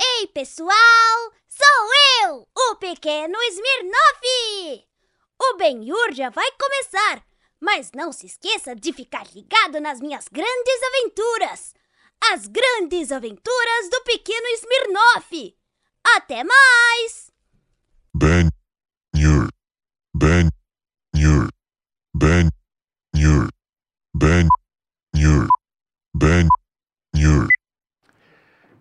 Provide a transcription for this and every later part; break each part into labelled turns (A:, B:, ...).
A: Oi, pessoal! Sou eu, o pequeno Smirnoff! O Benhur já vai começar, mas não se esqueça de ficar ligado nas minhas grandes aventuras! As grandes aventuras do pequeno Smirnoff! Até mais!
B: Ben Nur. Ben Nur. Ben Nur. Ben Nur. Ben Nur.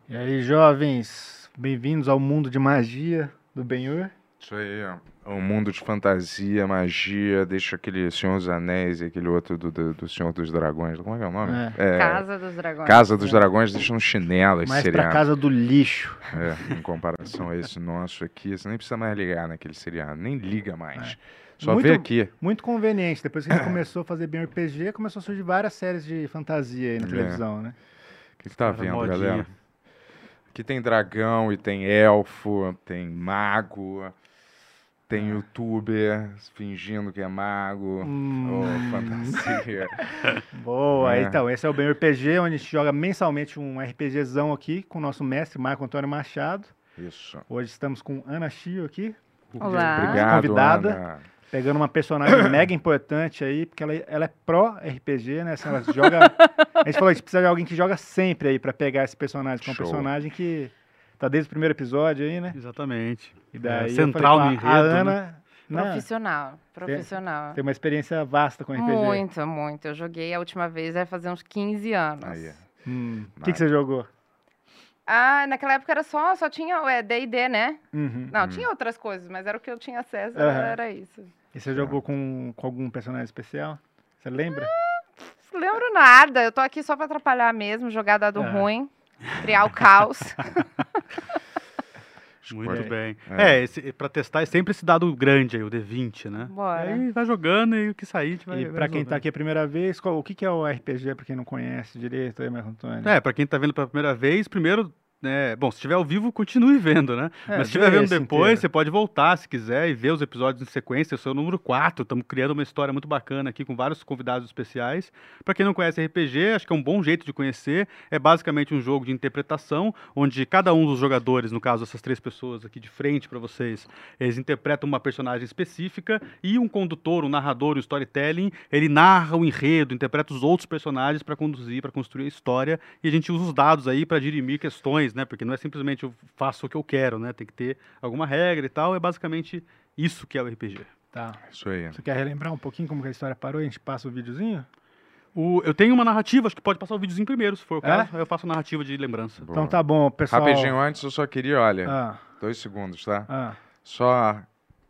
C: E aí, jovens, bem-vindos ao mundo de magia do Benhur.
D: Isso aí, ó. É um mundo de fantasia, magia, deixa aquele Senhor dos Anéis e aquele outro do, do, do Senhor dos Dragões. Como é que é o nome? É,
E: Casa dos Dragões. É.
D: Casa dos Dragões deixa um chinelo esse
C: Mais pra
D: seriado.
C: casa do lixo.
D: É, em comparação a esse nosso aqui, você nem precisa mais ligar naquele seriado, nem liga mais. Só
C: É. Muito-
D: vê aqui.
C: Muito conveniente. Depois que a gente começou a fazer bem RPG, começou a surgir várias séries de fantasia aí na
D: É.
C: televisão, né?
D: O que, que tá
F: Cara,
D: vendo,
F: modinha.
D: galera? Aqui tem dragão e tem elfo, tem mago, tem
C: É.
D: youtuber fingindo que é mago.
C: Hum,
D: Oh, fantasia.
C: Boa,
D: É.
C: então, esse é o Bem RPG, onde a gente joga mensalmente um RPGzão aqui com o nosso mestre Marco Antônio Machado.
D: Isso.
C: Hoje estamos com Ana Chio aqui,
E: Olá.
C: Ah,
D: Obrigado,
C: Convidada.
D: Ana.
C: pegando uma personagem mega importante aí, porque ela, ela é pró-RPG, né? Assim, ela joga. A gente falou, a gente precisa de alguém que joga sempre aí pra pegar esse personagem, que é um
D: Show.
C: personagem que tá desde o primeiro episódio aí, né?
F: Exatamente.
C: E
F: É,
C: daí
F: central
C: eu falei
F: no
C: com a- a
F: enredo, né?"
C: Ana. Não,
E: Profissional, profissional.
C: tem uma experiência vasta com RPG.
E: Muito, muito. Eu joguei a última vez, vai fazer uns 15 anos.
D: Aí, é.
C: Hum, O que,
D: Mas-
C: que você jogou?
E: Ah, naquela época era só, só tinha ué, D&D, né?
C: Uhum.
E: Não,
D: Hum.
E: tinha outras coisas, mas era o que eu tinha acesso,
C: Aham.
E: era, era isso.
C: E você jogou com, com algum personagem especial? Você lembra?
E: Não lembro nada, eu tô aqui só pra atrapalhar mesmo, jogar dado
C: Ah.
E: ruim, criar o caos.
F: Muito
D: Escolha.
F: bem.
D: É.
F: É, esse, pra testar é sempre esse dado grande aí, o D20, né?
E: Bora.
F: Aí vai jogando e o que sair a gente Ah, vai.
C: e
F: vai
C: pra quem tá
F: resolvendo.
C: aqui a primeira vez, qual- o que, que é o RPG pra quem não conhece direito aí, Marco Antônio?
F: É, pra quem tá vendo pela primeira vez, primeiro. né, bom, se estiver ao vivo, continue vendo, né?
C: É,
F: Mas se
C: vê
F: estiver vendo
C: esse
F: depois,
C: inteiro.
F: você pode voltar se quiser e ver os episódios em sequência. Eu sou o número 4. Estamos criando uma história muito bacana aqui com vários convidados especiais. Pra quem não conhece RPG, acho que é um bom jeito de conhecer. É basicamente um jogo de interpretação, onde cada um dos jogadores, no caso essas três pessoas aqui de frente pra vocês, eles interpretam uma personagem específica e um condutor, um narrador, um storytelling, ele narra o enredo, interpreta os outros personagens pra conduzir, pra construir a história e a gente usa os dados aí pra dirimir questões, né? Porque não é simplesmente eu faço o que eu quero, né? Tem que ter alguma regra e tal. É basicamente isso que é o RPG.
C: Tá.
D: Isso aí.
C: Você quer relembrar um pouquinho como que a história parou? A gente passa o videozinho?
F: O- eu tenho uma narrativa, acho que pode passar o videozinho primeiro, se for o
C: É?
F: caso. Aí eu faço a narrativa de lembrança.
D: Boa.
C: Então tá bom, pessoal.
D: Rapidinho antes, eu só queria, olha,
C: Ah,
D: dois segundos, tá?
C: ah.
D: Só,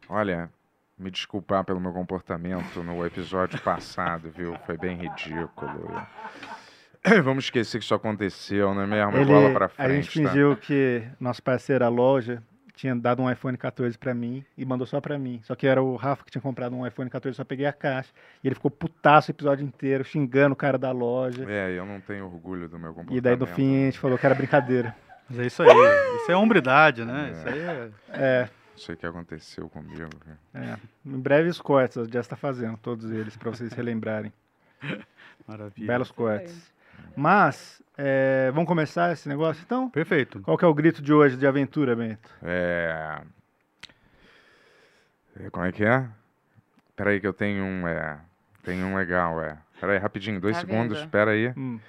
D: olha, me desculpar pelo meu comportamento no episódio passado, viu? Foi bem ridículo. Vamos esquecer que isso aconteceu, não é mesmo?
C: Ele-
D: Bola pra
C: a gente
D: frente, tá?
C: fingiu que nosso parceiro, a loja, tinha dado um iPhone 14 pra mim e mandou só pra mim. Só que era o Rafa que tinha comprado um iPhone 14, só peguei a caixa. E ele ficou putaço o episódio inteiro, xingando o cara da loja.
D: É, eu não tenho orgulho do meu comportamento.
C: E daí no fim a gente falou que era brincadeira.
F: Mas é isso aí. Isso é hombridade, né? Isso aí é...
C: É,
D: Não sei o que aconteceu comigo. cara.
C: é. Em breve os cortes, o Jess tá fazendo todos eles, pra vocês relembrarem.
F: maravilha.
C: Belos cortes. Mas, é, vamos começar esse negócio então?
F: Perfeito.
C: Qual que é o grito de hoje de aventura, Bento?
D: É... é, Como é que é? Peraí que eu tenho um, é... Tenho um legal, é... Peraí, rapidinho, dois
E: Tá
D: segundos,
E: vendo?
D: peraí.
C: Hum.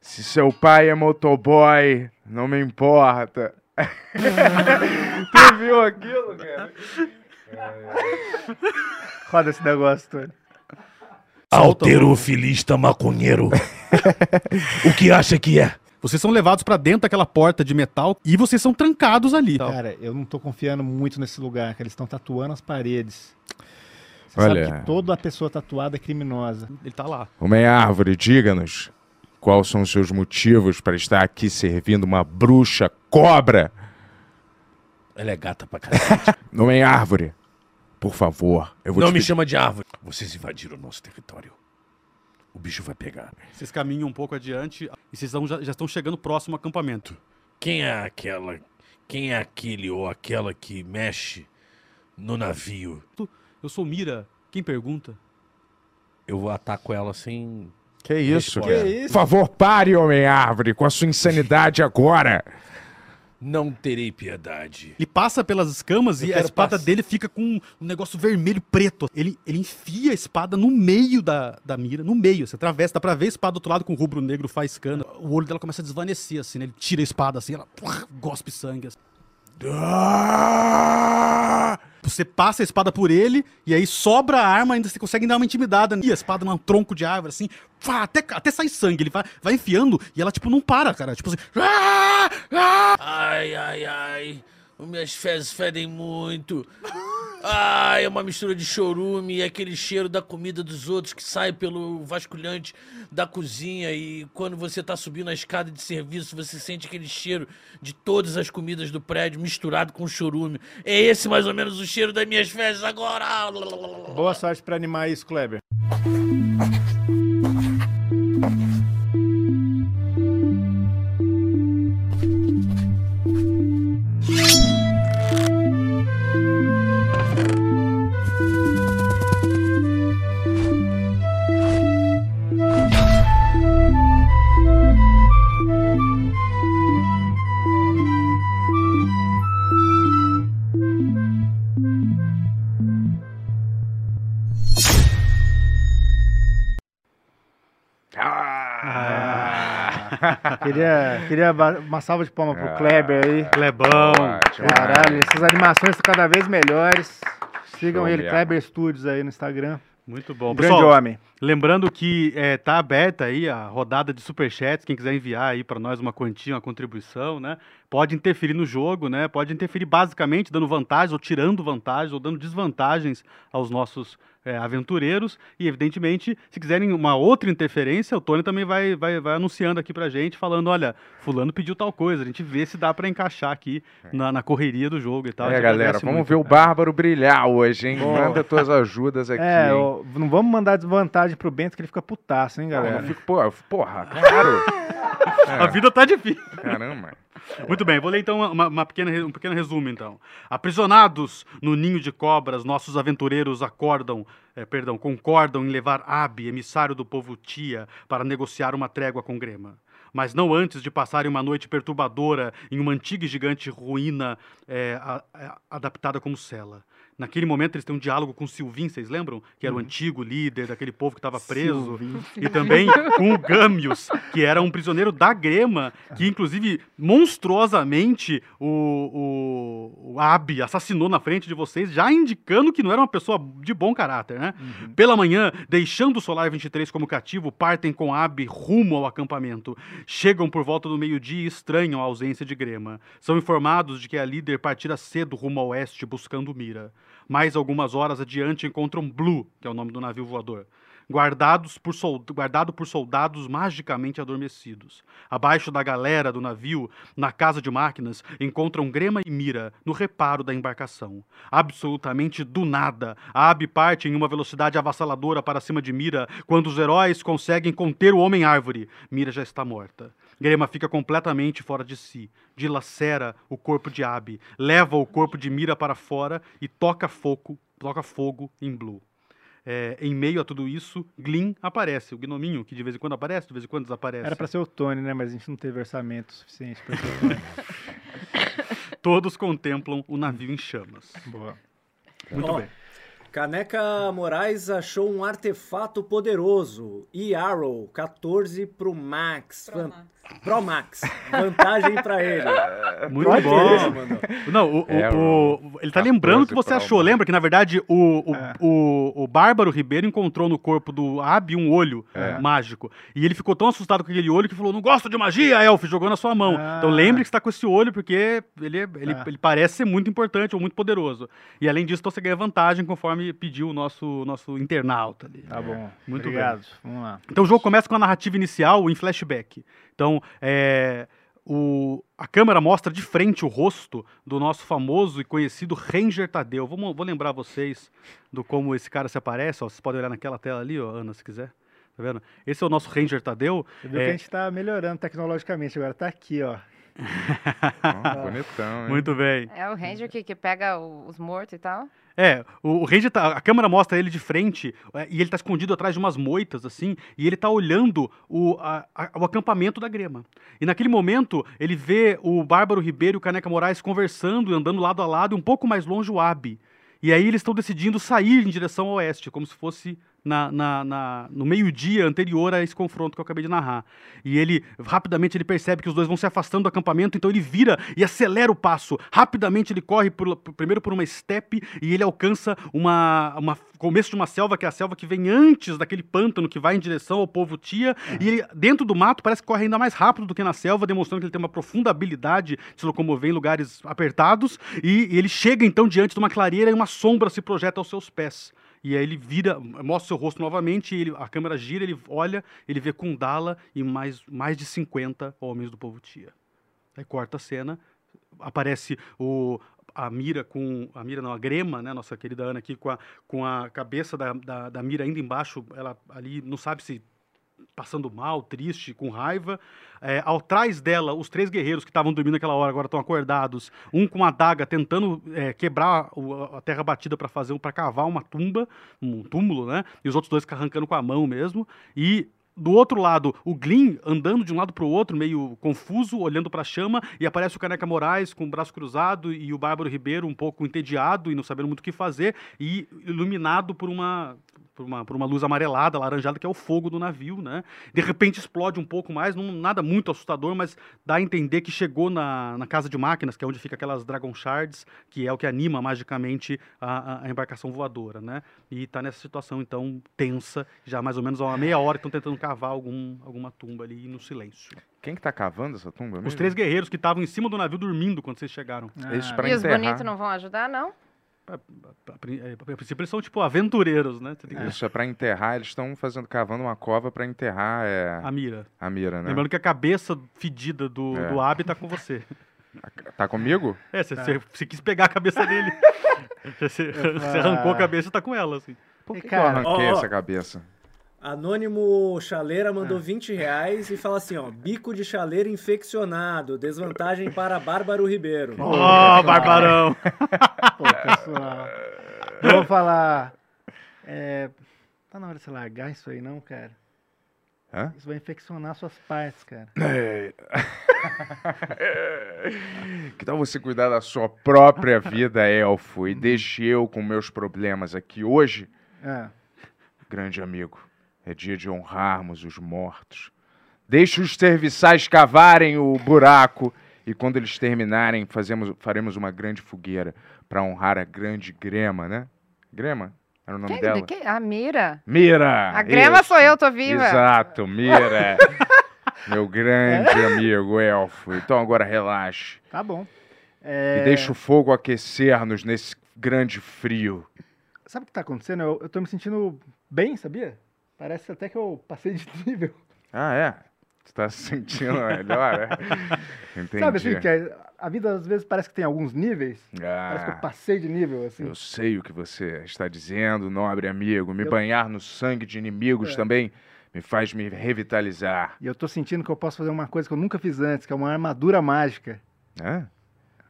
D: Se seu pai é motoboy, não me importa. tu viu aquilo, cara?
C: Roda esse negócio, Tony.
G: Alterofilista maconheiro. o que acha que é?
F: Vocês são levados para dentro daquela porta de metal e vocês são trancados ali.
D: Então.
C: Cara, eu não tô confiando muito nesse lugar, que eles estão tatuando as paredes. Você
D: Olha.
C: sabe que toda pessoa tatuada é criminosa.
F: Ele tá lá.
D: Homem Árvore, diga-nos. Quais são os seus motivos para estar aqui servindo uma bruxa cobra?
G: Ela é gata pra caralho.
D: Homem Árvore, por favor, eu vou
G: Não
D: te
G: me
D: pedir-
G: chama de árvore. Vocês invadiram o nosso território. O bicho vai pegar.
F: Vocês caminham um pouco adiante e vocês tão- já, já estão chegando próximo ao acampamento.
G: Quem é aquela? Quem é aquele ou aquela que mexe no navio?
F: Eu sou Mira. Quem pergunta?
G: Eu vou ataco ela sem.
D: Que isso,
G: Que
D: cara? Por favor, pare, Homem Árvore, com a sua insanidade agora.
G: não terei piedade.
F: Ele passa pelas escamas
G: Eu
F: e a
G: quero
F: espada
G: pass-
F: dele fica com um negócio vermelho preto. Ele, ele enfia a espada no meio da, da mira, no meio. Você atravessa, dá pra ver a espada do outro lado com o rubro negro faiscando. O olho dela começa a desvanecer, assim, né? Ele tira a espada assim, ela puá, gospe sangue. assim.
G: Ah!
F: Você passa a espada por ele e aí sobra a arma, ainda você consegue dar uma intimidada. E a espada num tronco de árvore, assim, pá, até, até sai sangue. Ele vai, vai enfiando e ela, tipo, não para, cara. Tipo assim. "Ah!"
G: Ai, ai, ai. Minhas fezes fedem muito. Ai, é uma mistura de chorume e aquele cheiro da comida dos outros que sai pelo vasculhante da cozinha. E quando você tá subindo a escada de serviço, você sente aquele cheiro de todas as comidas do prédio misturado com chorume. É esse mais ou menos o cheiro das minhas fezes agora.
H: Boa sorte pra animar isso, Kleber.
D: Ah.
C: Queria, queria ba- uma salva de palmas pro Kleber aí.
F: Clebão.
D: Ótimo.
C: Caralho, essas animações estão cada vez melhores. Sigam
D: Show,
C: ele,
D: Guilherme.
C: Kleber Studios aí no Instagram.
F: Muito bom.
C: Grande
F: Pessoal,
C: homem.
F: Lembrando que eh, tá aberta aí a rodada de superchats, quem quiser enviar aí para nós uma quantia, uma contribuição, né? Pode interferir no jogo, né? Pode interferir basicamente dando vantagens ou tirando vantagens ou dando desvantagens aos nossos eh, aventureiros. E evidentemente, se quiserem uma outra interferência, o Tony também vai, vai, vai anunciando aqui pra gente, falando, olha, fulano pediu tal coisa, a gente vê se dá para encaixar aqui na, na correria do jogo e tal. A
D: É,
F: gente
D: galera,
F: agradece
D: vamos
F: muito,
D: ver o
F: cara.
D: Bárbaro brilhar hoje, hein? Manda tuas ajudas aqui.
C: É,
D: hein?
C: ó, não vamos mandar desvantagem pro Bento que ele fica putaço, hein,
D: Não, eu
C: galera?
D: fico- pô, eu- porra, claro.
F: A vida tá difícil.
D: Caramba.
F: Muito bem, vou ler então uma, uma pequena, re- um pequeno resumo então. Aprisionados no ninho de cobras, nossos aventureiros acordam, eh, perdão, concordam em levar Abe, emissário do povo Tia, para negociar uma trégua com Grema. Mas não antes de passarem uma noite perturbadora em uma antiga e gigante ruína eh, a- a- adaptada como cela. Naquele momento eles têm um diálogo com Silvin, vocês lembram? Que era o antigo líder daquele povo que estava preso
C: Silvinho.
F: e também com o Gamius, que era um prisioneiro da Grema, que inclusive monstruosamente o, o, o Abi assassinou na frente de vocês, já indicando que não era uma pessoa de bom caráter, né? Pela manhã, deixando o Solar 23 como cativo, partem com Abi rumo ao acampamento. Chegam por volta do meio-dia e estranham a ausência de Grema. São informados de que a líder partira cedo rumo ao oeste buscando Mira. Mais algumas horas adiante encontram Blue, que é o nome do navio voador guardados por sol- guardado por soldados magicamente adormecidos. Abaixo da galera do navio, na casa de máquinas, encontram Grema e Mira no reparo da embarcação. Absolutamente do nada, a Ab parte em uma velocidade avassaladora para cima de Mira quando os heróis conseguem conter o Homem-Árvore. Mira já está morta. Grema fica completamente fora de si, dilacera o corpo de Ab, leva o corpo de Mira para fora e toca fogo, toca fogo em Blue. É, em meio a tudo isso, Glyn aparece, o gnominho, que de vez em quando aparece, de vez em quando desaparece.
C: Era pra ser o Tony, né? Mas a gente não teve orçamento suficiente pra ser o Tony.
F: Todos contemplam o navio em chamas.
C: Boa.
H: Muito bem.
I: Caneca Moraes achou um artefato poderoso. E Arrow 14 pro Max. Van- Pro Max. Vantagem pra ele.
F: Muito
C: Olha
I: Beleza,
F: bom.
I: mano.
F: Não, o, o-
D: É,
F: o- ele tá
D: 14
F: lembrando o que você
D: pra
F: achou.
D: uma.
F: Lembra que, na verdade, o, o,
C: É.
F: o, o Bárbaro Ribeiro encontrou no corpo do Ab um olho
D: É.
F: mágico. E ele ficou tão assustado com aquele olho que falou: Não gosto de magia, Elf, jogou na sua mão.
C: Ah.
F: Então lembre que você tá com esse olho, porque ele, é- ele,
C: Tá.
F: ele parece ser muito importante ou muito poderoso. E além disso, então, você ganha vantagem conforme pediu o nosso, nosso internauta ali.
C: Tá
D: É,
C: bom.
F: Muito
C: Obrigado. Vamos lá.
F: Então o jogo começa com a narrativa inicial em flashback. Então, é, o- a câmera mostra de frente o rosto do nosso famoso e conhecido Ranger Tadeu. Vou, mo- vou lembrar vocês do como esse cara se aparece. Ó, vocês podem olhar naquela tela ali, ó, Ana, se quiser. Tá vendo? Esse é o nosso Ranger Tadeu.
C: Você viu
F: É.
C: que a gente tá melhorando tecnologicamente agora. Tá aqui, ó.
D: Ó, bonitão, hein?
F: Ah. Muito bem.
E: É o Ranger que, que pega o- os mortos e tal.
F: É, o, o Range tá. A câmera mostra ele de frente é, e ele tá escondido atrás de umas moitas, assim, e ele tá olhando o, a- a- o acampamento da grema. E naquele momento, ele vê o Bárbaro Ribeiro e o Caneca Moraes conversando, andando lado a lado, e um pouco mais longe o Abi. E aí eles estão decidindo sair em direção ao oeste, como se fosse na, na- na- no meio-dia anterior a esse confronto que eu acabei de narrar. E ele, rapidamente, ele percebe que os dois vão se afastando do acampamento, então ele vira e acelera o passo. Rapidamente ele corre por- primeiro por uma estepe e ele alcança uma, uma começo de uma selva, que é a selva que vem antes daquele pântano que vai em direção ao povo Tia. E ele, dentro do mato, parece que corre ainda mais rápido do que na selva, demonstrando que ele tem uma profunda habilidade de se locomover em lugares apertados. E, e ele chega, então, diante de uma clareira e uma sombra se projeta aos seus pés. E aí ele vira, mostra seu rosto novamente, e ele- a câmera gira, ele olha, ele vê Kundala e mais, mais de 50 homens do povo Tia. Aí corta a cena, aparece o a mira com a mira não a grema né nossa querida Ana aqui com a, com a cabeça da, da, da mira ainda embaixo ela ali não sabe se passando mal triste com raiva é, ao trás dela os três guerreiros que estavam dormindo naquela hora agora estão acordados um com a daga tentando é, quebrar o- a terra batida para fazer para cavar uma tumba um túmulo né e os outros dois arrancando com a mão mesmo e do outro lado, o Glyn andando de um lado pro outro, meio confuso, olhando pra chama, e aparece o Caneca Moraes com o braço cruzado e o Bárbaro Ribeiro um pouco entediado e não sabendo muito o que fazer, e iluminado por uma, por uma, por uma luz amarelada, alaranjada, que é o fogo do navio, né? De repente explode um pouco mais, não, nada muito assustador, mas dá a entender que chegou na, na casa de máquinas, que é onde fica aquelas Dragon Shards, que é o que anima magicamente a, a- a embarcação voadora, né? E tá nessa situação, então, tensa, já mais ou menos há uma meia hora, estão tentando cavar algum, alguma tumba ali no silêncio.
D: Quem que tá cavando essa tumba
F: Os
D: mesmo?
F: três Ah. guerreiros que estavam em cima do navio dormindo quando vocês chegaram.
D: Esses pra
E: e os
D: enterrar.
E: bonitos não vão ajudar, não?
F: A, prin- é, a princípio eles são, tipo, aventureiros, né? Você tem que-
D: Isso é pra enterrar, eles estão fazendo, cavando uma cova pra enterrar é,
F: A mira.
D: a mira, né?
F: Ah. Lembrando que a cabeça fedida do,
D: É.
F: do Abi tá com você.
D: Tá comigo?
F: É, você, você- você quis pegar a cabeça dele. você, você arrancou a cabeça e tá com ela, assim.
D: Por
C: "Ah." E,
D: que, que eu
C: cara,
D: arranquei
I: ó, ó.
D: essa cabeça?
I: Anônimo Chaleira mandou 20 reais e fala assim, ó, bico de chaleira infeccionado, desvantagem para Bárbaro Ribeiro.
F: Ó, barbarão!
C: Pô, pessoal. Eu vou falar. É, tá na hora de você largar isso aí, não, cara?
D: Hã?
C: Isso vai infeccionar suas partes, cara.
D: que tal Então você cuidar da sua própria vida, elfo?
F: Uhum.
D: E deixe eu com meus problemas aqui hoje
C: Ah,
D: Grande amigo, é dia de honrarmos os mortos. Deixe os serviçais cavarem o buraco e quando eles terminarem, fazemos, faremos uma grande fogueira para honrar a grande Grema, né? Grema? Era o nome
E: Quem,
D: dela?
E: de quem? A Mira.
D: Mira!
E: A grama
D: Ah, isso.
E: sou eu, tô viva.
D: Exato, Mira! Meu
E: É.
D: grande amigo elfo. Então agora relaxe
C: tá bom.
E: É.
C: É,
D: e deixe o fogo aquecer-nos nesse grande frio.
C: Sabe o que tá acontecendo? Eu, eu tô me sentindo bem, sabia? Parece até que eu passei de nível.
D: Ah, é? Você tá se sentindo melhor? é? Entendi.
C: Sabe assim, que a, a vida às vezes parece que tem alguns níveis. Parece que eu
D: Ah,
C: passei de nível, assim.
D: eu sei o que você está dizendo, nobre amigo. Me banhar no sangue de inimigos
C: É.
D: também me faz me revitalizar.
C: E eu tô sentindo que eu posso fazer uma coisa que eu nunca fiz antes, que é uma armadura mágica.
D: Hã? né?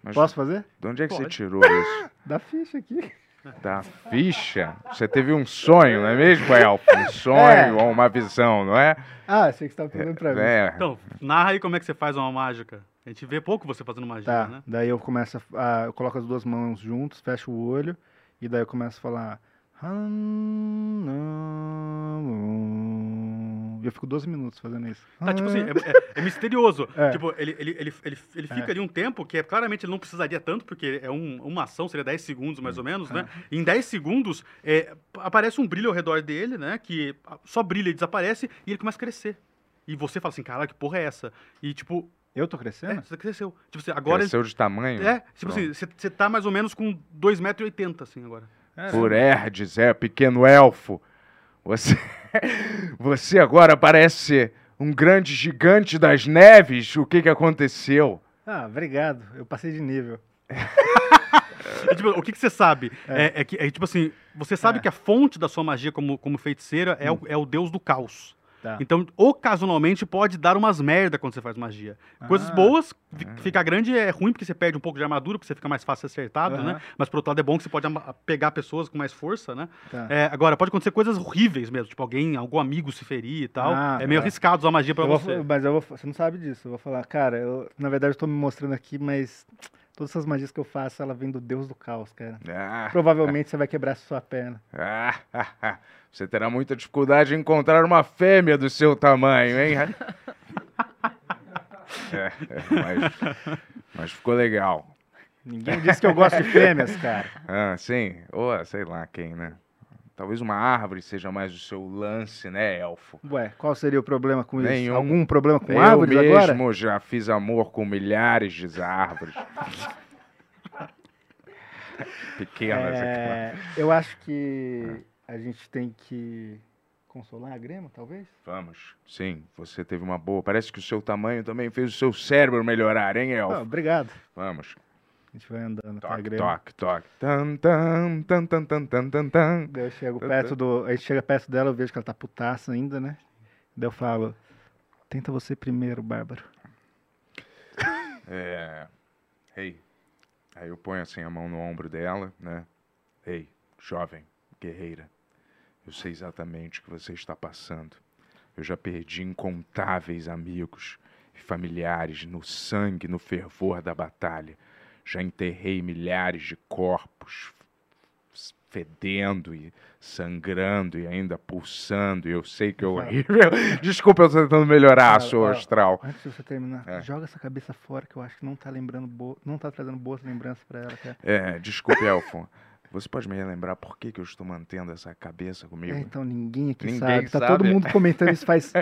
D: Mas
C: Posso fazer?
D: de onde é que você
F: Pode.
D: tirou isso?
C: Dá ficha aqui.
D: Da ficha? Você teve um sonho, não é mesmo, Elfo? Um sonho ou uma visão, não é?
C: Ah, achei que você tava perguntando pra mim.
D: É.
F: Então, narra aí como é que você faz uma mágica. A gente vê pouco você fazendo magia,
C: Tá,
F: né?
C: daí eu começo a, a- eu coloco as duas mãos juntas, fecho o olho e daí eu começo a falar e "Hum, eu fico 12 minutos fazendo isso. "Hum,
F: Tá, tipo assim, é, é- é misterioso.
C: Ah. É.
F: Tipo, ele, ele, ele, ele, ele fica ali um tempo que é, claramente ele não precisaria tanto, porque é um- uma ação, seria 10 segundos
C: Hum,
F: mais ou
C: é.
F: menos, né? E em 10 segundos, é, aparece um brilho ao redor dele, né? Que só brilha e desaparece, e ele começa a crescer. E você fala assim, caralho, que porra é essa? E tipo,
C: Eu tô
F: é,
C: crescendo?
F: você cresceu. Tipo, você, agora... ele-
D: Cresceu de tamanho?
F: É, tipo assim, você- você tá mais ou menos com 2,80m, assim, agora.
D: Por Herdes, é, pequeno elfo. Você, você agora parece um grande gigante das neves. O que, que aconteceu?
C: Ah, obrigado. Eu passei de nível.
F: É, tipo, o que, que você sabe? É, é que, é, tipo assim, você sabe que a fonte da sua magia como, como feiticeira é, o, é o deus do caos.
C: Hum. Tá.
F: Então, ocasionalmente, pode dar umas merda quando você faz magia. Coisas
C: Ah.
F: boas, fi- ficar grande é ruim porque você perde um pouco de armadura, porque você fica mais fácil acertado,
C: Aham.
F: né? Mas, por outro lado, é bom que você pode ama- pegar pessoas com mais força, né?
C: Tá.
F: É, agora, pode acontecer coisas horríveis mesmo, tipo alguém, algum amigo se ferir e tal.
C: Ah,
F: é meio
C: tá.
F: arriscado usar magia pra
C: Eu vou-
F: você.
C: mas eu vou, você não sabe disso. Eu vou falar, cara, eu- na verdade eu tô me mostrando aqui, mas todas essas magias que eu faço, ela vem do deus do caos, cara.
D: Ah,
C: Provavelmente você vai quebrar sua perna.
D: ah, ah, ah. Você terá muita dificuldade em encontrar uma fêmea do seu tamanho, hein? É, é, mas, mas ficou legal.
C: Ninguém disse que eu gosto de fêmeas, cara.
D: Ah, sim. Ou sei lá quem, né? Talvez uma árvore seja mais o seu lance, né, elfo?
C: Ué, qual seria o problema com isso?
D: Nenhum.
C: Algum problema com
D: Eu
C: árvores agora?
D: mesmo já fiz amor com milhares de árvores. Pequenas aqui.
C: É, eu acho que
D: É.
C: a gente tem que consolar a Grêmio, talvez?
D: Vamos. Sim, você teve uma boa. Parece que o seu tamanho também fez o seu cérebro melhorar, hein,
C: Ah,
D: elfo?
C: obrigado.
D: Vamos.
C: A gente vai andando com a
D: Toque,
C: Grêmio.
D: toque, toque. Tan, tan, tan, tan, tan, tan, tan, tan.
C: Daí eu chego perto do. A gente chega perto dela, eu vejo que ela tá putaça ainda, né? Daí eu falo. Tenta você primeiro, Bárbaro.
D: É. Ei. Aí eu ponho assim a mão no ombro dela, né? Ei, jovem, guerreira. Eu sei exatamente o que você está passando. Eu já perdi incontáveis amigos e familiares no sangue, no fervor da batalha. Já enterrei milhares de corpos f- fedendo e sangrando e ainda pulsando. E eu sei que é horrível. Desculpa, eu estou tentando melhorar a
C: Fala,
D: sua
C: fala.
D: astral.
C: Antes de você terminar,
D: É.
C: joga essa cabeça fora que eu acho que não tá lembrando boa. Não tá trazendo boas lembranças pra ela, cara.
D: É, desculpe, Elfo. Você pode me relembrar por que, que eu estou mantendo essa cabeça comigo?
C: É, então ninguém aqui
D: Ninguém
C: sabe. Tá todo
D: sabe.
C: mundo comentando isso faz,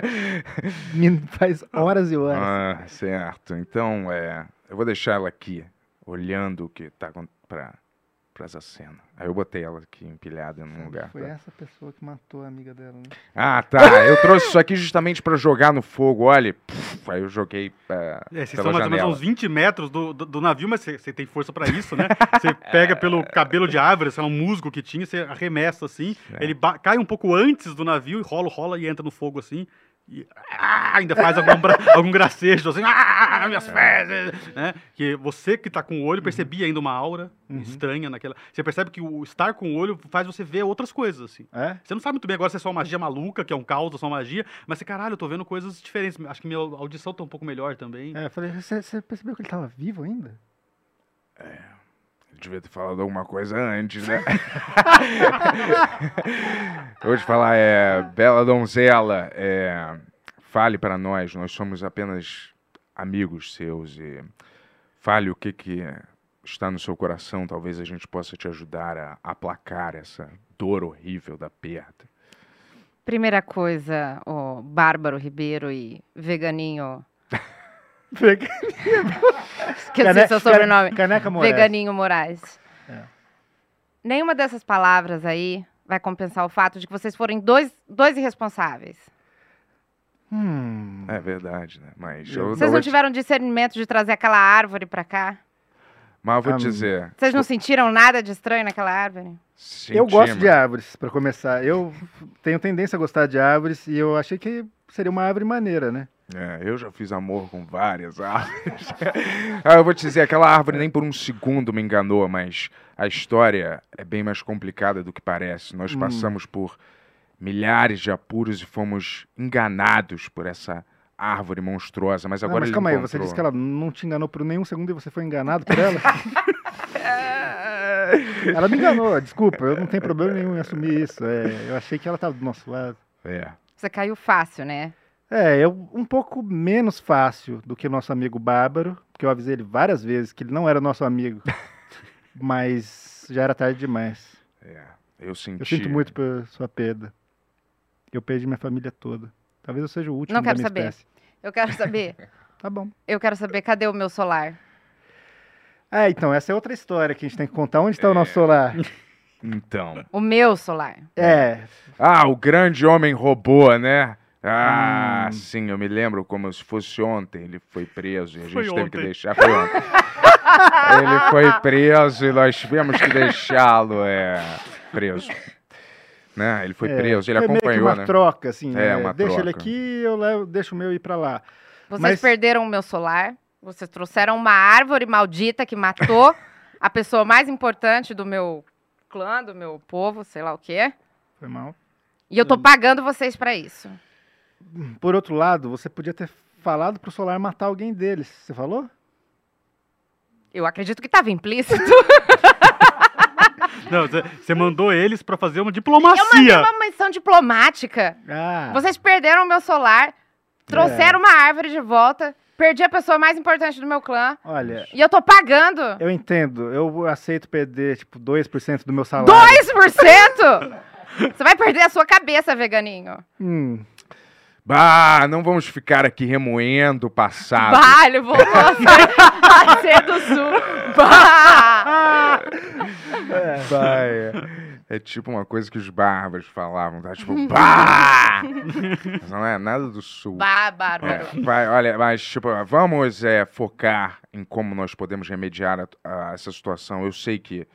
C: min- faz horas e horas.
D: ah, certo. Então, é, eu vou deixar ela aqui, olhando o que tá está para essa cena. Aí eu botei ela aqui empilhada num lugar.
C: Foi
D: tá?
C: essa pessoa que matou a amiga dela, né?
D: Ah, tá. Eu trouxe isso aqui justamente para jogar no fogo. Olha, puf, aí eu joguei. É,
F: É, vocês
D: pela
F: estão mais ou menos a
D: janela.
F: uns 20 metros do, do, do navio, mas você você tem força pra isso, né? Você pega
D: É.
F: pelo cabelo de árvore, sei lá, um musgo que tinha, você arremessa assim,
D: É.
F: ele ba- cai um pouco antes do navio e rola, rola e entra no fogo assim. E ah, ainda faz algum, bra- algum gracejo assim, ah, minhas
D: É.
F: fezes, né? Que você que tá com o olho percebia
D: Uhum.
F: ainda uma aura estranha naquela. Você percebe que o estar com o olho faz você ver outras coisas assim.
C: É?
F: Você não sabe muito bem agora se é só magia maluca, que é um caos, ou só magia, mas você, caralho, eu tô vendo coisas diferentes. Acho que minha audição tá um pouco melhor também.
C: É, eu falei, você você percebeu que ele tava vivo ainda?
D: Eu devia ter falado alguma coisa antes, né? Eu Vou te falar, é, bela donzela, é, fale para nós, nós somos apenas amigos seus e fale o que, que está no seu coração, talvez a gente possa te ajudar a aplacar essa dor horrível da perda.
E: Primeira coisa, o Bárbaro Ribeiro e Veganinho. Esqueci seu sobrenome.
C: Caneca Moraes.
E: Veganinho Moraes.
C: É.
E: Nenhuma dessas palavras aí vai compensar o fato de que vocês forem dois, dois irresponsáveis.
C: Hum.
D: É verdade, né? Mas eu,
E: Vocês não
D: vou te-
E: tiveram discernimento de trazer aquela árvore pra cá?
D: mas eu vou
C: Ah,
D: te dizer,
E: Vocês não sentiram nada de estranho naquela árvore?
C: Eu gosto
D: sentimos-
C: de árvores, pra começar. Eu tenho tendência a gostar de árvores e eu achei que seria uma árvore maneira, né?
D: É, eu já fiz amor com várias árvores. ah, eu vou te dizer, aquela árvore nem por um segundo me enganou, mas a história é bem mais complicada do que parece. Nós
C: Hum.
D: passamos por milhares de apuros e fomos enganados por essa árvore monstruosa, mas
C: Ah,
D: Então agora
C: mas
D: ele
C: calma aí, você
D: encontrou-
C: disse que ela não te enganou por nenhum segundo e você foi enganado por ela? ela me enganou, desculpa, eu não tenho problema nenhum em assumir isso. é, eu achei que ela tava do nosso lado.
D: É.
E: Você caiu fácil, né?
C: É, eu um pouco menos fácil do que o nosso amigo Bárbaro, porque eu avisei ele várias vezes que ele não era nosso amigo. mas já era tarde demais.
D: é. Eu senti.
C: Eu sinto muito por sua perda. Eu perdi minha família toda. Talvez eu seja o último
E: Não quero
C: da minha
E: saber.
C: espécie.
E: Eu quero saber.
C: Tá bom.
E: eu quero saber, cadê o meu solar?
C: Ah, então, essa é outra história que a gente tem que contar. Onde
D: É.
C: está o nosso solar?
D: Então.
E: O meu solar.
C: É,
D: Ah, o grande homem robô, né? Ah,
C: Hum.
D: sim, eu me lembro como se fosse ontem. Ele foi preso e a gente
F: Foi
D: teve que
F: ontem.
D: deixar. Foi ontem. Ele foi preso e nós tivemos que deixá-lo é, preso. né? Ele foi
C: É,
D: preso, ele
C: é meio que
D: acompanhou,
C: uma
D: né?
C: troca, assim,
D: É,
C: né?
D: uma
C: Deixa ele
D: troca.
C: aqui, eu levo, deixo o meu ir pra lá.
E: Vocês
C: Mas-
E: perderam o meu solar. Vocês trouxeram uma árvore maldita que matou a pessoa mais importante do meu clã, do meu povo, sei lá o quê.
C: Foi mal.
E: E eu
C: Hum.
E: tô pagando vocês pra isso.
C: Por outro lado, você podia ter falado pro Solar matar alguém deles. Você falou?
E: Eu acredito que tava implícito.
F: Não, você mandou eles pra fazer uma
E: Eu mandei
F: diplomacia.
E: É uma menção diplomática.
C: assim, Ah, É.
E: Vocês perderam o meu solar, trouxeram uma árvore de volta, perdi a pessoa mais importante do meu clã.
C: olha,
E: E eu tô pagando
C: eu entendo. Eu aceito perder, tipo, 2% do meu salário.
E: 2%! Você vai perder a sua cabeça, veganinho.
C: Hum,
D: Bah, não vamos ficar aqui remoendo o passado.
E: Balho, voltou a ser- a ser do sul. Bah!
D: Bah, é. É tipo uma coisa que os bárbaros falavam, tá? Tipo, bah! Mas não é nada do sul.
E: Bah,
D: É,
E: bárbaro.
D: vai, olha, mas tipo, vamos é, focar em como nós podemos remediar a- a essa situação. Eu sei que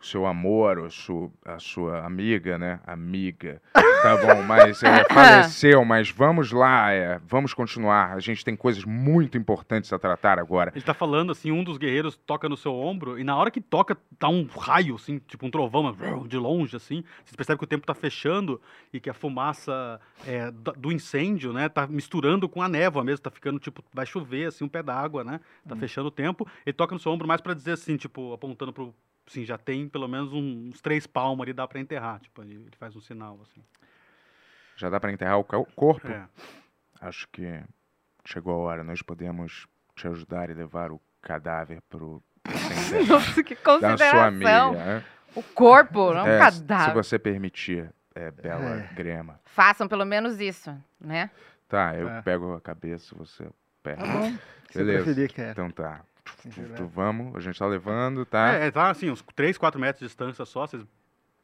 D: o seu amor, o su- a sua amiga, né? Amiga, tá bom, mas é, faleceu, mas vamos lá, é, vamos continuar. A gente tem coisas muito importantes a tratar agora.
F: Ele tá falando assim, um dos guerreiros toca no seu ombro, e na hora que toca, dá um raio, assim, tipo um trovão, mas de longe, assim. Vocês percebem que o tempo tá fechando e que a fumaça é, da- do incêndio, né, tá misturando com a névoa mesmo, tá ficando, tipo, vai chover, assim, um pé d'água, né?
E: Hum.
F: Tá fechando o tempo. Ele toca no seu ombro mais pra dizer assim, tipo, apontando pro. Sim, já tem pelo menos um- uns três palmos ali, dá pra enterrar. Tipo, ele, ele faz um sinal, assim.
D: Já dá pra enterrar o co- corpo?
F: É.
D: Acho que chegou a hora. Nós podemos te ajudar e levar o cadáver pro cemitério
E: Nossa, que
D: da sua
E: consideração.
D: amiga. né?
E: O corpo, não é um
D: É, Se
E: cadáver.
D: você permitir, é, Bela Grema.
E: Façam pelo menos isso, né?
D: Tá, eu
F: Ah.
C: Tá.
D: pego a cabeça, você pega.
F: Tá
C: se eu
D: Tá Beleza.
C: preferir,
F: é.
C: é, assim, cara.
D: Então tá. Tu- tu-
C: Beleza.
D: tu- vamos, a gente tá levando, tá?
F: É, é, tá assim, uns 3, 4 metros de distância só, vocês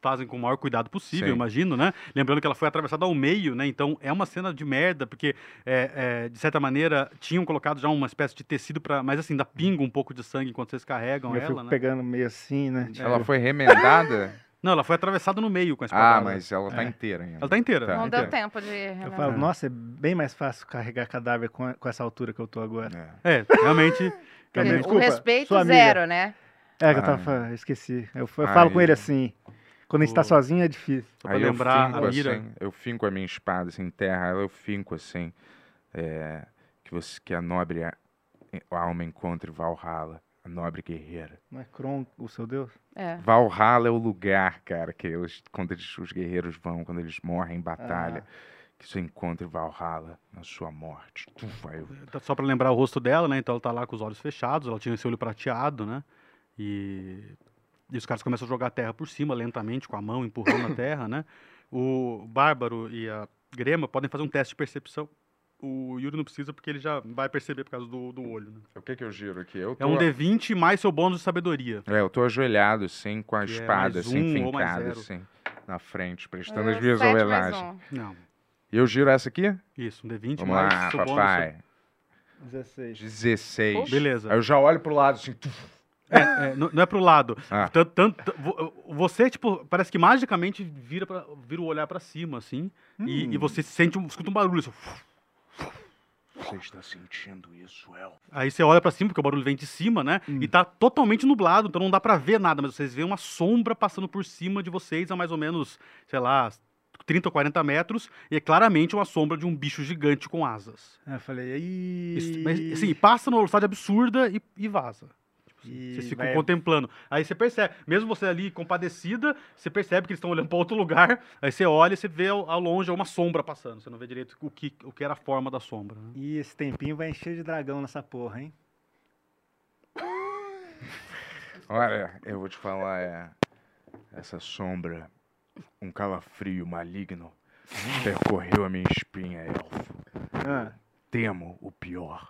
F: fazem com o maior cuidado possível,
D: Sim.
F: imagino, né? Lembrando que ela foi atravessada ao meio, né? Então é uma cena de merda, porque, é, é, de certa maneira, tinham colocado já uma espécie de tecido pra. Mas assim, dá pinga um pouco de sangue enquanto vocês carregam
C: eu fico
F: ela, né? É.
C: pegando meio assim, né? tipo,
D: Ela foi remendada?
F: Não, ela foi atravessada no meio com a espada. né?
D: ah, mas ela tá inteira ainda.
F: Ela tá inteira.
D: Tá,
E: não
D: então.
E: deu tempo de.
C: Eu
E: remendar.
C: falo, nossa, é bem mais fácil carregar cadáver com, a- com essa altura que eu tô agora.
D: É.
F: É, realmente.
C: Quer
E: o
C: dizer, desculpa,
E: respeito
C: sua amiga.
E: zero, né?
C: É, que eu
D: Ah.
C: tava falando, eu esqueci. Eu, f- eu falo com
D: Aí.
C: ele assim. Quando a gente tá
F: O-
C: sozinho é difícil.
F: Só pra
D: Aí
F: lembrar
D: eu
F: a
D: finco,
F: mira.
D: assim, eu finco a minha espada assim, em terra, eu finco assim, é, que, você, que a nobre é, a- alma encontre Valhalla, a nobre guerreira.
C: Não é Kron, o seu Deus?
E: É.
D: Valhalla é o lugar, cara, que eles, quando eles- os guerreiros vão, quando eles morrem em batalha, que você encontre Valhalla na sua morte. Tu vai...
F: Tá, Só pra lembrar o rosto dela, né? Então ela tá lá com os olhos fechados, ela tinha esse olho prateado, né? E, e os caras começam a jogar a terra por cima lentamente, com a mão empurrando a terra, né? O Bárbaro e a Grema podem fazer um teste de percepção. O Yuri não precisa porque ele já vai perceber por causa do, do olho. né?
D: O que que eu giro aqui? Eu tô,
F: É um D20 mais seu bônus de sabedoria.
D: É, eu tô ajoelhado, assim, com a
F: Que é
D: espada,
F: mais
D: assim,
F: um ou mais
D: fincada,
F: zero.
D: assim, na frente, prestando as
E: É,
D: minhas
E: sete mais
D: homenagens.
E: um.
F: Não.
D: E eu giro essa aqui?
F: Isso, um D20
D: Vamos
F: mais
D: lá,
F: seu bônus.
D: papai.
C: 16.
D: 16.
F: Beleza.
D: Aí eu já olho pro lado assim. tuf.
F: É, é, não, não é pro lado.
D: Ah.
F: Tan- tan- tan- vo- você, tipo, parece que magicamente vira, pra, vira o olhar pra cima, assim. E,
D: Hum.
F: e você sente um, escuta um barulho. assim,
D: Você está sentindo isso, El? Hum.
F: aí você olha pra cima, porque o barulho vem de cima, né? E tá totalmente nublado, então não dá pra ver nada, mas vocês veem uma sombra passando por cima de vocês a mais ou menos, sei lá, 30 ou 40 metros. E é claramente uma sombra de um bicho gigante com asas.
C: Aí eu falei,
F: Isso,
C: aí.
F: Mas, assim, passa numa velocidade absurda e, e vaza. Tipo,
C: E
F: Vocês ficam
C: vai-
F: contemplando. Aí você percebe, mesmo você ali compadecida, você percebe que eles estão olhando para outro lugar. Aí você olha e você vê ao ao longe uma sombra passando. Você não vê direito o que, o que era a forma da sombra. né?
C: E esse tempinho vai encher de dragão nessa porra, hein?
D: Olha, eu vou te falar, é. Essa sombra, um calafrio maligno, percorreu a minha espinha, elfo.
C: Ah,
D: Temo o pior.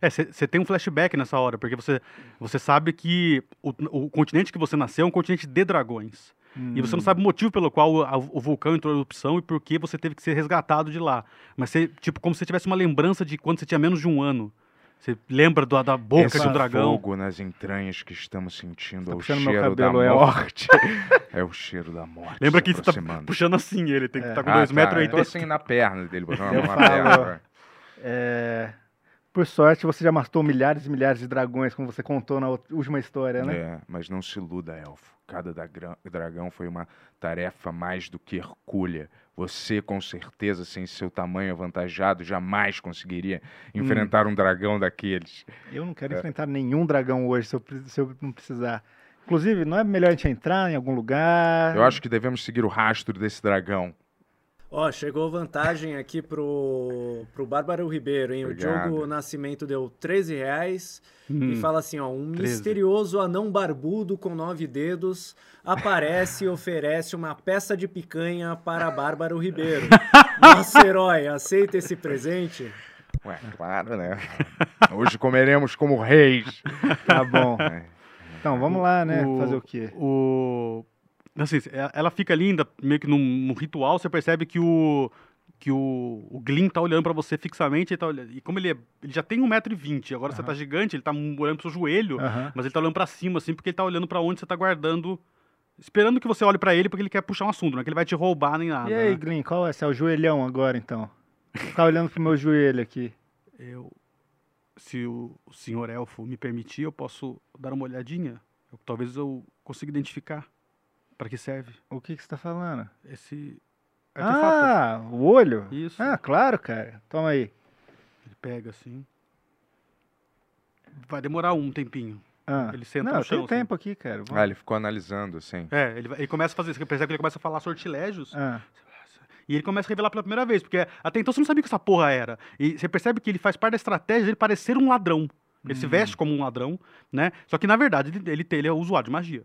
F: É, você tem um flashback nessa hora, porque você, você sabe que o, o continente que você nasceu é um continente de dragões.
C: Hum.
F: E você não sabe o motivo pelo qual a- o vulcão entrou em erupção e por que você teve que ser resgatado de lá. Mas você, tipo, como se você tivesse uma lembrança de quando você tinha menos de um ano. Você lembra do, da boca
D: Esse
F: do dragão?
D: fogo nas entranhas que estamos sentindo
C: Tá
D: é o
C: puxando meu
D: cheiro
C: cabelo,
D: da
C: Elfo.
D: morte. é o cheiro da morte.
F: Lembra
D: se
F: que você tá
D: aproximando.
F: puxando assim ele, tem que
C: É.
F: estar tá com
D: Ah,
F: 2,80
D: tá,
F: metros. e
D: eu tô
F: oitenta.
D: assim na perna dele, botando
C: Eu
D: a mão na
C: falo-
D: perna.
C: É, Por sorte, você já matou milhares e milhares de dragões, como você contou na ult- última história, né?
D: É, mas não se iluda, elfo. Cada dagrão- dragão foi uma tarefa mais do que hercúlea. Você, com certeza, sem seu tamanho avantajado, jamais conseguiria enfrentar um dragão daqueles.
C: Eu não
F: É.
C: quero enfrentar nenhum dragão hoje, se eu, pre- se eu não precisar. Inclusive, não é melhor a gente entrar em algum lugar?
D: Eu acho que devemos seguir o rastro desse dragão.
I: Ó, chegou vantagem aqui pro, pro Bárbaro Ribeiro, hein?
D: Obrigado.
I: O Diogo Nascimento deu 13 reais e
F: Hum.
I: fala assim, ó, um
F: 13.
I: misterioso anão barbudo com nove dedos aparece e oferece uma peça de picanha para Bárbaro Ribeiro. Nosso herói, aceita esse presente?
D: Ué, claro, né? Hoje comeremos como reis.
C: Tá bom.
D: É.
C: Então, vamos lá, né?
F: O-
C: Fazer o quê?
F: Hum. O... Assim, ela- ela fica linda, meio que num, num ritual, você percebe que o que o, o Glyn tá olhando pra você fixamente, ele tá olhando, e como ele, é- ele já tem 1,20m, agora você tá gigante, ele tá olhando pro seu joelho,
C: Aham.
F: mas ele tá olhando pra cima, assim, porque ele tá olhando pra onde você tá guardando, esperando que você olhe pra ele, porque ele quer puxar um assunto, não é que ele vai te roubar nem nada.
C: E aí,
F: né?
C: Glyn, qual é? Você é o joelhão agora, então? Tá olhando pro meu joelho aqui.
F: Eu, se o senhor elfo me permitir, eu posso dar uma olhadinha? Eu- talvez eu consiga identificar pra que serve
C: O que, que você tá falando?
F: esse artefato.
C: Ah, o olho?
F: É, Isso.
C: Ah, claro, cara. Toma aí.
F: Ele pega assim. Vai demorar um tempinho.
C: Ah.
F: Ele senta
C: Não,
F: no chão,
C: tem
F: assim.
C: tempo aqui, cara. Vamos-
D: Ah, ele ficou analisando, assim.
F: É, ele, vai- ele começa a fazer. Você percebe que ele começa a falar sortilégios.
D: né?
C: Ah,
F: E ele começa a revelar pela primeira vez, porque até então você não sabia o que essa porra era. E você percebe que ele faz parte da estratégia dele parecer um ladrão. Ele se veste como um ladrão, né? Só que na verdade ele, ele, tem- ele é usuário de magia.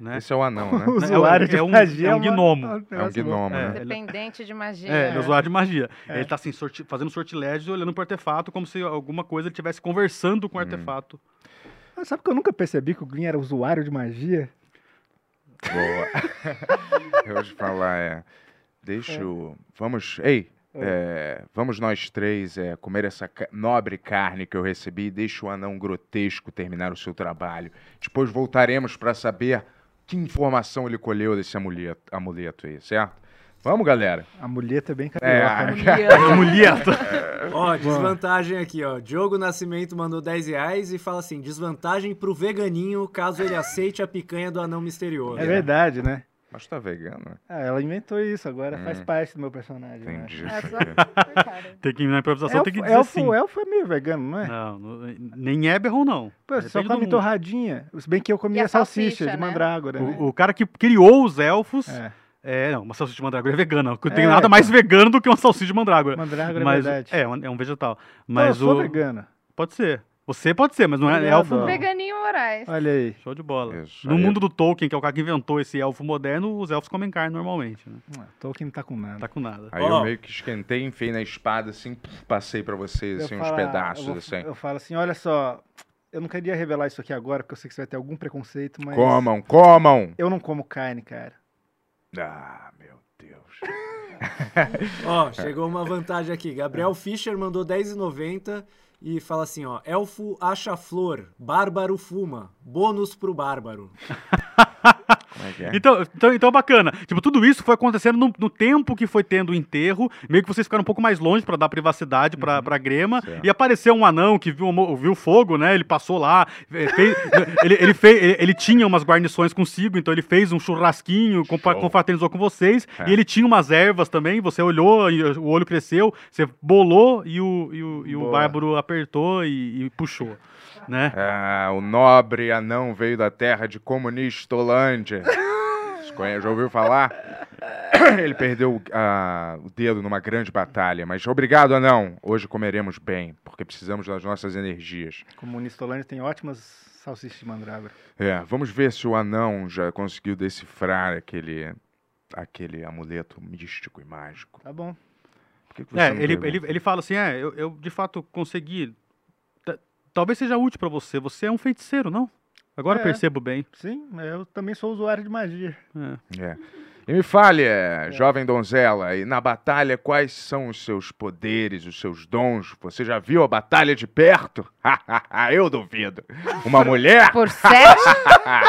F: Né?
D: Esse é o anão, né?
C: o usuário de
F: é um-
C: magia
F: é um
C: uma- assim.
F: gnomo.
D: É um
C: negócio louco.
D: gnomo, né?
E: Dependente de magia.
F: É, ele é usuário de magia.
C: É.
F: Ele tá assim, sorti- fazendo sortilégios e olhando pro artefato como se alguma coisa ele estivesse conversando com o artefato.
C: Ah, Sabe que eu nunca percebi que o Glyn era usuário de magia?
D: Boa. Eu vou te falar, é. Deixa eu. Vamos. Ei! é, vamos nós três é, comer essa ca- nobre carne que eu recebi e deixa o anão grotesco terminar o seu trabalho. Depois voltaremos para saber que informação ele colheu desse amuleto, amuleto aí, certo? Vamos, galera.
C: A muleta é bem
D: É,
C: carioca, né?
F: Mulheta!
I: Ó, desvantagem aqui, ó. Diogo Nascimento mandou 10 reais e fala assim, desvantagem pro veganinho caso ele aceite a picanha do anão misterioso.
C: É verdade, né?
D: mas tá vegano, né?
C: Ah, ela inventou isso, agora faz
D: Hum.
C: parte do meu personagem. né?
D: entendi.
E: É só-
F: tem que, na improvisação, tem que dizer
C: É elfo,
F: sim.
C: elfo é meio vegano, não é?
F: Não, não- nem Eberron, não.
C: Pô, é você só
F: Depende do
C: come
F: mundo.
C: torradinha. Se bem que eu
E: E
C: comia
E: a
C: salsicha,
E: salsicha,
C: de
E: né?
C: mandrágora, né?
F: O, o cara que criou os elfos. É,
C: É,
F: não, uma salsicha de mandrágora é vegana. Não tem
C: É,
F: nada
C: então.
F: mais vegano do que uma salsicha de mandrágora.
C: mandrágora
F: mas,
C: é verdade.
F: é, um- é um vegetal.
C: Pô,
F: Mas
C: eu sou
F: o.
C: vegano.
F: Pode ser. Você pode ser, mas não é
C: Obrigado.
F: elfo. não.
E: Veganinho Moraes.
C: Olha aí.
F: Show de bola.
D: Isso
F: no
D: aí.
F: mundo do Tolkien, que é o cara que inventou esse elfo moderno, os elfos comem carne normalmente. Né?
C: Ah, Tolkien não tá com nada.
F: Não tá com nada.
D: Aí
I: Ó.
D: eu meio que esquentei, enfiei na espada, assim, passei pra vocês
C: Eu
D: assim, uns
C: falo, ah,
D: pedaços,
C: eu vou-
D: assim.
C: Eu falo assim, olha só, eu não queria revelar isso aqui agora, porque eu sei que você vai ter algum preconceito, mas...
D: Comam, comam!
C: Eu não como carne, cara.
D: Ah, meu Deus.
I: Ó, chegou uma vantagem aqui. Gabriel Fischer mandou 10,90 e fala assim, ó. Elfo acha flor, bárbaro fuma. Bônus pro bárbaro.
D: Como é que é?
F: Então, então, então bacana. Tipo, tudo isso foi acontecendo no, no tempo que foi tendo o enterro. Meio que vocês ficaram um pouco mais longe pra dar privacidade pra, pra grema.
D: Uhum. Certo.
F: E apareceu um anão que viu, mo- viu fogo, né? Ele passou lá. eh, fez- ele, ele, fez, ele, ele tinha umas guarnições consigo, então ele fez um churrasquinho, compa-
D: Show.
F: confraternizou com vocês.
D: É.
F: E ele tinha umas ervas também. Você olhou, e o olho cresceu, você bolou e o, e o, e o
C: Boa.
F: bárbaro apertou e, e puxou. Né?
D: Ah, o nobre anão veio da terra de comunista Holândia. Você conhe- Já ouviu falar? Ele perdeu ah, o dedo numa grande batalha, mas obrigado, anão. Hoje comeremos bem, porque precisamos das nossas energias.
C: Como o Nistolândia tem ótimas salsichas de mandrágora.
D: É, vamos ver se o anão já conseguiu decifrar aquele, aquele amuleto místico e mágico.
C: Tá bom.
D: Por que que você
F: É,
D: não
F: ele,
D: pergunta?
F: ele, ele fala assim: é, eu, eu, de fato consegui. Ta- Talvez seja útil pra você. Você é um feiticeiro, não? Agora
C: É.
F: percebo bem.
C: Sim, eu também sou usuário de magia.
D: É. E me fale, eh, jovem donzela, e na batalha quais são os seus poderes, os seus dons? Você já viu a batalha de perto? Eu duvido. Uma mulher?
E: Por sete,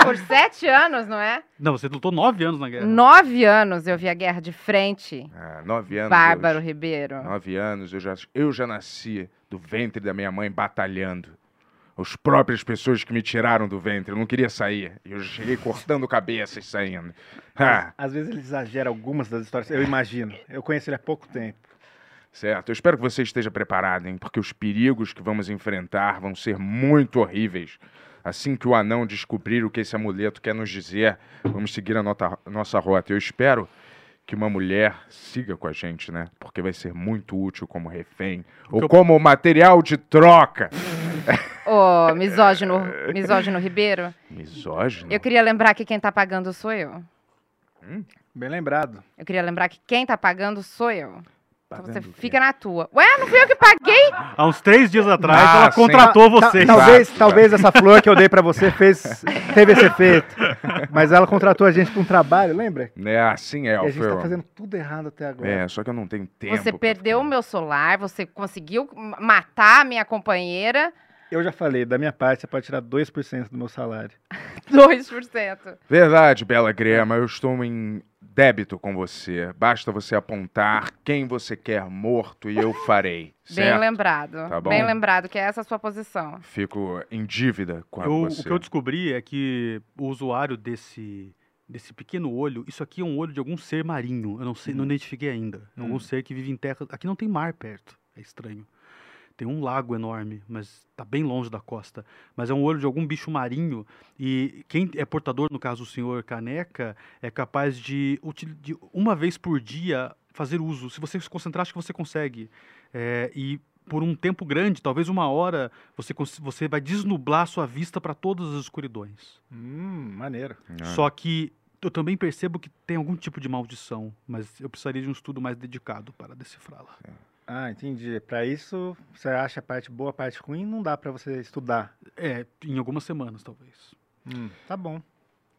E: por sete anos, não é?
F: Não, você lutou nove anos
D: É.
F: na guerra.
E: Nove anos eu vi a guerra de frente,
D: Ah, nove anos.
E: Bárbaro
D: eu-
E: Ribeiro.
D: Nove anos eu já, eu já nasci do ventre da minha mãe batalhando. As próprias pessoas que me tiraram do ventre, eu não queria sair. Eu cheguei cortando cabeça e saindo. Ah,
C: Às vezes ele exagera algumas das histórias, eu imagino. Eu conheço ele há pouco tempo.
D: Certo, eu espero que você esteja preparado, hein? Porque os perigos que vamos enfrentar vão ser muito horríveis. Assim que o anão descobrir o que esse amuleto quer nos dizer, vamos seguir a nota- nossa rota. Eu espero que uma mulher siga com a gente, né? Porque vai ser muito útil como refém ou
F: que eu-
D: como material de troca.
E: Ô, misógino, misógino Ribeiro,
D: Misógino.
E: eu queria lembrar que quem tá pagando sou eu.
C: Bem lembrado.
E: Eu queria lembrar que quem tá pagando sou eu. Então você
D: Pagando o quê?
E: fica na tua. Ué, não fui eu que paguei?
F: Há uns três dias atrás,
D: Ah,
F: ela
D: sim.
F: contratou
C: Ta-
F: você.
C: talvez,
D: Exato.
C: talvez essa flor que eu dei pra você fez, teve esse efeito. Mas ela contratou a gente pra um trabalho, lembra?
D: É, assim é,
C: E a gente tá
D: Alfeu.
C: fazendo tudo errado até agora.
D: É, só que eu não tenho tempo.
E: Você
D: pra
E: perdeu o
D: ficar-
E: meu solar, você conseguiu ma- matar a minha companheira.
C: Eu já falei, da minha parte você pode tirar 2% do meu salário.
E: 2%.
D: Verdade, Bela Grema, eu estou em débito com você. Basta você apontar quem você quer morto e eu farei.
E: Bem
D: certo?
E: lembrado.
D: Tá bom.
E: Bem lembrado que é essa a sua posição.
D: Fico em dívida com a
F: Eu-
D: você.
F: o que eu descobri é que o usuário desse, desse pequeno olho, isso aqui é um olho de algum ser marinho. Eu não sei, não
D: Uhum.
F: identifiquei ainda. É Algum ser que vive em terra. Aqui não tem mar perto. É estranho. Tem um lago enorme, mas tá bem longe da costa. Mas é um olho de algum bicho marinho. E quem é portador, no caso o senhor Caneca, é capaz de, util- de uma vez por dia fazer uso. Se você se concentrar, acho que você consegue. É, e por um tempo grande, talvez uma hora, você, cons- você vai desnublar a sua vista para todas as escuridões.
C: Hum, maneiro.
D: Ah.
F: Só que eu também percebo que tem algum tipo de maldição, mas eu precisaria de um estudo mais dedicado para decifrá-la.
D: É.
C: Ah, entendi. Pra isso, você acha a parte boa, a parte ruim, não dá pra você estudar.
F: É, em algumas semanas, talvez.
C: Tá bom.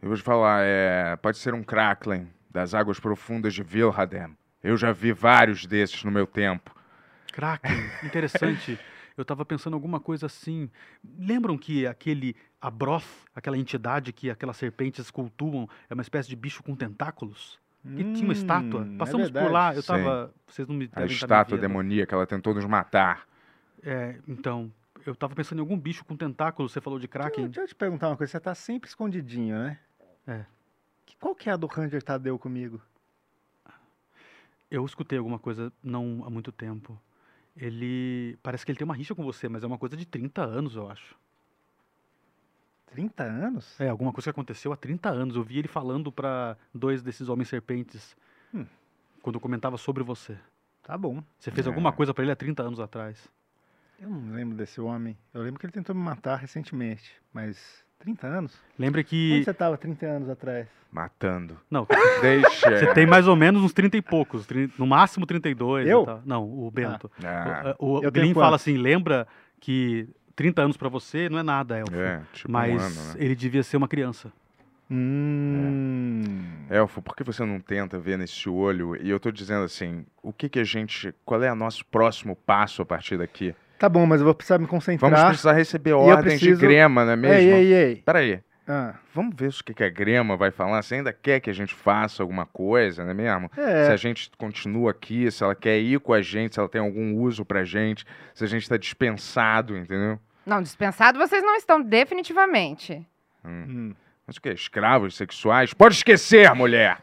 D: Eu vou te falar, é, pode ser um Kraken das águas profundas de Vilhadem. Eu já vi vários desses no meu tempo.
F: Tá Kraken, interessante. Eu tava pensando alguma coisa assim. Lembram que aquele Abroth, aquela entidade que aquelas serpentes cultuam, é uma espécie de bicho com tentáculos? E tinha uma estátua.
C: Hum, é
F: Passamos por
C: verdade.
F: lá, eu
D: Sim.
F: tava. Vocês não me
D: A
F: devem estar me
D: estátua
F: vendo.
D: demoníaca, ela tentou nos matar.
F: É, então, eu tava pensando em algum bicho com tentáculo, você falou de
C: Deixa, eu-
F: Kraken.
C: deixa eu te perguntar uma coisa, você tá sempre escondidinho, né?
F: É.
C: Que- Qual que é a do Ranger Tadeu comigo?
F: Eu escutei alguma coisa não há muito tempo. Ele. Parece que ele tem uma rixa com você, mas é uma coisa de 30 anos, eu acho.
C: 30 anos?
F: É, alguma coisa que aconteceu há 30 anos. Eu vi ele falando pra dois desses homens serpentes
C: Hum.
F: quando eu comentava sobre você.
C: Tá bom.
F: Você fez
D: É.
F: alguma coisa pra ele há 30 anos atrás.
C: Eu não lembro desse homem. Eu lembro que ele tentou me matar recentemente, mas 30 anos?
F: Lembra
C: Onde
F: que.
C: você tava 30 anos atrás?
D: Matando.
F: Não,
D: Deixa.
F: você tem mais ou menos uns 30 e poucos. 30 No máximo 32. e
C: Eu?
F: tal. Não, o Bento.
D: Ah,
F: O, o, o
C: Eu tenho
F: Glyn fala
C: quantos?
F: assim: lembra que 30 anos pra você não é nada, Elfo.
D: é, tipo
F: mas
D: um ano, né?
F: ele devia ser uma criança.
C: Hum.
D: Elfo, por que você não tenta ver nesse olho? E eu tô dizendo assim, o que que a gente, qual é o nosso próximo passo a partir daqui?
C: Tá bom, mas eu vou precisar me concentrar.
D: Vamos precisar receber
C: eu
D: ordens
C: preciso-
D: de grema, não é mesmo?
C: Ei, ei, ei.
D: Peraí,
C: Ah,
D: vamos ver o que que a grema vai falar, se ainda quer que a gente faça alguma coisa, não é mesmo? Se
C: é.
D: a gente continua aqui, se ela quer ir com a gente, se ela tem algum uso pra gente, se a gente tá dispensado, entendeu?
E: Não, dispensado vocês não estão definitivamente.
D: Hum.
C: Hum.
D: Mas o que? Escravos sexuais? Pode esquecer, mulher!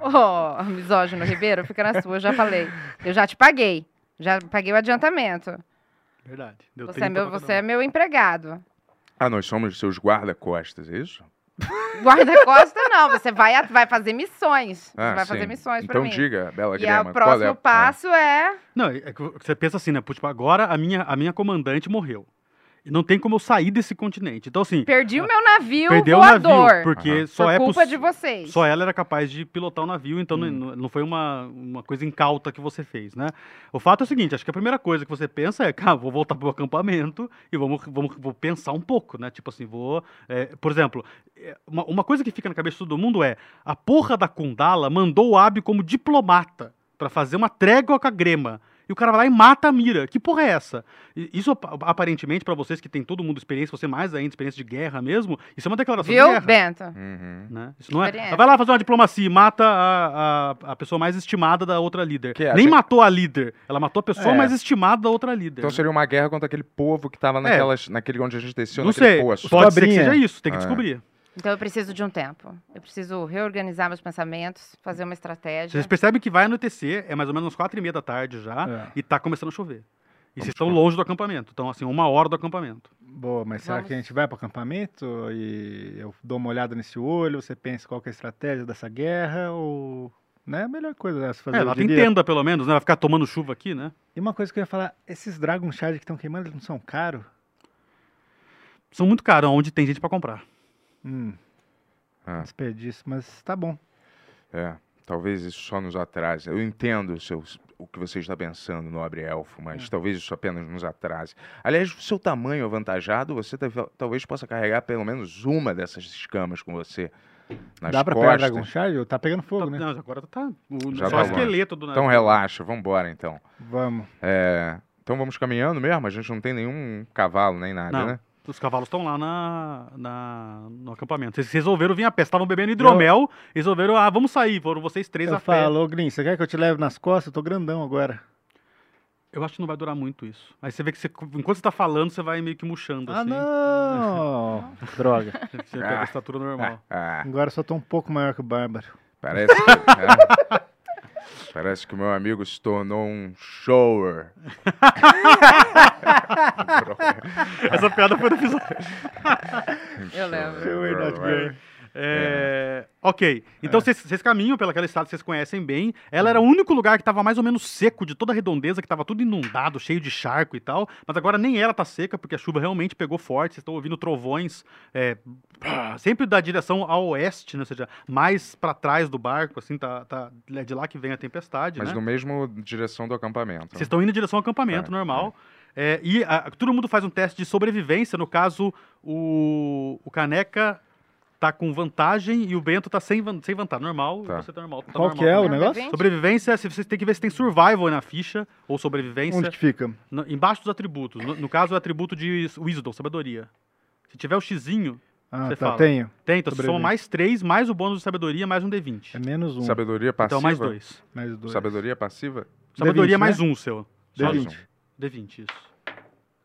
E: Ô,
D: Ah.
E: misógino Ribeiro, fica na sua, eu já falei. Eu já te paguei. Já paguei o adiantamento.
F: Verdade. Deu
E: Você é,
F: 30
E: meu,
F: pra cada
E: você é
F: um.
E: meu empregado.
D: Ah, nós somos seus guarda-costas, é isso?
E: Guarda-costa, não. Você vai, a- vai fazer missões.
D: Ah,
E: você vai
D: sim.
E: fazer missões pra
D: Então
E: mim.
D: diga, Bela
E: E aí,
D: Grema,
E: o
D: qual
E: próximo
D: é...
E: passo é.
F: Não, é que você pensa assim, né? Pô, Tipo, agora a minha, a minha comandante morreu. Não tem como eu sair desse continente. Então, assim,
E: Perdi o meu navio
F: perdeu o
E: voador.
F: navio, porque
D: Aham.
F: só
E: por
F: é
E: culpa
F: poss-
E: de vocês.
F: Só ela era capaz de pilotar o navio, então não- não, não foi uma, uma coisa incauta que você fez, né? O fato é o seguinte, acho que a primeira coisa que você pensa é, cara, vou voltar pro acampamento e vamos, vamos vou pensar um pouco, né? Tipo assim, vou... é, por exemplo, é, uma, uma coisa que fica na cabeça de todo mundo é, a porra da Kundala mandou o Abi como diplomata pra fazer uma trégua com a Grema. E o cara vai lá e mata a mira. Que porra é essa? E Isso, ap- aparentemente, pra vocês que tem todo mundo experiência, você mais ainda, experiência de guerra mesmo, isso é uma declaração de
E: Viu,
F: guerra
E: Bento?
D: Uhum.
F: né? Isso não é.
E: Experiência.
F: Ela vai lá fazer uma diplomacia e mata a, a, a pessoa mais estimada da outra líder.
D: Que é, a
F: Nem
D: gente-
F: matou a líder. Ela matou a pessoa
D: É.
F: mais estimada da outra líder.
D: Então
F: né?
D: seria uma guerra contra aquele povo que tava naquelas, naquele onde a gente desceu,
F: não
D: naquele
F: sei.
D: poço.
F: Pode ser que
H: Cobrinha.
F: seja isso. Tem que
D: É.
F: descobrir.
E: Então eu preciso de um tempo. Eu preciso reorganizar meus pensamentos, fazer uma estratégia.
F: Vocês percebem que vai anoitecer, é mais ou menos umas quatro e meia da tarde já,
C: É.
F: e tá começando a chover. E vocês estão longe do acampamento. Então, assim, uma hora do acampamento.
C: Boa, mas será
E: Vamos.
C: que a gente vai pro acampamento e eu dou uma olhada nesse olho, você pensa qual que é a estratégia dessa guerra ou... Né? A melhor coisa a se fazer,
F: É,
C: eu
F: lá tem
C: diria.
F: tenda, pelo menos, né? Vai ficar tomando chuva aqui, né?
C: E uma coisa que eu ia falar, esses Dragon Shard que estão queimando, eles não são caros?
F: São muito caros onde tem gente pra comprar.
C: Hum,
D: Ah.
C: desperdício, mas tá bom.
D: É, talvez isso só nos atrase. Eu entendo o, seu- o que você está pensando, nobre elfo, mas talvez isso apenas nos atrase. Aliás, o seu tamanho avantajado, você deve- talvez possa carregar pelo menos uma dessas escamas com você nas
C: Dá pra pegar
D: costas.
C: Dragon Shard? Ou Tá pegando fogo, né?
F: Não, agora tá. O,
D: Já
F: só
D: tá
F: o esqueleto do
D: Então
F: navio.
D: relaxa, vambora então.
C: Vamos.
D: É, então vamos caminhando mesmo? A gente não tem nenhum cavalo nem nada,
F: Não.
D: né?
F: Os cavalos estão lá na, na- no acampamento. Vocês resolveram vir a pé. Estavam bebendo hidromel, resolveram, ah, vamos sair. Foram vocês três
C: Eu
F: a pé.
C: falo, ô Green, você quer que eu te leve nas costas? Eu tô grandão agora.
F: Eu acho que não vai durar muito isso. Aí você vê que você- enquanto você tá falando, você vai meio que murchando,
C: Ah,
F: assim.
C: não! Droga.
F: Você pega a estatura normal.
D: Ah,
C: Agora eu só tô um pouco maior que o Bárbaro.
D: parece que... é. Parece que o meu amigo se tornou um shower.
F: Essa piada foi do episódio.
E: Eu lembro.
F: É, Ok. Então vocês- vocês caminham pelaquela estrada que vocês conhecem bem. Ela era o único lugar que tava mais ou menos seco de toda a redondeza, que tava tudo inundado, cheio de charco e tal. Mas agora nem ela tá seca, porque a chuva realmente pegou forte. Vocês estão ouvindo trovões é, sempre da direção ao oeste, né? ou seja, mais pra trás do barco, assim, tá, tá- é de lá que vem a tempestade.
D: Mas
F: né?
D: no mesmo direção do acampamento.
F: Vocês estão indo em direção ao
D: Tá,
F: acampamento, normal. É, e a- todo mundo faz um teste de sobrevivência. No caso, o, o Caneca tá com vantagem e o Bento tá sem, van- sem vantagem. Normal,
D: Tá.
F: você tá normal. tá
C: Qual
F: normal
C: que é o
E: Não,
F: também.
E: tá
C: negócio?
E: vendo?
F: Sobrevivência, se vocês têm que ver se tem survival aí na ficha, ou sobrevivência,
C: Onde que fica?
F: no- embaixo dos atributos. No, no caso, é o atributo de wisdom, sabedoria. Se tiver o xizinho,
C: Ah,
F: Você
C: tá,
F: fala.
C: tenho.
F: tem, então você soma
C: Sobrevivência.
F: mais três, mais o bônus de sabedoria, mais um D20.
C: É menos um,
D: Sabedoria passiva.
F: então, mais dois.
C: mais dois.
D: Sabedoria passiva?
F: Sabedoria
C: né?
F: mais um, seu. Só
D: mais
C: D20.
F: D20, isso.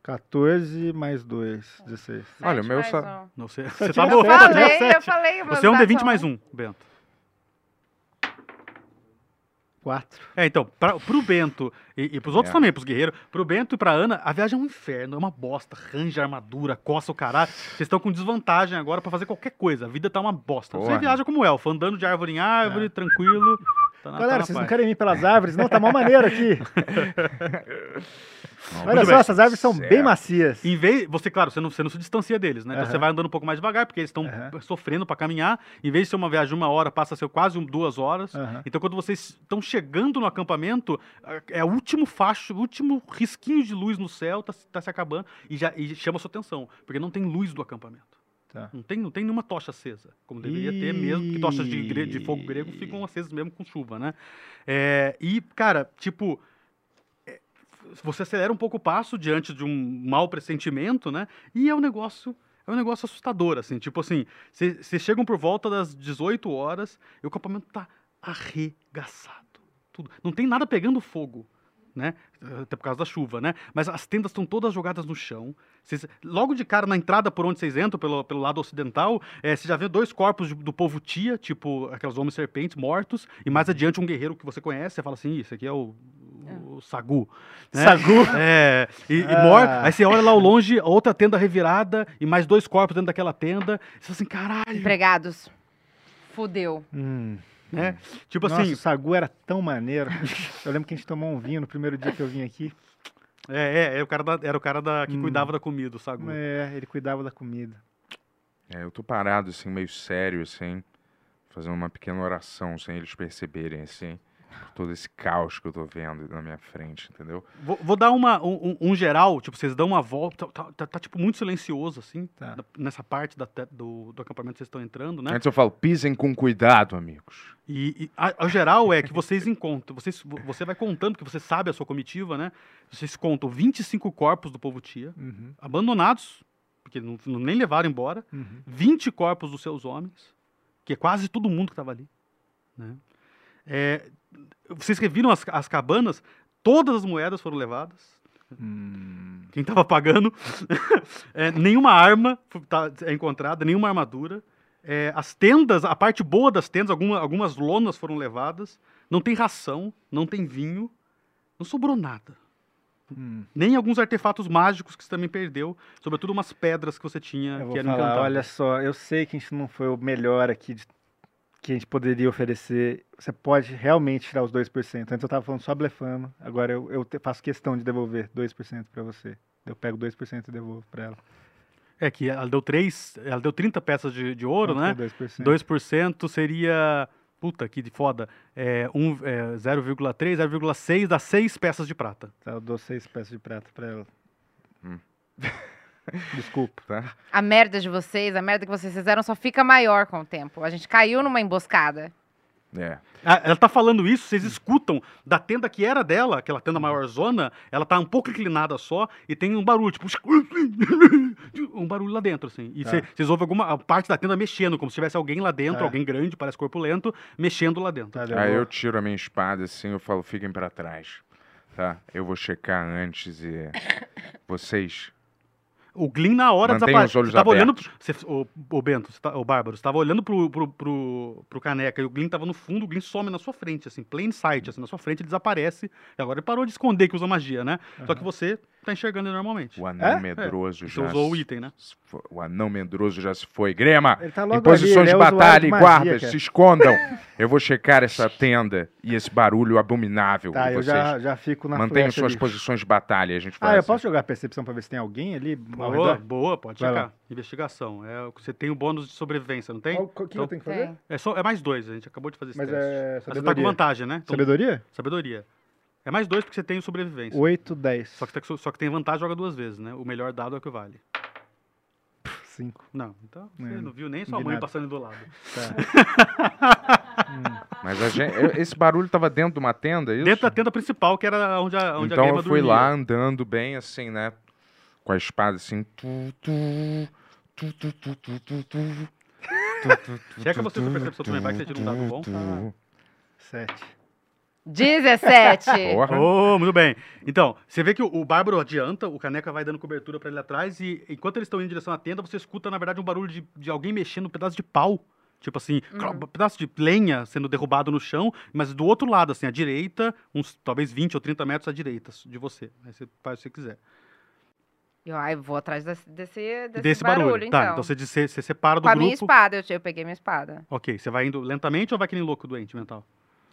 C: 14 mais 2, 16.
D: Olha, o
E: Sete
D: meu
E: mais
D: sa-
E: um.
F: Não sei. Você tá
C: tira
F: louco.
C: sete,
F: né?
E: Falei, eu falei.
F: Você é um
E: meus
F: D20 mais
E: dados
C: né?
F: um, Bento.
C: 4.
F: É, então, pra, pro Bento e, e pros outros
D: É.
F: também, pros guerreiros, pro Bento e pra Ana, a viagem é um inferno, é uma bosta. Ranja a armadura, coça o caralho. Vocês estão com desvantagem agora pra fazer qualquer coisa. A vida tá uma bosta. Você
D: Porra.
F: viaja como elfo, andando de árvore em árvore, tranquilo. Tá na, tá
C: É. Galera,
F: na
C: vocês
F: paz.
C: não querem ir pelas árvores? Não, tá mó maneiro aqui.
D: Não,
C: Olha
D: muito
C: só,
D: bem.
C: essas árvores são
D: Certo.
C: bem macias.
F: Em vez, você, claro, você não, você não se distancia deles, né? Então
C: Aham.
F: você vai andando um pouco mais devagar, porque eles estão
C: Aham.
F: sofrendo pra caminhar. Em vez de ser uma viagem de uma hora, passa a ser quase um- duas horas.
C: Aham.
F: Então, quando vocês estão chegando no acampamento, a- é o último facho, o último risquinho de luz no céu, tá, se- tá se acabando, e já e chama a sua atenção, porque não tem luz do acampamento.
C: Tá.
F: Não, tem, não tem nenhuma tocha acesa, como deveria ter mesmo, porque tochas de, gre- de fogo grego
C: Ih.
F: ficam acesas mesmo com chuva, né? É, e, cara, tipo, é, você acelera um pouco o passo diante de um mau pressentimento, né? E é um negócio... É um negócio assustador, assim. Tipo assim, vocês chegam por volta das 18 horas e o acampamento tá arregaçado. Tudo. Não tem nada pegando fogo, né? Até por causa da chuva, né? Mas as tendas estão todas jogadas no chão. Vocês- logo de cara, na entrada por onde vocês entram, pelo, pelo lado ocidental, eh, você já vê dois corpos de- do povo tia, tipo aqueles homens serpentes mortos, e mais adiante um guerreiro que você conhece, você fala assim, isso aqui é o, o, Sagu. né?
C: Sagu.
F: É, e, e
C: Ah.
F: mor- aí você olha lá ao longe, outra tenda revirada, e mais dois corpos dentro daquela tenda, e você fala assim, caralho,
E: um. Então Empregados. Fudeu.
C: Hum.
F: né? Tipo
C: Nossa,
F: assim,
C: o Sagu era tão maneiro. Eu lembro que a gente tomou um vinho no primeiro dia que eu vim aqui.
F: É, é, era o cara, da- era o cara da, que
C: Hum.
F: cuidava da comida, o Sagu.
C: É, ele cuidava da comida.
D: É, eu tô parado, assim, meio sério, assim, fazendo uma pequena oração, sem eles perceberem, assim, por todo esse caos que eu tô vendo na minha frente, entendeu?
F: Vou, vou dar uma, um, um- um geral, tipo, vocês dão uma volta, tá, tá- tá, tipo muito silencioso, assim,
C: Tá.
F: na- nessa parte da te- do, do acampamento que vocês estão entrando, né?
D: Antes eu falo, pisem com cuidado, amigos.
F: E, e a, a geral é que vocês encontram, vocês, vo- você vai contando, porque você sabe a sua comitiva, né? Vocês contam 25 corpos do povo Tia,
C: Uhum,
F: abandonados, porque não, não- nem levaram embora,
C: uhum.
F: 20 corpos dos seus homens, que é quase todo mundo que estava ali. Né? É, vocês que viram as, as cabanas, todas as moedas foram levadas.
C: Hum.
F: Quem estava pagando, É, nenhuma arma fu- tá- é encontrada, nenhuma armadura. É, as tendas, a parte boa das tendas, alguma- algumas lonas foram levadas. Não tem ração, não tem vinho, não sobrou nada.
C: Hum.
F: Nem alguns artefatos mágicos que você também perdeu, sobretudo umas pedras que você tinha
C: Eu vou
F: que eram
C: falar,
F: encantadas.
C: olha só, eu sei que a gente não foi o melhor aqui de- que a gente poderia oferecer. Você pode realmente tirar os 2%. Antes eu tava falando só blefando, agora eu, eu te- faço questão de devolver 2% pra você. Eu pego 2% e devolvo pra ela.
F: É que ela deu três, ela deu 30 peças de, de ouro,
C: Quanto
F: né?
C: que é 2%.
F: 2% seria. Puta que de foda. É, um, é, 0,3, 0,6 dá 6 peças de prata.
C: Tá, eu dou 6 peças de prata pra ela.
D: Hum.
C: Desculpa.
D: Tá?
E: A merda de vocês, a merda que vocês fizeram só fica maior com o tempo. A gente caiu numa emboscada.
D: É.
F: Ah, Ela tá falando isso, vocês escutam da tenda que era dela, aquela tenda maior zona, ela tá um pouco inclinada só e tem um barulho, tipo. Um barulho lá dentro, assim. E
D: Ah.
C: Tá.
F: cê- vocês ouvem alguma a parte da tenda mexendo, como se tivesse alguém lá dentro,
D: É.
C: Tá.
F: alguém grande, parece corpulento, mexendo lá dentro.
C: Tá,
D: Aí
C: vou-
D: eu tiro a minha espada, assim, eu falo, fiquem pra trás, tá? Eu vou checar antes e vocês...
F: O Glyn na hora
D: Mantenha os
F: desapareceu.
D: olhos
F: Você tava olhando.
D: abertos.
F: Você, o, o Bento, você tá- o Bárbaro, você tava olhando pro, pro, pro, pro caneca e o Glyn tava no fundo, o Glyn some na sua frente, assim, plain sight, assim, na sua frente, ele desaparece. E agora ele parou de esconder que usa magia, né? Só que você tá enxergando ele normalmente.
D: O anão
C: É?
D: medroso já...
F: Você usou o
D: se-
F: item, né?
D: se fo- O anão medroso já se foi. Grema,
C: Ele tá logo
D: em posições
C: ali, ele
D: de
C: é usuário
D: batalha e
C: magia,
D: guardas,
C: cara.
D: se escondam. Eu vou checar essa tenda e esse barulho abominável.
C: Tá,
D: e
C: eu
D: vocês
C: já, já fico na
D: mantenham
C: flecha
D: suas
C: ali.
D: posições de batalha. A gente
C: Ah,
D: faz assim.
C: eu posso jogar percepção pra ver se tem alguém ali? ao
F: Boa,
C: redor?
F: boa, pode
C: Vai lá.
F: checar. Investigação. É, o que você tem o bônus de sobrevivência, não tem?
C: Qual- qual- O que eu
F: Então-
C: tenho que fazer?
E: Tem.
F: É, só, é mais dois, a gente acabou de fazer esse
C: Mas
F: teste.
C: é
F: Mas você tá com
C: sabedoria.
F: vantagem, né? Então,
C: Sabedoria?
F: sabedoria. É mais dois porque você tem o sobrevivência.
C: 8, 10.
F: Só que, tá- só que tem vantagem, joga duas vezes, né? O melhor dado é o que vale.
C: 5.
F: Não, então você
C: É,
F: não viu nem
C: não
F: sua
C: vi
F: mãe
C: nada.
F: passando do lado.
C: Tá,
D: Mas a gente- eu- esse barulho tava dentro de uma tenda, é isso?
F: Dentro da tenda principal, que era onde a, onde a
D: Então
F: Gema
D: eu fui
F: dormia.
D: lá andando bem assim, né? Com a espada assim. Tu, tu, tu, tu, tu, tu, tu, tu. Tu, tu, tu,
F: Checa
D: tu,
F: é você com
D: tu,
F: percepção também, vai que você tira um dado
D: tu,
F: bom.
D: tu.
C: 7.
E: 17!
D: Porra.
F: Oh, muito bem. Então, você vê que o, o Bárbaro adianta, o Caneca vai dando cobertura pra ele atrás, e enquanto eles estão indo em direção à tenda, você escuta, na verdade, um barulho de, de alguém mexendo um pedaço de pau. Tipo assim,
E: Hum.
F: clá, um pedaço de lenha sendo derrubado no chão, mas do outro lado, assim, à direita, uns talvez 20 ou 30 metros à direita de você. Aí você faz o que você quiser.
E: Eu, ai, vou atrás desse, desse, desse
F: Desse
E: barulho, então.
F: Tá, então você, diz- você, você separa do
E: Com a
F: grupo.
E: minha espada, eu, eu peguei minha espada.
F: Ok, você vai indo lentamente ou vai que nem louco doente mental?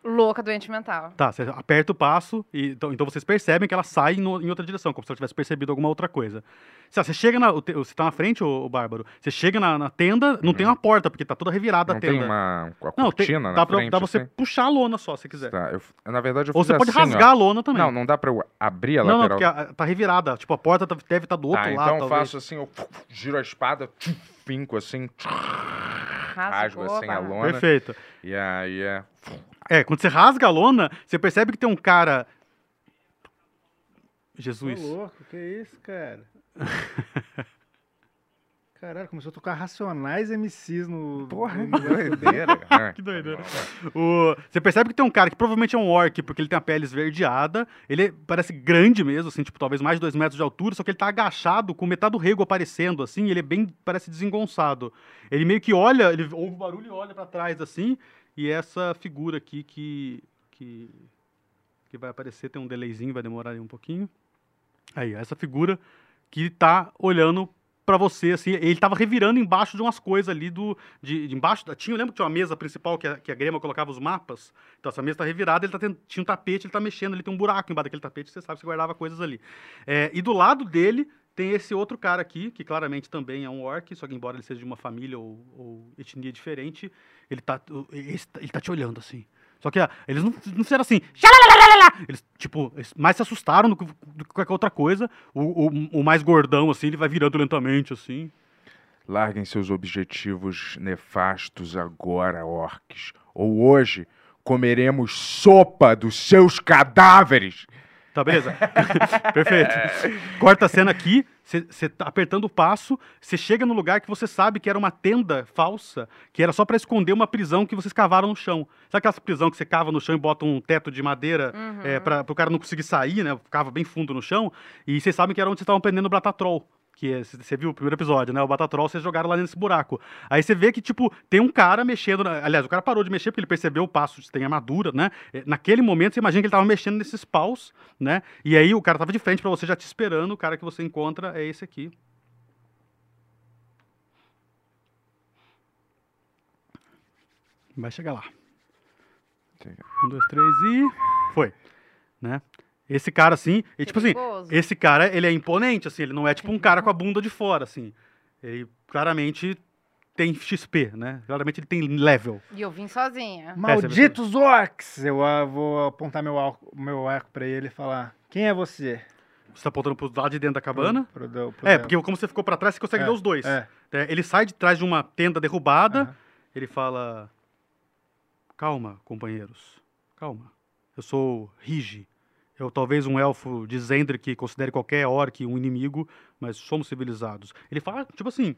E: Louca, doente mental.
F: Tá, você aperta o passo, e, então, então vocês percebem que ela sai no- em outra direção, como se ela tivesse percebido alguma outra coisa. Você, você chega na. o te- Você tá na frente, ô, ô Bárbaro? Você chega na, na tenda, não tem uma porta, porque tá toda revirada
D: Uhum. Não
F: a tenda.
D: tem uma, uma cortina
F: não, tem,
D: na
F: dá pra,
D: frente.
F: dá pra você
D: assim?
F: puxar a lona só, se quiser.
D: Tá, eu f- na verdade, eu
F: Ou
D: fiz
F: você pode
D: assim, ó.
F: rasgar a lona também.
D: Não, não dá pra eu abrir a
F: não, não,
D: lateral.
F: porque a- tá revirada. Tipo, a porta tá- deve estar do outro
D: tá,
F: lado.
D: então eu
F: talvez.
D: faço assim, eu giro a espada, finco assim, rasgo
E: Rasgou,
D: assim a
E: barra.
D: lona.
F: Perfeito.
D: E aí é.
F: É, quando você rasga a lona, você percebe que tem um cara. Jesus.
C: louco, que isso, cara? Caralho, começou a tocar Racionais MCs no...
D: Porra,
C: no-
D: que doideira. cara.
F: Que doideira. O- Você percebe que tem um cara que provavelmente é um orc, porque ele tem a pele esverdeada. Ele parece grande mesmo, assim, tipo, talvez mais de dois metros de altura, só que ele tá agachado, com metade do rego aparecendo, assim, e ele é bem, parece desengonçado. Ele meio que olha, ele ouve o barulho e olha pra trás, assim, e essa figura aqui que, que, que vai aparecer, tem um delayzinho, vai demorar aí um pouquinho. Aí, essa figura que tá olhando pra você, assim. Ele tava revirando embaixo de umas coisas ali do. De, de embaixo. da- Tinha, eu lembro que tinha uma mesa principal que a, que a Grêmio colocava os mapas. Então essa mesa tá revirada, ele tá tendo, tinha um tapete, ele tá mexendo, ele tem um buraco embaixo daquele tapete, você sabe, você guardava coisas ali. É, e do lado dele tem esse outro cara aqui, que claramente também é um orc, só que embora ele seja de uma família ou, ou etnia diferente, ele tá, o- esse tá- ele tá te olhando assim. Só que ah, eles não, não fizeram assim. "Xalalalala". Eles, tipo, eles mais se assustaram do que, do que qualquer outra coisa. O, o- o mais gordão, assim, ele vai virando lentamente, assim.
D: Larguem seus objetivos nefastos agora, orques. Ou hoje comeremos sopa dos seus cadáveres.
F: Tá beleza? Perfeito. Corta a cena aqui, você tá apertando o passo, você chega no lugar que você sabe que era uma tenda falsa, que era só pra esconder uma prisão que vocês cavaram no chão. Sabe aquela prisão que você cava no chão e bota um teto de madeira é, para o cara não conseguir sair, né? Cava bem fundo no chão. E vocês sabem que era onde vocês estavam prendendo o Bratatrol. Que é, você viu o primeiro episódio, né? O Batatrol, vocês jogaram lá nesse buraco. Aí você vê que, tipo, tem um cara mexendo. na- Aliás, o cara parou de mexer porque ele percebeu o passo, tem armadura, né? É, Naquele momento, você imagina que ele tava mexendo nesses paus, né? E aí o cara tava de frente pra você já te esperando. O cara que você encontra é esse aqui. Vai chegar lá. Um, dois, três e. Foi. Né? Esse cara, assim. E, tipo assim,
E: Perigoso.
F: esse cara, ele é imponente, assim. Ele não é tipo um cara com a bunda de fora, assim. Ele claramente tem XP, né? Claramente ele tem level.
E: E eu vim
F: É,
E: sozinha.
C: Malditos orcs! Eu ah, vou apontar meu, arco- meu arco pra ele e falar: Quem é você?
F: Você tá apontando pro lado de dentro da cabana?
C: Pro- pro- pro-
F: É, porque como você ficou pra trás, você consegue
C: Hum. É,
F: ver os dois.
C: é.
F: É, ele sai de trás de uma tenda derrubada,
C: Aham.
F: ele fala: Calma, companheiros, calma. Eu sou Rigi. Eu, talvez um elfo de Zendri que considere qualquer orc um inimigo, mas somos civilizados. Ele fala, tipo assim: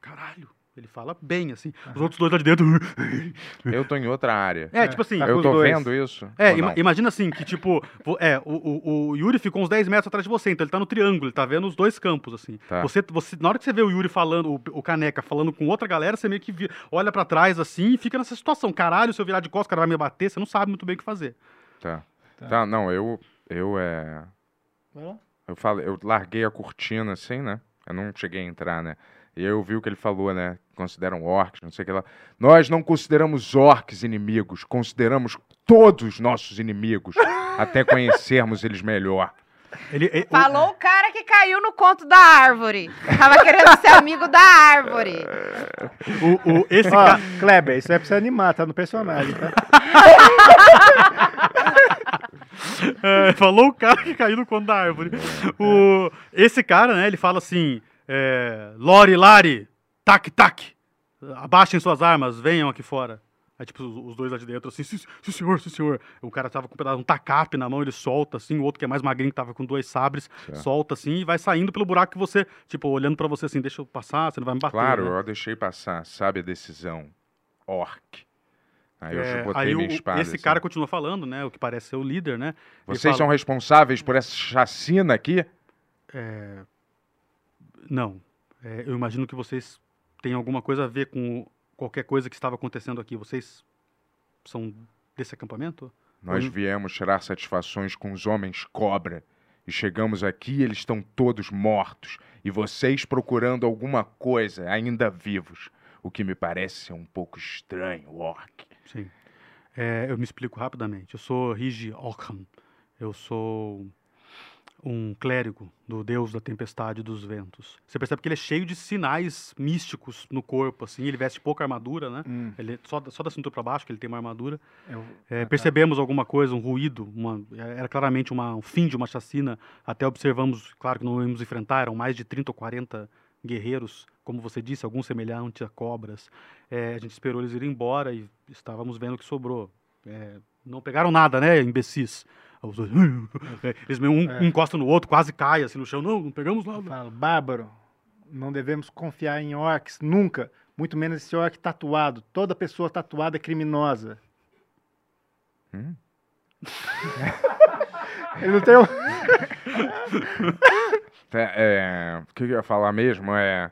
F: Caralho. Ele fala bem, assim. Os outros dois lá de dentro.
D: Eu tô em outra área.
F: É, tipo assim.
C: tá com
D: Eu
C: os
D: tô
C: dois.
D: vendo isso?
F: É,
D: Ou
F: ima-
D: não?
F: imagina assim, que tipo, vo- é, o, o- o Yuri ficou uns 10 metros atrás de você, então ele tá no triângulo, ele tá vendo os dois campos, assim.
D: Tá.
F: Você, você, na hora que você vê o Yuri falando, o, o Caneca falando com outra galera, você meio que vi- olha pra trás, assim, e fica nessa situação. Caralho, se eu virar de costas, o cara vai me bater, você não sabe muito bem o que fazer.
D: Tá.
C: Tá.
D: tá. não, eu. Eu é.
C: Vai lá.
D: Eu falei, eu larguei a cortina assim, né? Eu não cheguei a entrar, né? E eu vi o que ele falou, né? Consideram orcs, não sei o que lá. Nós não consideramos orcs inimigos, consideramos todos nossos inimigos, até conhecermos eles melhor.
F: Ele, ele- o-
E: Falou o cara que caiu no conto da árvore. Tava querendo ser amigo da árvore.
F: o- o- esse
C: Ó,
F: cara.
C: Kleber, isso é pra você animar, tá no personagem, tá?
F: É, falou o cara que caiu no conto da árvore. O, esse cara, né, ele fala assim: é, Lore, Lari, tac, tac, abaixem suas armas, venham aqui fora. Aí, tipo, os os dois lá de dentro, assim, sim, sim, senhor, sim, senhor. O cara tava com um pedaço, um tacape na mão, ele solta, assim. O outro que é mais magrinho, que tava com dois sabres, solta, assim, e vai saindo pelo buraco que você, tipo, olhando pra você, assim, deixa eu passar, você não vai me bater.
D: Claro,
F: né?
D: eu deixei passar, sabe a decisão. Orc. Aí eu
F: É,
D: botei
F: aí o-
D: minha espada.
F: esse
D: assim.
F: cara continua falando, né, o que parece ser o líder, né? Ele
D: Vocês
F: fala-
D: são responsáveis por essa chacina aqui?
F: Não. É, eu imagino que vocês têm alguma coisa a ver com qualquer coisa que estava acontecendo aqui. Vocês são desse acampamento?
D: Nós
C: Uhum.
F: Hum.
D: viemos tirar satisfações com os homens cobra. E chegamos aqui e eles estão todos mortos. E vocês procurando alguma coisa, ainda vivos. O que me parece ser um pouco estranho, Orc.
F: Sim. É, eu me explico rapidamente. Eu sou Rigi Ockham. Eu sou um clérigo do deus da tempestade e dos ventos. Você percebe que ele é cheio de sinais místicos no corpo, assim. Ele veste pouca armadura, né?
C: Hum,
F: Ele, só, da- só da cintura pra baixo que ele tem uma armadura.
C: eu-
F: É, percebemos alguma coisa, um ruído, uma- era claramente uma- um fim de uma chacina. Até observamos, claro que não íamos enfrentar, eram mais de 30 ou 40 guerreiros, como você disse, alguns semelhantes a cobras. É, a gente esperou eles irem embora e estávamos vendo o que sobrou. É, não pegaram nada, né, imbecis? Os dois, é, Eles meio um,
C: É.
F: um encosta no outro, quase cai assim no chão. Não, não pegamos
C: Eu
F: nada.
C: falo, bárbaro, não devemos confiar em orcs nunca, muito menos esse orc tatuado. Toda pessoa tatuada é criminosa.
D: Hum?
C: Ele não tem um...
D: Tá, é, o que eu ia falar mesmo é.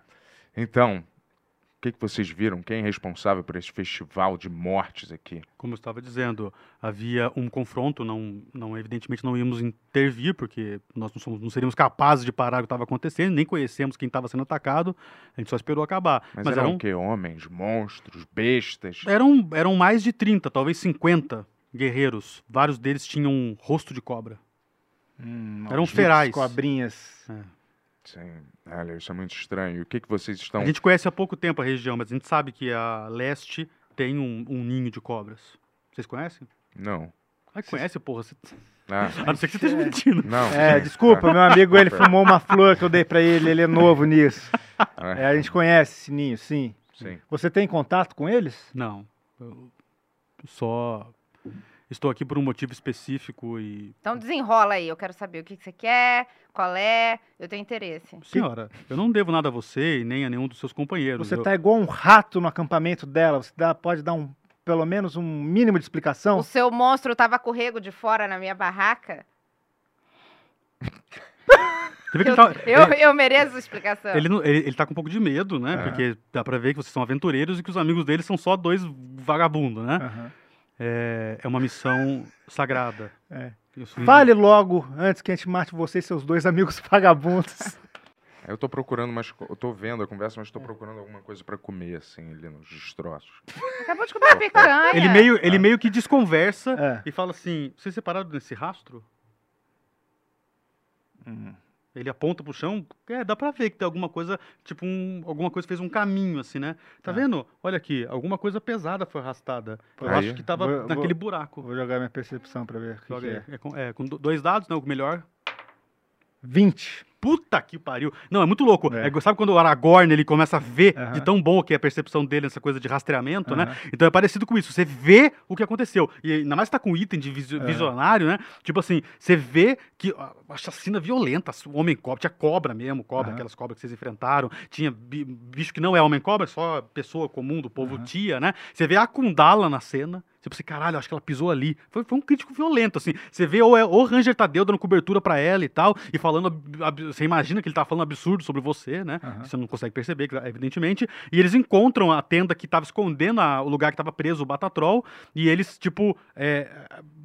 D: Então, o que que, que vocês viram? Quem é responsável por esse festival de mortes aqui?
F: Como eu estava dizendo, havia um confronto, não, não evidentemente não íamos intervir, porque nós não, somos, não seríamos capazes de parar o que estava acontecendo, nem conhecemos quem estava sendo atacado, a gente só esperou acabar.
D: Mas,
C: um
D: eram
F: eram,
D: o quê? Homens, monstros, bestas?
C: É.
F: eram, eram mais de 30, talvez 50 guerreiros. Vários deles tinham um rosto de cobra.
C: Hum,
F: Eram
C: malditos
F: ferais.
C: Cobrinhas.
D: Sim. Olha, isso é muito estranho. O que, que vocês estão...
F: A gente conhece há pouco tempo a região, mas a gente sabe que a leste tem um, um ninho de cobras. Vocês conhecem?
D: Não.
F: Ah, conhece, porra. Você...
D: Ah,
F: A não ser que você esteja mentindo.
D: não.
C: É,
D: sim.
C: desculpa, meu amigo, ele
D: Tá.
C: fumou uma flor que eu dei pra ele, ele é novo nisso.
D: Ah,
C: É, a gente conhece esse ninho, sim.
D: Sim.
C: Você tem contato com eles?
F: Não. Eu só estou aqui por um motivo específico e.
E: Então desenrola aí, eu quero saber o que que você quer, qual é, eu tenho interesse.
F: Senhora, eu não devo nada a você e nem a nenhum dos seus companheiros.
C: Você
F: eu...
C: tá igual um rato no acampamento dela, você dá- pode dar um, pelo menos um mínimo de
E: O
C: explicação?
E: seu monstro tava corrego de fora na minha barraca?
F: Você vê que
E: Eu,
F: ele, tá...
E: eu, eu mereço explicação.
F: ele, não- ele- ele tá com um pouco de medo, né?
D: É.
F: Porque dá pra ver que vocês são aventureiros e que os amigos dele são só dois vagabundos, né?
C: Aham.
F: É, é uma missão sagrada.
C: É.
F: Eu sou um-
C: Fale logo, antes que a gente mate você e seus dois amigos vagabundos.
D: Eu tô procurando, mas eu tô vendo a conversa, mas tô procurando alguma coisa pra comer, assim, ali nos destroços.
E: Acabou de comer picanha.
F: Ele meio, ele meio que desconversa
C: Ah. É.
F: e fala assim: vocês separaram nesse rastro?
C: Hum.
F: Ele aponta pro chão, é, dá pra ver que tem alguma coisa, tipo, um, alguma coisa fez um caminho, assim, né? Tá
C: Tá.
F: vendo? Olha aqui, alguma coisa pesada foi arrastada. Eu
D: Aí.
F: acho que tava
C: Vou-
F: naquele
C: vou-
F: buraco.
C: Vou jogar minha percepção pra ver o que,
F: Joga
C: que
F: aí.
C: é.
F: É com, é, com do- dois dados, né? O melhor.
C: 20.
F: Puta que pariu! Não, é muito louco.
C: É.
F: É, sabe quando o Aragorn ele começa a ver
C: Aham.
F: de tão bom que é a percepção dele, essa coisa de rastreamento, né?
C: Aham.
F: Então é parecido com isso. Você vê o que aconteceu. E ainda mais tá com item de visu-
C: É.
F: visionário, né? Tipo assim, você vê que a a chacina violenta, o homem cobra, tinha cobra mesmo, cobra,
C: Aham.
F: aquelas cobras que vocês enfrentaram. Tinha bi- bicho que não é homem cobra, é só pessoa comum do povo
C: Aham.
F: tia, né? Você vê a Kundala na cena. Você pensa, assim, caralho, acho que ela pisou ali. Foi, foi um crítico violento, assim. Você vê o, o Ranger Tadeu dando cobertura pra ela e tal, e falando. ab- ab- Você imagina que ele tá falando absurdo sobre você, né?
C: Aham.
F: Você não consegue perceber, cla- evidentemente. E eles encontram a tenda que tava escondendo a- o lugar que tava preso o Batatrol. E eles, tipo, é,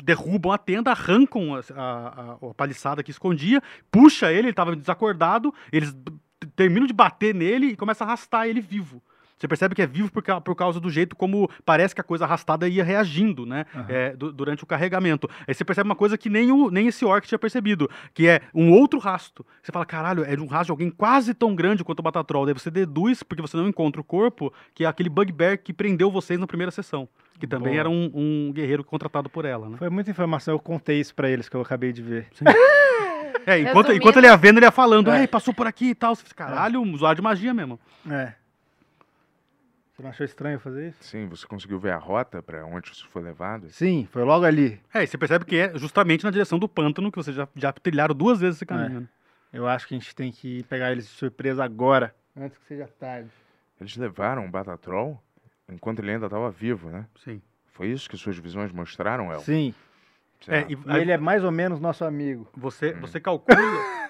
F: derrubam a tenda, arrancam a, a- a- a paliçada que escondia, puxa ele, ele tava desacordado, eles b- t- terminam de bater nele e começam a arrastar ele vivo. Você percebe que é vivo por, ca- por causa do jeito como parece que a coisa arrastada ia reagindo, né?
C: Aham.
F: é, du- durante o carregamento. Aí você percebe uma coisa que nem, o- nem esse orc tinha percebido, que é um outro rasto. Você fala, caralho, era um rasto de alguém quase tão grande quanto o Batatrol. Daí você deduz, porque você não encontra o corpo, que é aquele bugbear que prendeu vocês na primeira sessão. Que também
C: Boa.
F: era um, um guerreiro contratado por ela, né?
C: Foi muita informação, eu contei isso pra eles que eu acabei de ver.
F: É, enquanto,
E: Resumindo-
F: enquanto ele ia vendo, ele ia falando,
C: É.
F: ei, passou por aqui e tal. Você fica, Caralho, um usuário de magia mesmo.
C: É. Você não achou estranho eu fazer isso?
D: Sim, você conseguiu ver a rota pra onde isso foi levado?
C: Sim, foi logo ali.
F: É, e você percebe que é justamente na direção do pântano, que vocês já, já trilharam duas vezes
C: É.
F: esse caminho. né?
C: Eu acho que a gente tem que pegar eles de surpresa agora. Antes que seja tarde.
D: Eles levaram o Batatrol enquanto ele ainda estava vivo, né?
F: Sim.
D: Foi isso que suas visões mostraram, El?
C: Sim.
D: Será?
F: É, e
E: Então,
C: E
F: aí
C: ele é mais ou menos nosso amigo.
F: você, você calcula,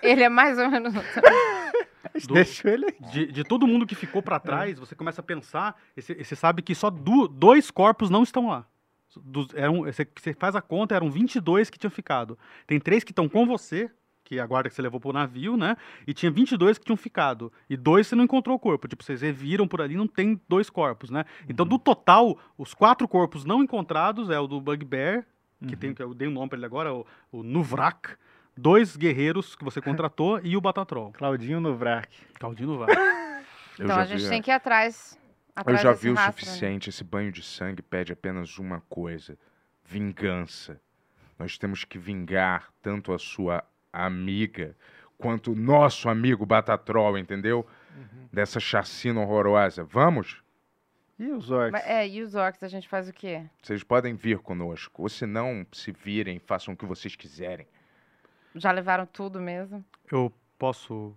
E: Ele é mais ou menos.
F: Do-
C: Deixa ele aí.
F: de, de todo mundo que ficou pra trás, você começa a pensar, e você, e você sabe que só du- dois corpos não estão lá. Dos- eram- você, você faz a conta, eram 22 que tinham ficado. Tem três que estão com você, que é a guarda que você levou pro navio, né? E tinha 22 que tinham ficado. E dois você não encontrou o corpo. Tipo, vocês reviram por ali, não tem dois corpos, né? Então, do total, os quatro corpos não encontrados é o do Bugbear, que tem, que eu dei um nome pra ele agora, o, o Nuvrak. Dois guerreiros que você contratou e o Batatrol.
C: Claudinho Novrak.
F: Claudinho Nuvrak.
D: Eu
E: então
D: já
E: a gente
D: vi, é.
E: tem que ir atrás.
D: Eu
E: atrás
D: já
E: desse
D: vi o
E: rastro, né?
D: suficiente. Esse banho de sangue pede apenas uma coisa: vingança. Nós temos que vingar tanto a sua amiga quanto o nosso amigo Batatrol, entendeu?
F: Uhum.
D: Dessa chacina horrorosa. Vamos?
C: E os orcs?
E: Mas, é, e os orcs a gente faz o quê?
D: Vocês podem vir conosco. Ou se não, se virem, façam o que vocês quiserem.
E: Já levaram tudo mesmo?
F: Eu posso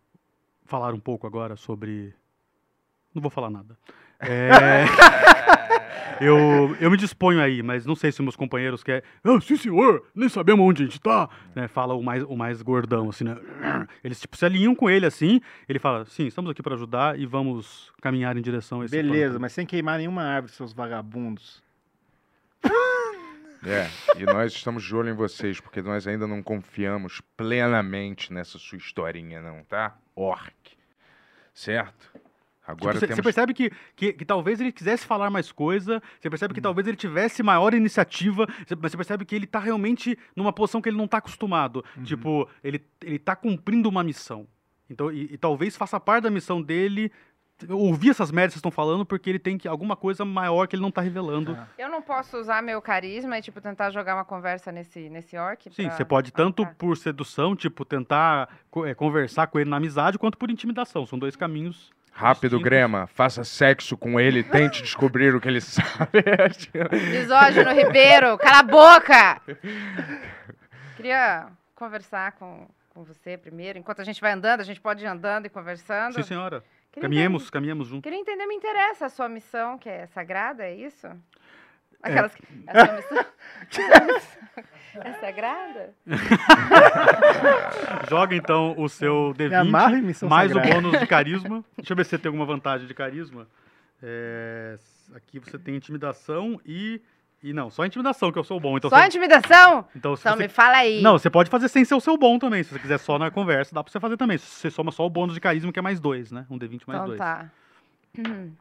F: falar um pouco agora sobre Não vou falar nada. É, eu, eu me disponho aí, mas não sei se meus companheiros querem. "Ah, sim, senhor, nem sabemos onde a gente tá. Né, fala o mais, o mais gordão, assim, né? Eles tipo, se alinham com ele assim. Ele fala: sim, estamos aqui para ajudar e vamos caminhar em direção a esse
C: Beleza,
F: plantão."
C: mas sem queimar nenhuma árvore, seus vagabundos.
D: É, e nós estamos de olho em vocês, porque nós ainda não confiamos plenamente nessa sua historinha, não, tá? Orc. Certo?
F: Tipo,
D: Agora
F: Você você
D: temos.
F: percebe que, que, que talvez ele quisesse falar mais coisa, você percebe que talvez ele tivesse maior iniciativa, você- mas você percebe que ele tá realmente numa posição que ele não tá acostumado. Tipo, ele, ele tá cumprindo uma missão. Então, e, e talvez faça parte da missão dele ouvir essas merdas que vocês estão falando, porque ele tem que, alguma coisa maior que ele não tá revelando.
E: Eu não posso usar meu carisma e, tipo, tentar jogar uma conversa nesse, nesse orc?
F: Sim,
E: pra-
F: você pode tanto
E: Ah, tá.
F: por sedução, tipo, tentar co- eh, conversar com ele na amizade, quanto por intimidação. São dois caminhos.
D: Rápido,
F: distintos.
D: Grema, faça sexo com ele, tente descobrir o que ele sabe.
E: Misógino Ribeiro, cala a boca! Queria conversar com, com você primeiro. Enquanto a gente vai andando, a gente pode ir andando e conversando.
F: Sim, senhora.
E: Queria um
F: Caminhemos,
E: entender-
F: caminhemos juntos.
E: Queria entender, me interessa a sua missão, que é sagrada, é isso? Aquelas que. A sua missão. É sagrada?
F: Joga então o seu D20.
C: Me amarra em missão
F: mais o
C: sagrada.
F: bônus de carisma. Deixa eu ver se você tem alguma vantagem de carisma. É, aqui você tem intimidação e. E não, só intimidação, que eu sou bom. Então
E: Só
F: você,
E: intimidação?
F: então, se
E: Então
F: você-
E: me fala aí.
F: Não, você pode fazer sem ser o seu bom também. Se você quiser só na conversa, dá pra você fazer também. Se Você soma só o bônus de carisma, que é mais dois, né? Um D20 mais
E: então
F: dois.
E: tá. Hum.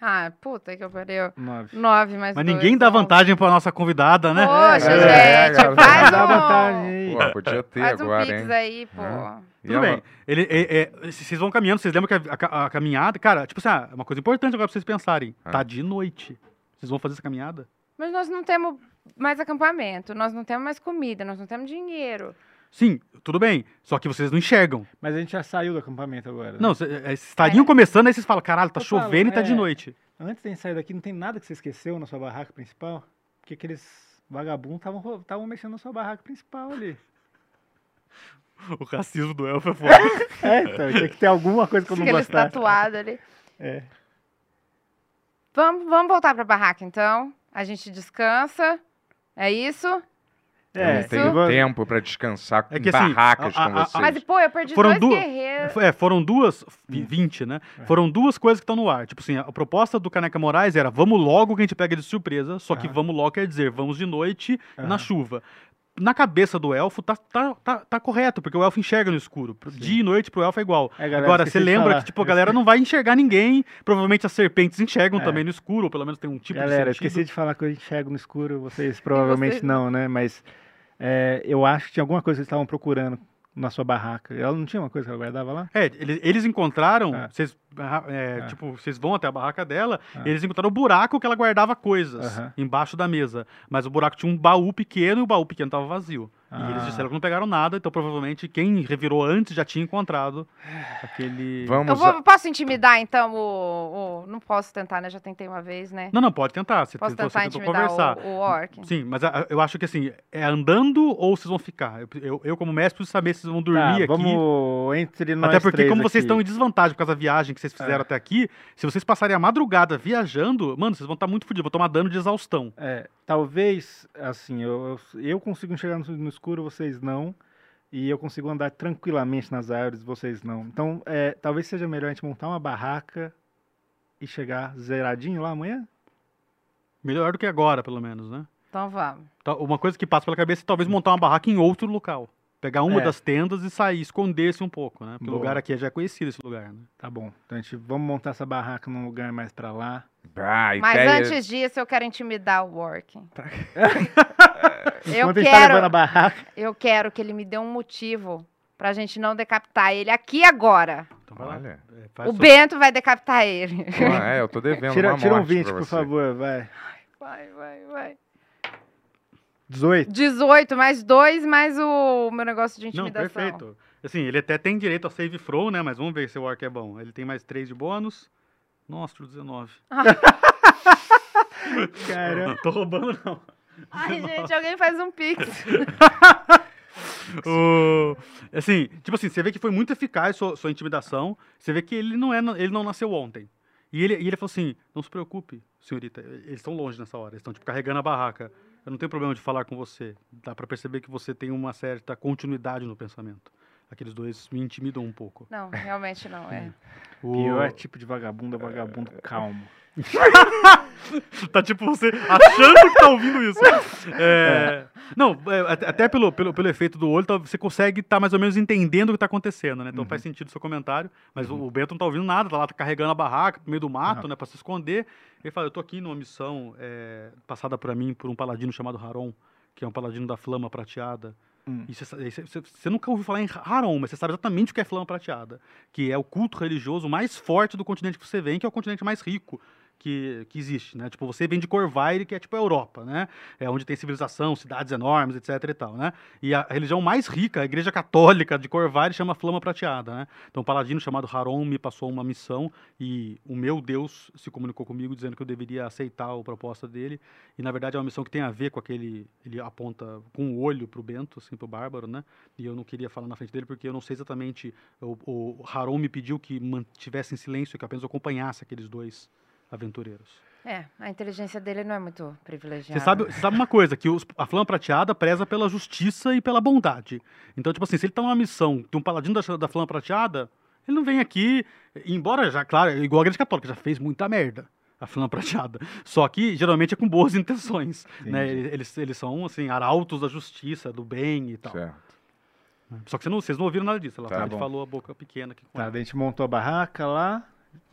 E: Ah, puta que eu pariu.
C: Nove.
E: Nove mais
F: Mas
E: dois,
F: ninguém dá
E: onze.
F: vantagem pra nossa convidada, né?
E: Poxa,
D: É,
E: gente,
D: cara,
E: faz
C: Dá
E: um...
C: vantagem aí.
D: Pô, podia ter
E: Faz um
D: agora,
E: pix
D: hein?
F: É.
E: aí, pô.
D: Ah. E
F: Tudo
D: ela-
F: bem. Ele, é- é, c- vocês vão caminhando, vocês lembram que a, a- a caminhada. Cara, tipo assim, ah, uma coisa importante agora pra vocês pensarem.
D: Ah.
F: Tá de noite. Vocês vão fazer essa caminhada?
E: Mas nós não temos mais acampamento, nós não temos mais comida, nós não temos dinheiro.
F: Sim, tudo bem. Só que vocês não enxergam.
C: Mas a gente já saiu do acampamento agora. né?
F: Não, cê- é, vocês estariam começando, aí vocês falam, caralho, tá
C: Eu falo,
F: chovendo e tá de
C: é.
F: noite.
C: Antes de sair daqui, não tem nada que você esqueceu na sua barraca principal? Porque aqueles vagabundos estavam mexendo na sua barraca principal ali.
F: O racismo do elfo é foda.
C: É, então, tinha que ter alguma coisa que eu não
E: Aqueles
C: gostasse.
E: tatuados ali.
C: É.
E: Vamos, vamos voltar pra barraca, então. A gente descansa. É isso?
C: É,
D: não
E: Isso.
D: tenho
C: eu vou-
D: tempo pra descansar
F: É
D: em
F: que assim,
D: barracas
F: a- a-
D: com
F: a-
D: vocês.
E: Mas, pô, eu perdi
F: Foram
E: dois
F: duas-
E: guerreiros.
F: É, foram duas,
C: Hum.
F: vi- 20, né?
C: É.
F: Foram duas coisas que estão no ar. Tipo assim, a proposta do Caneca Moraes era vamos logo que a gente pega de surpresa, só que
C: Aham.
F: vamos logo quer dizer vamos de noite e na
C: Aham.
F: chuva. Na cabeça do elfo tá, tá, tá, tá correto, porque o elfo enxerga no escuro. Pro- Dia e noite pro elfo é igual.
C: É, galera,
F: Agora,
C: esqueci
F: você
C: de
F: lembra
C: falar.
F: que, tipo, a galera não vai enxergar ninguém. Provavelmente as serpentes enxergam
C: É.
F: também no escuro, ou pelo menos tem um tipo
C: Galera, eu
F: de sentido.
C: esqueci de falar que eu enxergo no escuro, vocês provavelmente
E: vocês?
C: não, né? Mas é, eu acho que tinha alguma coisa que eles estavam procurando na sua barraca. Ela não tinha uma coisa que ela guardava lá?
F: É, ele- eles encontraram,
C: É.
F: vocês, ah, é,
C: É.
F: tipo, vocês vão até a barraca dela,
C: É.
F: eles encontraram o buraco que ela guardava coisas
C: Aham.
F: embaixo da mesa. Mas o buraco tinha um baú pequeno e o baú pequeno tava vazio. E eles
C: Ah.
F: disseram que não pegaram nada, então provavelmente quem revirou antes já tinha encontrado aquele.
E: Eu
D: Vamos.
E: vou-
D: A...
E: posso intimidar, então, o, o- Não posso tentar, né? Já tentei uma vez, né?
F: Não, não, pode tentar. Você
E: posso
F: tentou, você
E: tentar
F: tentou
E: intimidar
F: conversar.
E: o, o orc.
F: Sim, mas a- a- eu acho que assim, é andando ou vocês vão ficar? Eu, eu- eu, como mestre, preciso saber se vocês vão
C: Tá,
F: dormir aqui.
C: vamos entre nós
F: Até porque,
C: três
F: como vocês
C: aqui.
F: estão em desvantagem por causa da viagem que vocês fizeram
C: É.
F: até aqui, se vocês passarem a madrugada viajando, mano, vocês vão estar muito fodidos, vão tomar dano de exaustão.
C: É, talvez, assim, eu, eu- eu consigo enxergar no, no escuro, vocês não. E eu consigo andar tranquilamente nas árvores, vocês não. Então, é, talvez seja melhor a gente montar uma barraca e chegar zeradinho lá amanhã?
F: Melhor do que agora, pelo menos, né?
E: Então vamos.
F: Tá, Uma coisa que passa pela cabeça é talvez montar uma barraca em outro local. Pegar uma
C: É.
F: das tendas e sair, esconder-se um pouco, né? Porque o
C: Boa.
F: lugar aqui já é conhecido, esse lugar, né?
C: Tá bom. Então, a gente, vamos montar essa barraca num lugar mais pra lá.
D: Ah,
E: Mas
D: ideia...
E: antes disso, eu quero intimidar o Orc. eu,
C: Enquanto a gente tá levando a
E: quero,
C: barraca.
E: eu quero que ele me dê um motivo pra gente não decapitar ele aqui agora.
F: Então vai lá.
D: Olha.
E: O
F: É, faz sua-
E: Bento vai decapitar ele.
D: Ah, é, eu tô devendo
C: Tira,
D: uma
C: tira um
D: morte pra
C: 20, por
D: você.
C: favor, vai.
E: Vai, vai, vai.
C: 18.
E: 18, mais 2, mais o meu negócio de
F: Não,
E: intimidação.
F: perfeito. Assim, ele até tem direito a save throw, né? Mas vamos ver se o arco é bom. Ele tem mais 3 de bônus. Nossa, tirou 19.
C: Cara,
F: Não tô roubando, não.
E: Ai, gente, alguém faz um pix.
F: O- assim, tipo assim, você vê que foi muito eficaz sua, sua intimidação. Você vê que ele não, é, ele não nasceu ontem. E ele, e ele falou assim: não se preocupe, senhorita, eles estão longe nessa hora, eles estão tipo carregando a barraca. Eu não tenho problema de falar com você. Dá pra perceber que você tem uma certa continuidade no pensamento. Aqueles dois me intimidam um pouco.
E: Não, realmente não. É.
F: O-
C: Pior tipo de vagabundo é vagabundo calmo.
F: Tá tipo você achando que tá ouvindo isso. É, Não, é, até até pelo, pelo, pelo efeito do olho, tá- você consegue estar mais ou menos entendendo o que tá acontecendo, né? Então faz sentido o seu comentário, mas o- o Bento não tá ouvindo nada, tá lá tá carregando a barraca no meio do mato, né? Pra se esconder. Ele fala, eu tô aqui numa missão é, passada pra mim por um paladino chamado Haron, que é um paladino da flama prateada.
C: Hum.
F: E você sa- e você- você você nunca ouviu falar em Haron, mas você sabe exatamente o que é flama prateada, que é o culto religioso mais forte do continente que você vem, que é o continente mais rico que, que existe, né? Tipo, você vem de Corvair, que é tipo a Europa, né? É onde tem civilização, cidades enormes, etc e tal, né? E a religião mais rica, a igreja católica de Corvair, chama Flama Prateada, né? Então, um paladino chamado Haron me passou uma missão e o meu Deus se comunicou comigo dizendo que eu deveria aceitar a proposta dele. E, na verdade, é uma missão que tem a ver com aquele... Ele aponta com o olho pro Bento, assim, pro Bárbaro, né? E eu não queria falar na frente dele porque eu não sei exatamente... O, o Haron me pediu que mantivesse em silêncio e que apenas eu acompanhasse aqueles dois aventureiros.
E: É, a inteligência dele não é muito privilegiada.
F: Você sabe, você sabe uma coisa, que os- a Flama Prateada preza pela justiça e pela bondade. Então, tipo assim, se ele tá numa missão de um paladino da, da Flama Prateada, ele não vem aqui, embora já, claro, é igual a Igreja Católica, já fez muita merda. A Flama Prateada. Só que geralmente é com boas intenções. Né? Eles, eles são, assim, arautos da justiça, do bem e tal. né?
D: Certo.
F: Só que vocês não, vocês não ouviram nada disso. Ela
D: Tá
F: tá,
D: bom.
F: falou a boca pequena aqui com
C: Tá,
F: ela.
C: daí a gente montou a barraca lá.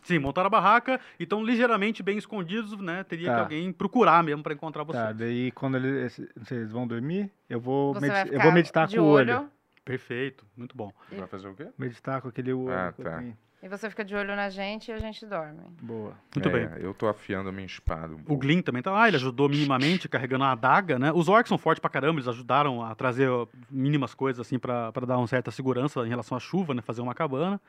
F: Sim, montaram a barraca e estão ligeiramente bem escondidos, né? Teria
C: Tá.
F: que alguém procurar mesmo pra encontrar vocês.
C: Tá, daí quando eles, vocês vão dormir, eu vou,
E: Você
C: medi-
E: vai
C: eu
E: ficar
C: vou meditar
E: de
C: com o olho.
F: Perfeito, muito bom.
D: Vai fazer o quê?
C: Meditar com aquele olho. um
D: Ah,
C: com
D: tá.
C: aquele-
E: E você fica de olho na gente e a gente dorme.
C: Boa.
F: Muito
D: É,
F: bem.
D: Eu tô afiando a minha espada um
F: O
D: pouco.
F: Glyn também tá lá, ele ajudou minimamente carregando a adaga, né? Os orcs são fortes pra caramba, eles ajudaram a trazer ó, mínimas coisas, assim, pra, pra dar uma certa segurança em relação à chuva, né? Fazer uma cabana.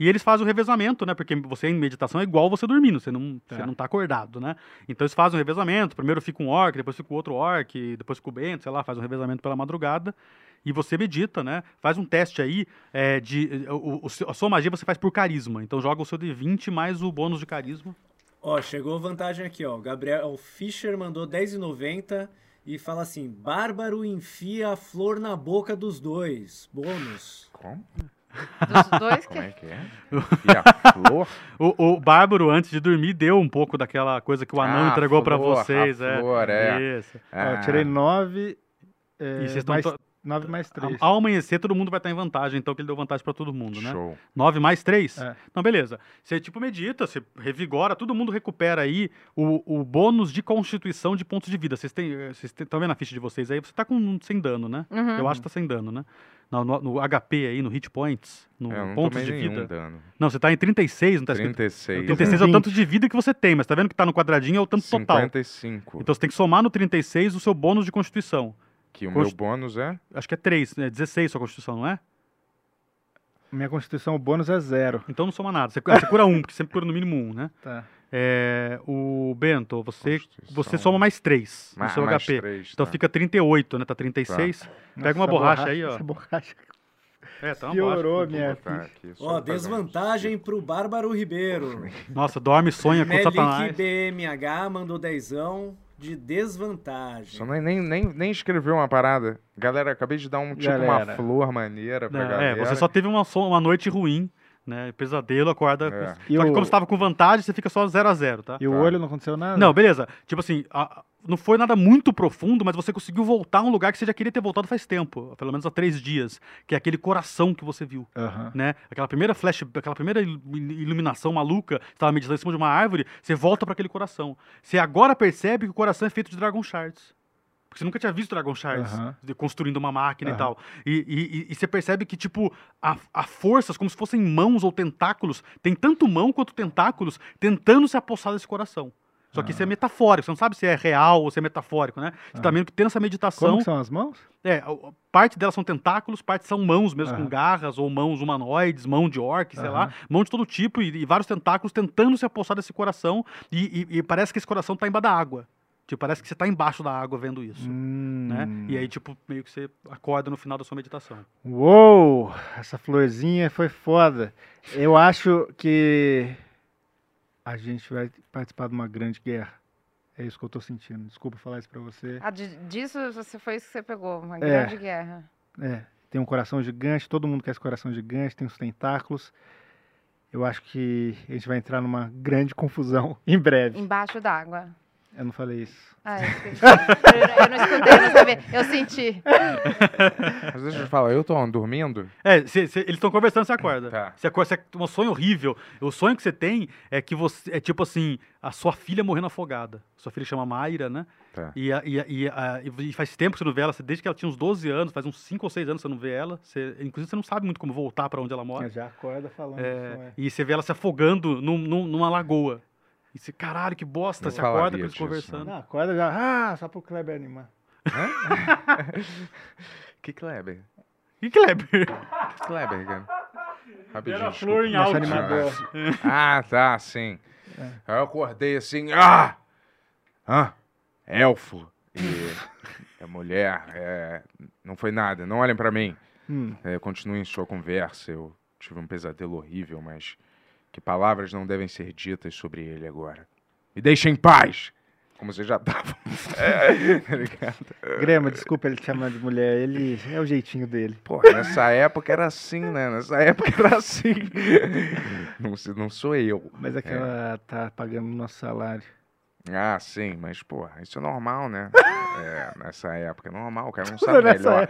F: E eles fazem o revezamento, né? Porque você em meditação é igual você dormindo, você não,
C: Tá.
F: você não tá acordado, né? Então eles fazem o revezamento, primeiro fica um orc, depois fica o outro orc, depois fica o Bento, sei lá, faz um revezamento pela madrugada. E você medita, né? Faz um teste aí é, de. o- o- a sua magia você faz por carisma. Então joga o seu D20 mais o bônus de carisma.
I: Ó, chegou vantagem aqui, ó. Gabriel Fischer mandou 10,90 e fala assim: Bárbaro enfia a flor na boca dos dois. Bônus.
D: Como?
E: Dos dois que.
D: Como é que é? Enfia a flor?
F: O, o Bárbaro, antes de dormir, deu um pouco daquela coisa que o
D: Ah,
F: anão entregou pra
D: flor, a
F: vocês. É.
D: flor, é.
F: Isso.
C: Ó,
D: Ah,
C: eu tirei 9. É,
F: e vocês estão.
C: mais,
F: to-
C: 9 mais 3.
F: Ao amanhecer, todo mundo vai estar em vantagem, então que ele deu vantagem pra todo mundo, né?
D: Show.
F: 9 mais 3?
C: É.
F: Então, beleza. Você, tipo, medita, você revigora, todo mundo recupera aí o, o bônus de constituição de pontos de vida. Vocês têm. eh, Vocês estão vendo a ficha de vocês aí? Você tá com sem dano, né?
E: Uhum.
F: Eu acho que tá sem dano, né? No, no- no HP aí, no hit points, no
D: É, eu não
F: pontos
D: tomei
F: de
D: nenhum
F: vida.
D: dano.
F: Não, você tá em 36, não tá escrito?
D: 36.
F: 36 é o tanto de vida que você tem, mas tá vendo que tá no quadradinho é o tanto total.
D: 55.
F: Então você tem que somar no 36 o seu bônus de constituição.
D: que o
F: const-
D: meu bônus é?
F: Acho que é 3, né? 16 sua constituição, não é?
C: Minha constituição, o bônus é 0.
F: Então não soma nada. Você, você cura 1, porque sempre cura no mínimo 1, né?
C: Tá.
F: É, o Bento, você,
D: Constituição.
F: você soma mais 3 no
D: Ma-
F: seu
D: mais
F: HP.
D: três,
F: Então
D: tá.
F: fica 38, né? Tá 36. Pega uma
C: essa
F: borracha aí, ó.
C: Essa borracha
F: É, tá uma borracha.
C: piorou a
D: Vou
C: minha
D: botar
C: ficha.
D: aqui, só
I: Ó,
D: pra fazer um
I: desvantagem pro Bárbaro Ribeiro.
F: Nossa, dorme, sonha com
I: Melik
F: Satanás.
I: BMH mandou dezão de
D: Só
I: desvantagem.
D: nem, nem, nem, nem escreveu uma parada. Galera, acabei de dar um tipo
C: Galera.
D: uma flor maneira pra
F: É, é,
D: galera.
F: você só teve uma, so- uma noite ruim, né? Pesadelo, acorda.
D: É.
F: Só
C: E
F: que
C: o-
F: como você tava com vantagem, você fica só 0 a 0 tá?
C: E o
D: Tá.
C: olho não aconteceu nada?
F: Não, beleza. Tipo assim, a- não foi nada muito profundo, mas você conseguiu voltar a um lugar que você já queria ter voltado faz tempo, pelo menos há três dias, que é aquele coração que você viu,
C: Aham.
F: né? Aquela primeira flash, aquela primeira il- iluminação maluca, você tava meditando em cima de uma árvore, você volta para aquele coração. Você agora percebe que o coração é feito de Dragon Shards. Porque você nunca tinha visto Dragon Shards
C: Aham.
F: de- construindo uma máquina e
C: Aham.
F: tal. E, e- e- e você percebe que, tipo, há há forças, como se fossem mãos ou tentáculos, tem tanto mão quanto tentáculos tentando se apossar desse coração. Só que isso é metafórico, você não sabe se é real ou se é metafórico, né? Você tá
C: Aham.
F: vendo que tem essa
C: Como
F: meditação.
C: que são as mãos?
F: É, a- a- parte delas são tentáculos, parte são mãos mesmo com
C: Aham.
F: garras, ou mãos humanoides, mão de orc, sei lá,
C: Aham.
F: mão de todo tipo, e, e vários tentáculos tentando se apossar desse coração, e, e- e parece que esse coração tá embaixo da água. Tipo, parece que você tá embaixo da água vendo isso.
C: Hum.
F: Né? E aí, tipo, meio que você acorda no final da sua meditação.
C: Uou! Essa florzinha foi foda. Eu acho que A gente vai participar de uma grande guerra. É isso que eu tô sentindo. Desculpa falar isso pra você.
E: Ah, di- disso você foi isso que você pegou, uma
C: É.
E: grande guerra.
C: É, tem um coração gigante, todo mundo quer esse coração gigante, tem os tentáculos. Eu acho que a gente vai entrar numa grande confusão em breve.
E: Embaixo d'água.
C: Eu não falei isso.
E: Ah, eu, esqueci. eu, eu não escutei, eu não sabia. Eu senti.
D: Mas deixa eu te falar, eu tô dormindo?
F: É, cê- cê- eles estão conversando, você acorda.
D: Tá.
F: Você acorda, você- um sonho horrível. O sonho que você tem é que você. É tipo assim, a sua filha morrendo afogada. Sua filha chama Mayra, né?
D: Tá.
F: E, a- e a- e a- e faz tempo que você não vê ela, você- desde que ela tinha uns 12 anos, faz uns 5 ou 6 anos que você não vê ela. Você- inclusive, você não sabe muito como voltar pra onde ela mora.
C: Eu já acorda falando. isso, é.
F: E você vê ela se afogando num- num- numa lagoa. E você, caralho, que bosta,
D: Não
F: você acorda
D: falaria
F: com eles
D: disso, né?
F: conversando.
C: Não, acorda já. Ah, só pro Kleber animar.
D: Que Kleber?
F: E Kleber?
D: Que Kleber, cara? Rapidinho.
F: Era
D: desculpa.
F: flor em
C: Nosso
F: áudio.
C: animador.
D: Ah, tá, sim. Aí eu acordei assim, ah! Hã? Elfo. E a mulher, é, não foi nada, não olhem pra mim.
C: Hum.
D: É, continuem sua conversa, eu tive um pesadelo horrível, mas que palavras não devem ser ditas sobre ele agora. Me deixem em paz! Como vocês já estavam. Tá ligado?
C: Grema, desculpa ele te chamando de mulher. Ele é o jeitinho dele.
D: Pô, nessa época era assim, né? Nessa época era assim. Não, se- não sou eu.
C: Mas é que ela tá pagando o nosso salário.
D: Ah, sim, mas, porra, isso é normal, né? É, nessa época é normal, o cara não
C: Tudo
D: sabe
C: nessa
D: melhor.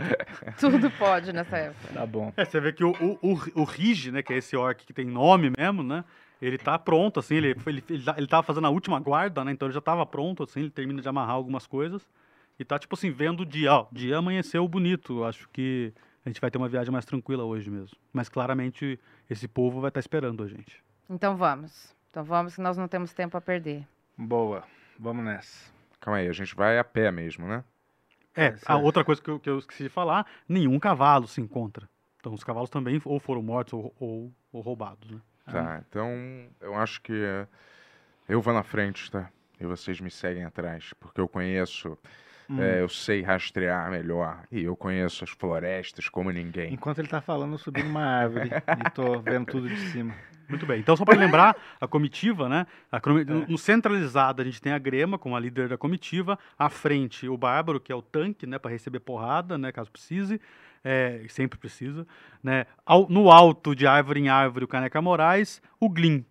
E: Tudo pode nessa época.
C: Tá bom.
F: É, você vê que o, o, o, o Rige, né, que é esse orc que tem nome mesmo, né? Ele tá pronto, assim, ele, ele, ele, tá- ele tava fazendo a última guarda, né? Então ele já tava pronto, assim, ele termina de amarrar algumas coisas. E tá, tipo assim, vendo o dia, ó, o dia amanheceu bonito. eu Acho que a gente vai ter uma viagem mais tranquila hoje mesmo. Mas claramente esse povo vai estar esperando a gente.
E: Então vamos. Então vamos que nós não temos tempo a perder.
C: Boa. Vamos nessa.
D: Calma aí, a gente vai a pé mesmo, né?
F: É, a
C: certo.
F: outra coisa que eu, que eu esqueci de falar, nenhum cavalo se encontra. Então os cavalos também ou foram mortos ou, ou- ou roubados, né?
D: Tá, então eu acho que eh, eu vou na frente, tá? E vocês me seguem atrás, porque eu conheço,
C: Hum.
F: É.
D: eh, eu sei rastrear melhor e eu conheço as florestas como
F: Então,
D: ninguém.
C: Enquanto ele tá falando, eu subi numa árvore e tô vendo tudo de cima.
F: Muito bem. Então, só para lembrar, a comitiva, né? A
C: É.
F: cromi- no, no centralizado, a gente tem a Grema como a líder da comitiva. À frente, o Bárbaro, que é o tanque, né? Para receber porrada, né? Caso precise. É, sempre precisa. Né? Ao- no alto, de árvore em árvore, o Caneca Moraes. O Glim.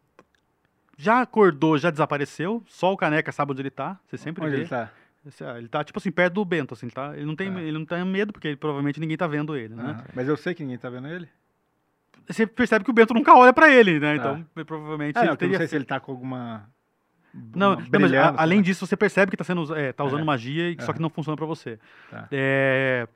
F: Já acordou, já desapareceu. Só o Caneca sabe onde ele tá. Você sempre
C: Onde
F: vê.
C: ele tá?
F: Esse, ah, ele tá, tipo assim, perto do Bento, assim, tá? Ele não tem,
C: Tá.
F: ele não tem medo, porque ele- provavelmente ninguém tá vendo ele, né?
C: Aham. Mas eu sei que ninguém tá vendo ele.
F: Você percebe que o Bento nunca olha pra ele, né?
C: Tá.
F: Então, eh, provavelmente
C: Ah,
F: ele
C: não, que eu não
F: teria...
C: sei se ele tá com alguma.
F: Não,
C: uma
F: não, mas a-
C: brilhando, sei
F: além
C: lá.
F: disso, você percebe que tá, sendo, us- é, tá usando
C: É.
F: magia, e só que
C: Aham.
F: não funciona pra você.
C: Tá.
F: É,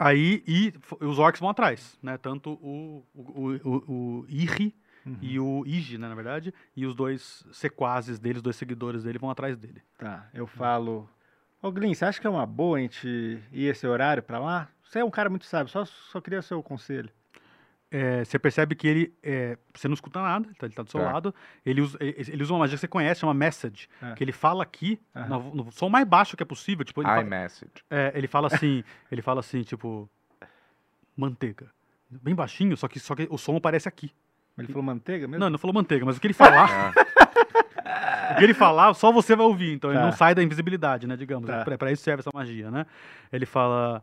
F: Aí, e f- os orcs vão atrás, né? Tanto o, o, o, o Irri
C: Uhum.
F: e o Iji, né, na verdade, e os dois sequazes dele, os dois seguidores dele, vão atrás dele.
C: Tá, eu falo. Ô, Glyn, você acha que é uma boa a gente ir esse horário pra lá? Você é um cara muito sábio, só, só queria o seu conselho.
F: É, você percebe que ele. é, você não escuta nada, ele tá, ele tá do seu
D: Tá.
F: lado. Ele usa, ele ele usa uma magia que você conhece, chama Message.
C: É.
F: Que ele fala aqui,
C: Aham.
F: no, no som mais baixo que é possível. Tipo, ele, fala,
D: iMessage.
F: é, ele fala assim, ele fala assim, tipo. Manteiga. Bem baixinho, só que, só que o som aparece aqui.
C: Ele falou manteiga mesmo?
F: Não, ele não falou manteiga, mas o que ele falar,
D: Ah,
F: o que ele falar, só você vai ouvir. Então ele
C: Tá.
F: não sai da invisibilidade, né? Digamos.
C: Tá.
F: Pra, pra isso serve essa magia, né? Ele fala.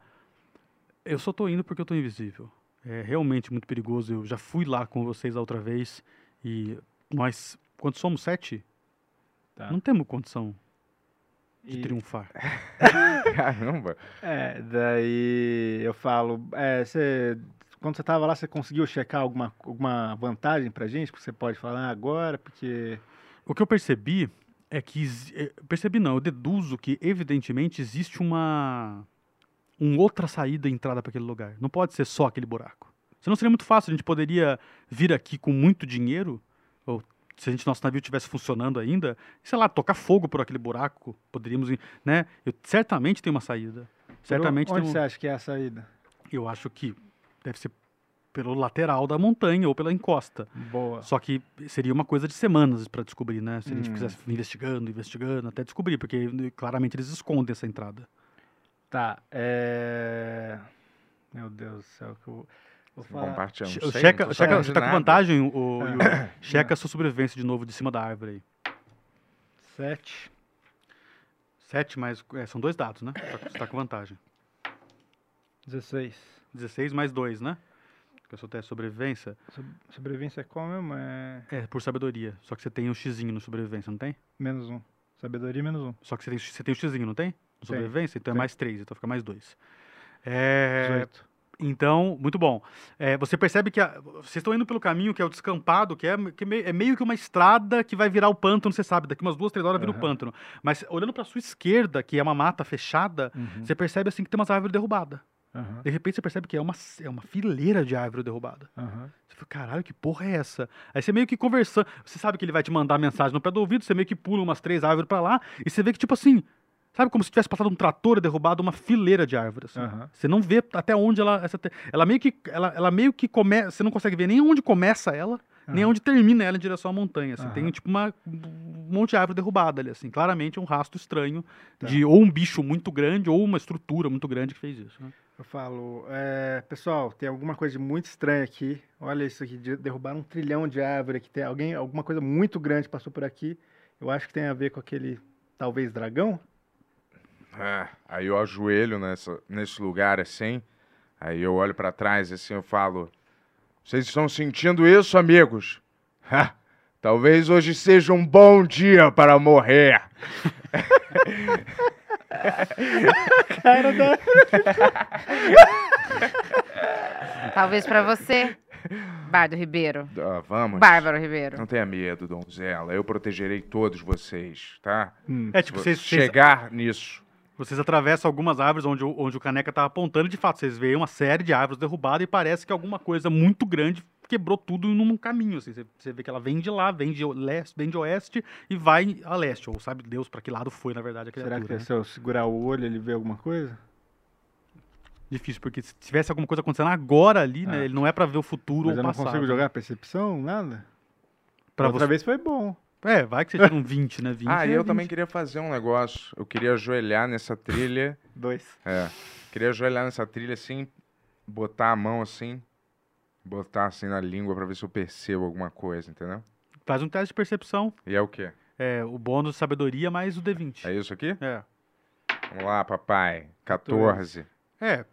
F: Eu só tô indo porque eu tô invisível. É realmente muito perigoso. Eu já fui lá com vocês a outra vez. E nós, quando somos sete,
C: Tá.
F: não temos condição de
C: E-
F: triunfar.
D: caramba.
C: É, daí eu falo, é, você, quando você tava lá, você conseguiu checar alguma, alguma vantagem pra gente que você pode falar "Ah, agora? Porque.
F: O que eu percebi é que. exi- eh, Percebi não, eu deduzo que, evidentemente, existe uma. Uma outra saída e entrada para aquele lugar. Não pode ser só aquele buraco. Senão seria muito fácil. A gente poderia vir aqui com muito dinheiro, ou se a gente, nosso navio estivesse funcionando ainda, e, sei lá, tocar fogo por aquele buraco. Poderíamos, ir, né? Eu, certamente tem uma saída. Certamente
C: Por onde
F: tem um...
C: você acha que é a saída?
F: Eu acho que deve ser pelo lateral da montanha ou pela encosta.
C: Boa.
F: Só que seria uma coisa de semanas pra descobrir, né? Se a gente
C: Hum.
F: quisesse investigando, investigando, até descobrir, porque né, claramente eles escondem essa entrada.
C: Tá, é. Meu Deus do céu, que eu. Vou falar. Ah,
D: Compartilhamos.
F: Che-
D: Sei, um não
F: Checa,
D: tô
F: checa,
D: sabendo
F: você
D: de
F: tá com
D: nada.
F: vantagem, o, o-
C: É.
F: Yuri? Checa a sua sobrevivência de novo de cima da árvore aí.
C: Sete.
F: Sete mais. é, são dois dados, né? Tá- Você tá com vantagem.
C: 16.
F: 16 mais dois, né? Que é o seu teste de sobrevivência.
C: Sob- Sobrevivência é qual mesmo? É
F: É por sabedoria. Só que você tem um xizinho no sobrevivência, não tem?
C: menos um. Sabedoria menos um.
F: Só que você tem, você tem um xizinho, não tem? No
C: Tem,
F: sobrevivência? Então é
C: tem.
F: mais três, então fica mais dois. É,
C: 18.
F: então, muito bom. É, você percebe que a- vocês estão indo pelo caminho que é o descampado, que, é, que me- é meio que uma estrada que vai virar o pântano, você sabe. Daqui umas duas, três horas vira o
C: Aham.
F: pântano. Mas olhando para sua esquerda, que é uma mata fechada,
C: Uhum.
F: você percebe assim que tem umas árvores derrubadas.
C: Aham.
F: De repente você percebe que é uma, é uma fileira de árvore derrubada.
C: Aham.
F: Você fala, caralho, que porra é essa? Aí você meio que conversando, você sabe que ele vai te mandar mensagem no pé do ouvido, você meio que pula umas três árvores pra lá, e você vê que, tipo assim, sabe como se tivesse passado um trator e derrubado uma fileira de árvores.
C: Aham.
F: Você não vê até onde ela. Essa, te- ela meio que. Ela, ela meio que começa. Você não consegue ver nem onde começa ela, nem
C: Aham.
F: onde termina ela em direção à montanha. Você tem
C: Aham.
F: tipo uma, um monte de árvore derrubada ali, assim. Claramente um rastro estranho
C: Tá.
F: de ou um bicho muito grande, ou uma estrutura muito grande que fez isso. né?
C: Eu falo, é, pessoal, tem alguma coisa de muito estranha aqui. Olha isso aqui, de- derrubaram um trilhão de árvore aqui. Tem alguém, alguma coisa muito grande passou por aqui. Eu acho que tem a ver com aquele, talvez, dragão.
D: É, aí eu ajoelho nessa, nesse lugar assim, aí eu olho pra trás assim eu falo: Vocês estão sentindo isso, amigos? Ha, talvez hoje seja um bom dia para morrer.
C: Cara da...
E: Talvez pra você, Bardo Ribeiro.
D: Ah, vamos.
E: Bárbaro
F: É.
E: Ribeiro.
D: Não tenha medo, donzela. Eu protegerei todos vocês, tá?
C: Hum,
F: É tipo,
D: Vou
F: vocês, vocês-
D: chegar nisso.
F: Vocês atravessam algumas árvores onde, o- onde o caneca tá apontando, e de fato, vocês veem uma série de árvores derrubadas e parece que alguma coisa muito grande quebrou tudo num caminho. assim. Você, você vê que ela vem de lá, vem de, o- leste, vem de oeste e vai a leste. Ou sabe Deus pra que lado foi, na verdade, a criatura.
C: Será que é
F: né?
C: se eu segurar o olho ele vê alguma coisa?
F: Difícil, porque se tivesse alguma coisa acontecendo agora ali, né?
C: Ah.
F: Ele não é pra ver o futuro
C: Mas
F: ou
C: eu
F: o
C: não
F: passado.
C: consigo jogar percepção, nada?
F: Pra
C: Outra
F: você...
C: vez foi bom.
F: É, vai que você tira um 20, né? 20
D: Ah, e
F: é
D: eu
F: 20.
D: também queria fazer um negócio. Eu queria ajoelhar nessa trilha.
C: Dois.
D: É. Queria ajoelhar nessa trilha assim, botar a mão assim, botar assim na língua pra ver se eu percebo alguma coisa, entendeu?
F: Faz um teste de percepção.
D: E é o quê?
F: É, o bônus de sabedoria mais o D20.
D: É isso aqui?
F: é.
D: Vamos lá, papai. 14.
F: É.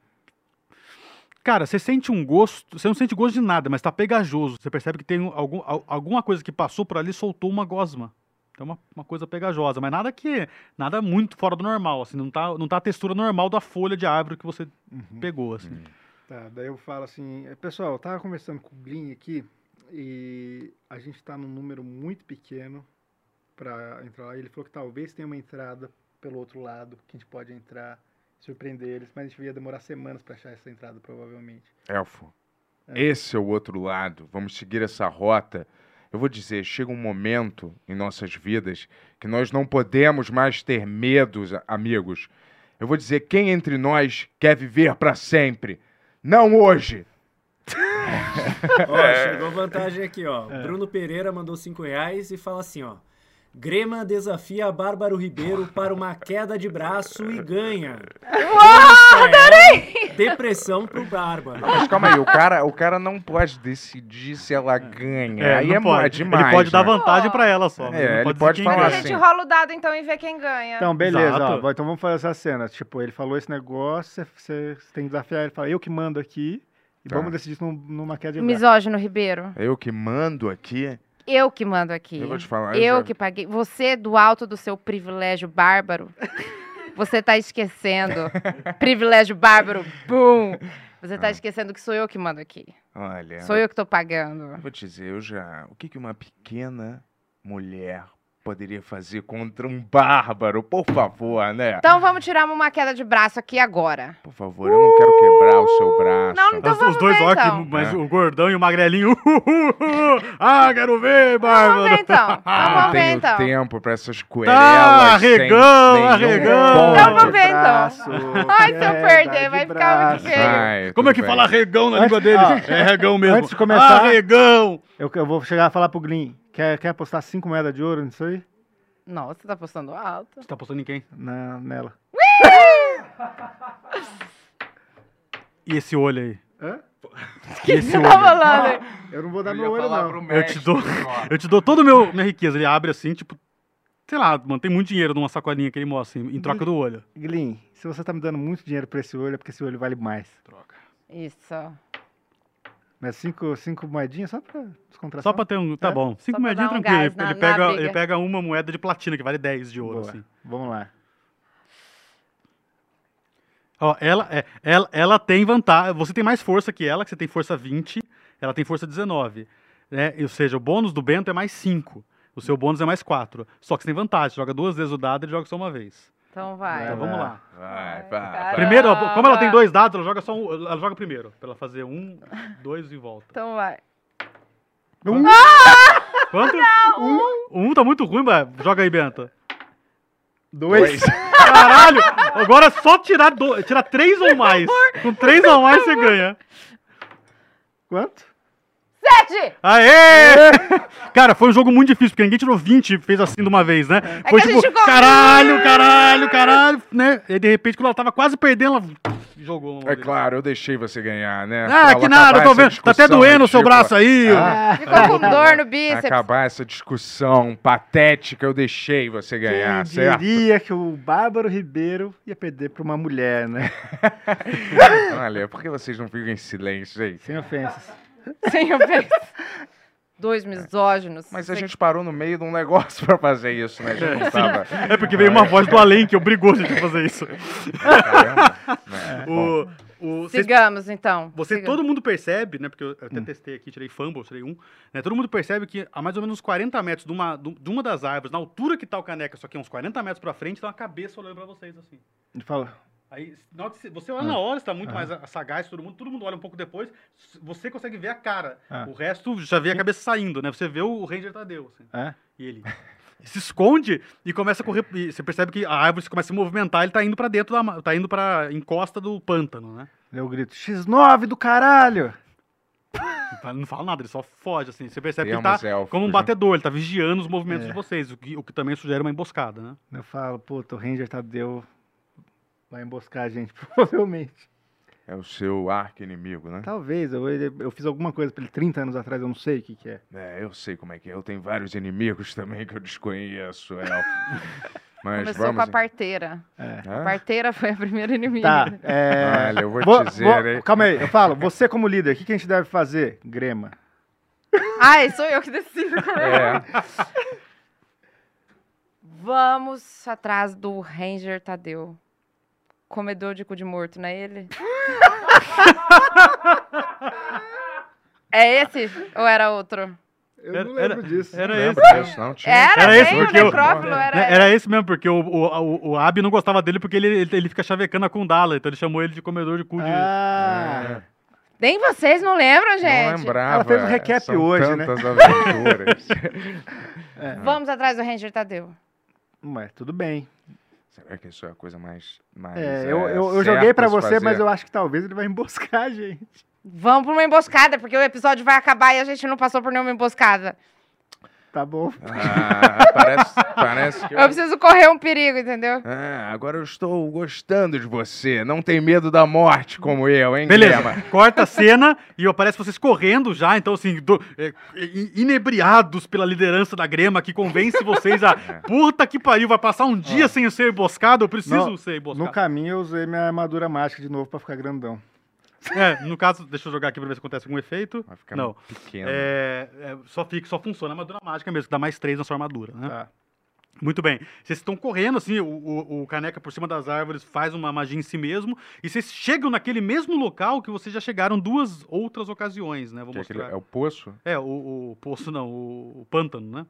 F: Cara, você sente um gosto, você não sente gosto de nada, mas tá pegajoso. Você percebe que tem um- algum, al- alguma coisa que passou por ali e soltou uma gosma. Então uma, uma coisa pegajosa, mas nada que nada muito fora do normal, assim, não tá, não tá a textura normal da folha de árvore que você
D: Uhum.
F: pegou, assim.
C: Tá, daí eu falo assim, "É, pessoal, eu tava conversando com o Glin aqui e a gente tá num número muito pequeno pra entrar lá. E ele falou que talvez tenha uma entrada pelo outro lado que a gente pode entrar, surpreender eles, mas a gente ia demorar semanas pra achar essa entrada, provavelmente.
D: Elfo. Esse é o outro lado. Vamos seguir essa rota. Eu vou dizer, chega um momento em nossas vidas que nós não podemos mais ter medos, a- amigos. Eu vou dizer, quem entre nós quer viver pra sempre? Não hoje.
I: Ó, chegou vantagem aqui, ó. Bruno Pereira mandou 5 reais e fala assim, ó. Grema desafia Bárbaro Ribeiro para uma queda de braço e ganha. Uau, adorei! Depressão pro Bárbaro.
D: Mas calma aí, o cara, o cara não pode decidir se ela ganha. aí
F: não
D: é mo- é demais.
F: ele pode dar
D: né?
F: vantagem pra ela só. mas
D: É,
F: não
D: ele
F: dizer
D: pode
F: quem
D: falar
F: ganha.
E: A
D: assim.
E: Então, gente rola o dado então e vê quem ganha.
C: Então, beleza, ó,
F: Exato.
C: vai- então vamos fazer essa cena. Tipo, ele falou esse negócio, você você tem que desafiar ele, fala, eu que mando aqui e
D: Tá.
C: vamos decidir isso num- numa queda de braço.
E: Misógino Ribeiro.
D: Eu que mando aqui.
E: Eu que mando aqui.
D: Eu vou te falar.
E: Eu
D: já-
E: que paguei. Você, do alto do seu privilégio bárbaro, você tá esquecendo. privilégio bárbaro, bum! Você
D: Ah.
E: tá esquecendo que sou eu que mando aqui.
D: Olha.
E: Sou eu que tô pagando.
D: Vou te dizer, eu já. O que, que uma pequena mulher poderia fazer contra um bárbaro? Por favor, né?
E: Então vamos tirar uma queda de braço aqui agora.
D: Por favor, eu não quero quebrar o seu braço.
E: Não, então
F: Os, os
E: vamos
F: dois
E: ver,
F: orcs,
E: então.
F: mas
D: É.
F: o gordão e o magrelinho. ah, quero ver, Bárbara.
E: Vamos ver então. Então
D: não
E: vamos ver
D: tenho
E: então.
D: tempo pra essas coelhas.
F: Tá, arregão, arregão.
E: Então vamos ver, então. Ai, se eu
C: queda
E: perder,
C: É, de
E: vai ficar muito
C: braço.
E: feio.
F: Como é que fala regão na
C: Antes-
F: língua dele?
C: ó,
D: Ah,
F: é regão mesmo.
C: antes de começar-
F: Ah, regão!
C: Eu, eu vou chegar a falar pro Glyn, quer, quer apostar cinco moedas de ouro nisso aí?
E: Nossa, tá postando alto.
F: Você tá postando em quem?
C: Na, nela.
F: E esse olho aí?
C: Hã?
E: O que você tá falando?
J: Eu não vou dar meu olho, não.
F: Eu te dou, eu te dou toda a minha riqueza. Ele abre assim, tipo, sei lá, mano, tem muito dinheiro numa sacolinha que ele mostra assim, em troca do olho.
C: Glyn, se você tá me dando muito dinheiro pra esse olho, é porque esse olho vale mais.
E: Isso.
C: Mas cinco, cinco moedinhas só pra descontração?
F: Só pra ter um. Tá
C: É.
F: bom. Cinco
E: pra
F: moedinhas
E: dar um
F: tranquilo.
E: gás
F: ele,
E: na- na
F: pega,
E: briga.
F: ele pega uma moeda de platina, que vale 10 de ouro,
C: Boa.
F: assim.
C: Vamos lá.
F: Ó, ela, é, ela, ela tem vantagem. Você tem mais força que ela, que você tem força 20, ela tem força 19. Né? Ou seja, o bônus do Bento é mais 5. O seu bônus é mais 4. Só que você tem vantagem. Joga duas vezes o dado, ele joga só uma vez.
E: Então vai.
C: É,
F: Então
C: né?
F: vamos lá.
D: Vai,
E: Ai,
D: pá,
E: cara.
D: pá.
F: Primeiro, ó, como ela tem
E: Caramba.
F: dois dados, ela joga só um. Ela joga primeiro. Pra ela fazer um, dois e volta.
E: Então vai.
F: Um. Quanto? Um. um tá muito ruim, mas joga aí, Bento.
J: Dois.
F: Caralho! Agora é só tirar, do... tirar três ou mais. Com três ou mais você ganha.
C: Quanto?
E: Sete!
F: Aê!
E: É.
F: Cara, foi um jogo muito difícil, porque ninguém tirou 20 e fez assim de uma vez, né? Foi
E: É que a
F: tipo,
E: gente ficou- um."
F: caralho, caralho, caralho, né? E de repente, quando ela tava quase perdendo, ela jogou. um
D: É claro, eu deixei você ganhar, né?
F: Ah,
D: Pra
F: que
D: acabar
F: nada, eu tô
D: essa
F: vendo. Tá até
D: discussão
F: doendo o seu
D: ridícula.
F: braço aí.
D: Ah,
E: Ficou com dor no
D: pra
E: bíceps.
D: acabar essa discussão patética, eu deixei você ganhar,
C: Quem
D: certo?
C: diria que o Bárbaro Ribeiro ia perder pra uma mulher, né?
D: Olha, por que vocês não ficam em silêncio, gente?
C: Sem ofensas.
E: Sem ofensa. Dois misóginos.
D: Mas a gente parou no meio de um negócio pra fazer isso, né? A gente não tava.
F: É porque veio uma voz do além que obrigou a gente a fazer isso.
D: Caramba.
C: É.
D: né? Bom,
F: O, o, vocês
E: Sigamos, então.
F: Você,
E: Sigamos.
F: todo mundo percebe, né? Porque eu
C: Hum.
F: até testei aqui, tirei fumble, tirei um. Né, todo mundo percebe que a mais ou menos uns 40 metros de uma, do- de uma das árvores, na altura que tá o caneca, só que uns 40 metros pra frente, tá uma cabeça olhando pra vocês, assim.
C: Ele fala,
F: Aí, na hora que você, você olha
C: Ah.
F: na hora, você tá muito mais a- sagaz, todo mundo, todo mundo olha um pouco depois, s- você consegue ver a cara.
C: Ah.
F: O resto já vê a cabeça saindo, né? Você vê o Ranger Tadeu, assim.
C: É?
F: E ele se esconde e começa a correr. e você percebe que a árvore se começa a se movimentar, ele tá indo pra dentro da. ma- tá indo pra encosta do pântano, né?
C: eu grito, X9 do caralho!
F: Tá, Ele não fala nada, ele só foge, assim. Você percebe que ele
D: temos
F: tá
D: elfos,
F: como um
D: né?
F: batedor, ele tá vigiando os movimentos
C: É.
F: de vocês, o que, o que também sugere uma emboscada, né?
C: Eu falo, puta, o Ranger Tadeu vai emboscar a gente, provavelmente.
D: É o seu arco inimigo, né?
C: Talvez, eu, ele- eu fiz alguma coisa pra ele 30 anos atrás, eu não sei o que que é.
D: É, eu sei como é que é. Eu tenho vários inimigos também que eu desconheço, elfo. Mas
E: Começou
D: vamos. Ah.
E: com a parteira.
D: Hã?
E: A parteira foi a primeira inimiga.
C: Tá, é...
D: Olha, eu vou te
C: Vou-
D: Ah, dizer,
C: vou-
D: hein?
C: Calma aí, eu falo, você como líder, o que, que a gente deve fazer? Grema.
E: Ai, sou eu que decido.
D: É,
E: Vamos atrás do Ranger Tadeu. Comedor de cu de morto, não é ele? é esse? Ou era outro?
J: Eu
F: Era-
J: não lembro disso.
F: era
D: lembro
F: esse.
D: disso, não tinha.
E: Era,
F: Era
E: era
F: esse,
E: bem, o
F: porque eu-
E: necrófilo era.
F: Né, esse mesmo, porque o, o, o, o Abi não gostava dele porque ele, ele, ele fica chavecando a Kundala, então ele chamou ele de comedor de cu de.
C: Ah,
E: Nem vocês não lembram, gente?
D: Não lembrava.
C: Ela fez um recap
D: São
C: hoje, né?
D: tantas aventuras. É.
E: Vamos atrás do Ranger Tadeu.
C: mas tudo bem.
D: Será que isso é a coisa mais. mais
C: É,
D: eh,
C: eu, eu, eu
D: certa
C: joguei pra
D: a se
C: você,
D: fazer?
C: mas eu acho que talvez ele vai emboscar a gente.
E: Vamos pra uma emboscada, porque o episódio vai acabar e a gente não passou por nenhuma emboscada.
C: Tá bom.
D: Ah, parece, parece que.
E: Eu preciso correr um perigo, entendeu?
D: Ah, agora eu estou gostando de você. Não tem medo da morte como eu, hein,
F: Beleza,
D: Guilherme?
F: corta a cena e aparece vocês correndo já, então assim, do- é, i- inebriados pela liderança da Grema que convence vocês a
D: É.
F: puta que pariu, vai passar um dia
D: Ah.
F: sem eu ser emboscado, eu preciso
C: No-
F: ser emboscado.
C: No caminho eu usei minha armadura mágica de novo pra ficar grandão.
F: É, no caso, deixa eu jogar aqui pra ver se acontece algum efeito.
D: Vai ficar
F: Não.
D: pequeno.
F: É, é, só fica, só funciona a armadura mágica mesmo, que dá mais três na sua armadura,
D: É.
F: né?
C: Tá.
F: Muito bem. Vocês estão correndo, assim, o, o- o caneca por cima das árvores faz uma magia em si mesmo, e vocês chegam naquele mesmo local que vocês já chegaram duas outras ocasiões, né? Vou
D: Que é, aquele-
F: mostrar.
D: é o poço?
F: É, o, o poço não, o, o pântano, né?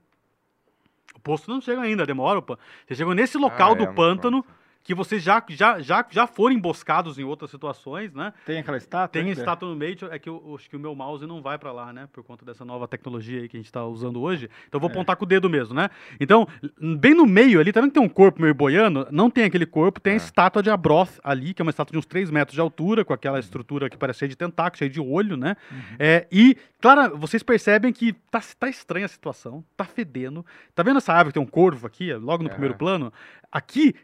F: O poço não chega ainda, demora. Opa. Vocês chegam nesse local
D: Ah,
F: do
D: é, no
F: pântano que vocês já, já, já, já foram emboscados em outras situações, né?
C: Tem aquela estátua?
F: Tem a
C: ainda?
F: estátua no meio, tio- é que eu, eu acho que o meu mouse não vai pra lá, né? Por conta dessa nova tecnologia aí que a gente tá usando hoje. Então eu vou apontar com o dedo mesmo, né? Então, n- bem no meio ali, tá vendo que tem um corpo meio boiando? Não tem aquele corpo, tem a estátua de Abroth ali, que é uma estátua de uns 3 metros de altura, com aquela estrutura que parece cheia de tentáculo, cheia de olho, né? É, e, claro, vocês percebem que tá, tá estranha a situação, tá fedendo. Tá vendo essa árvore que tem um corvo aqui, logo no
D: Aham.
F: primeiro plano? Aqui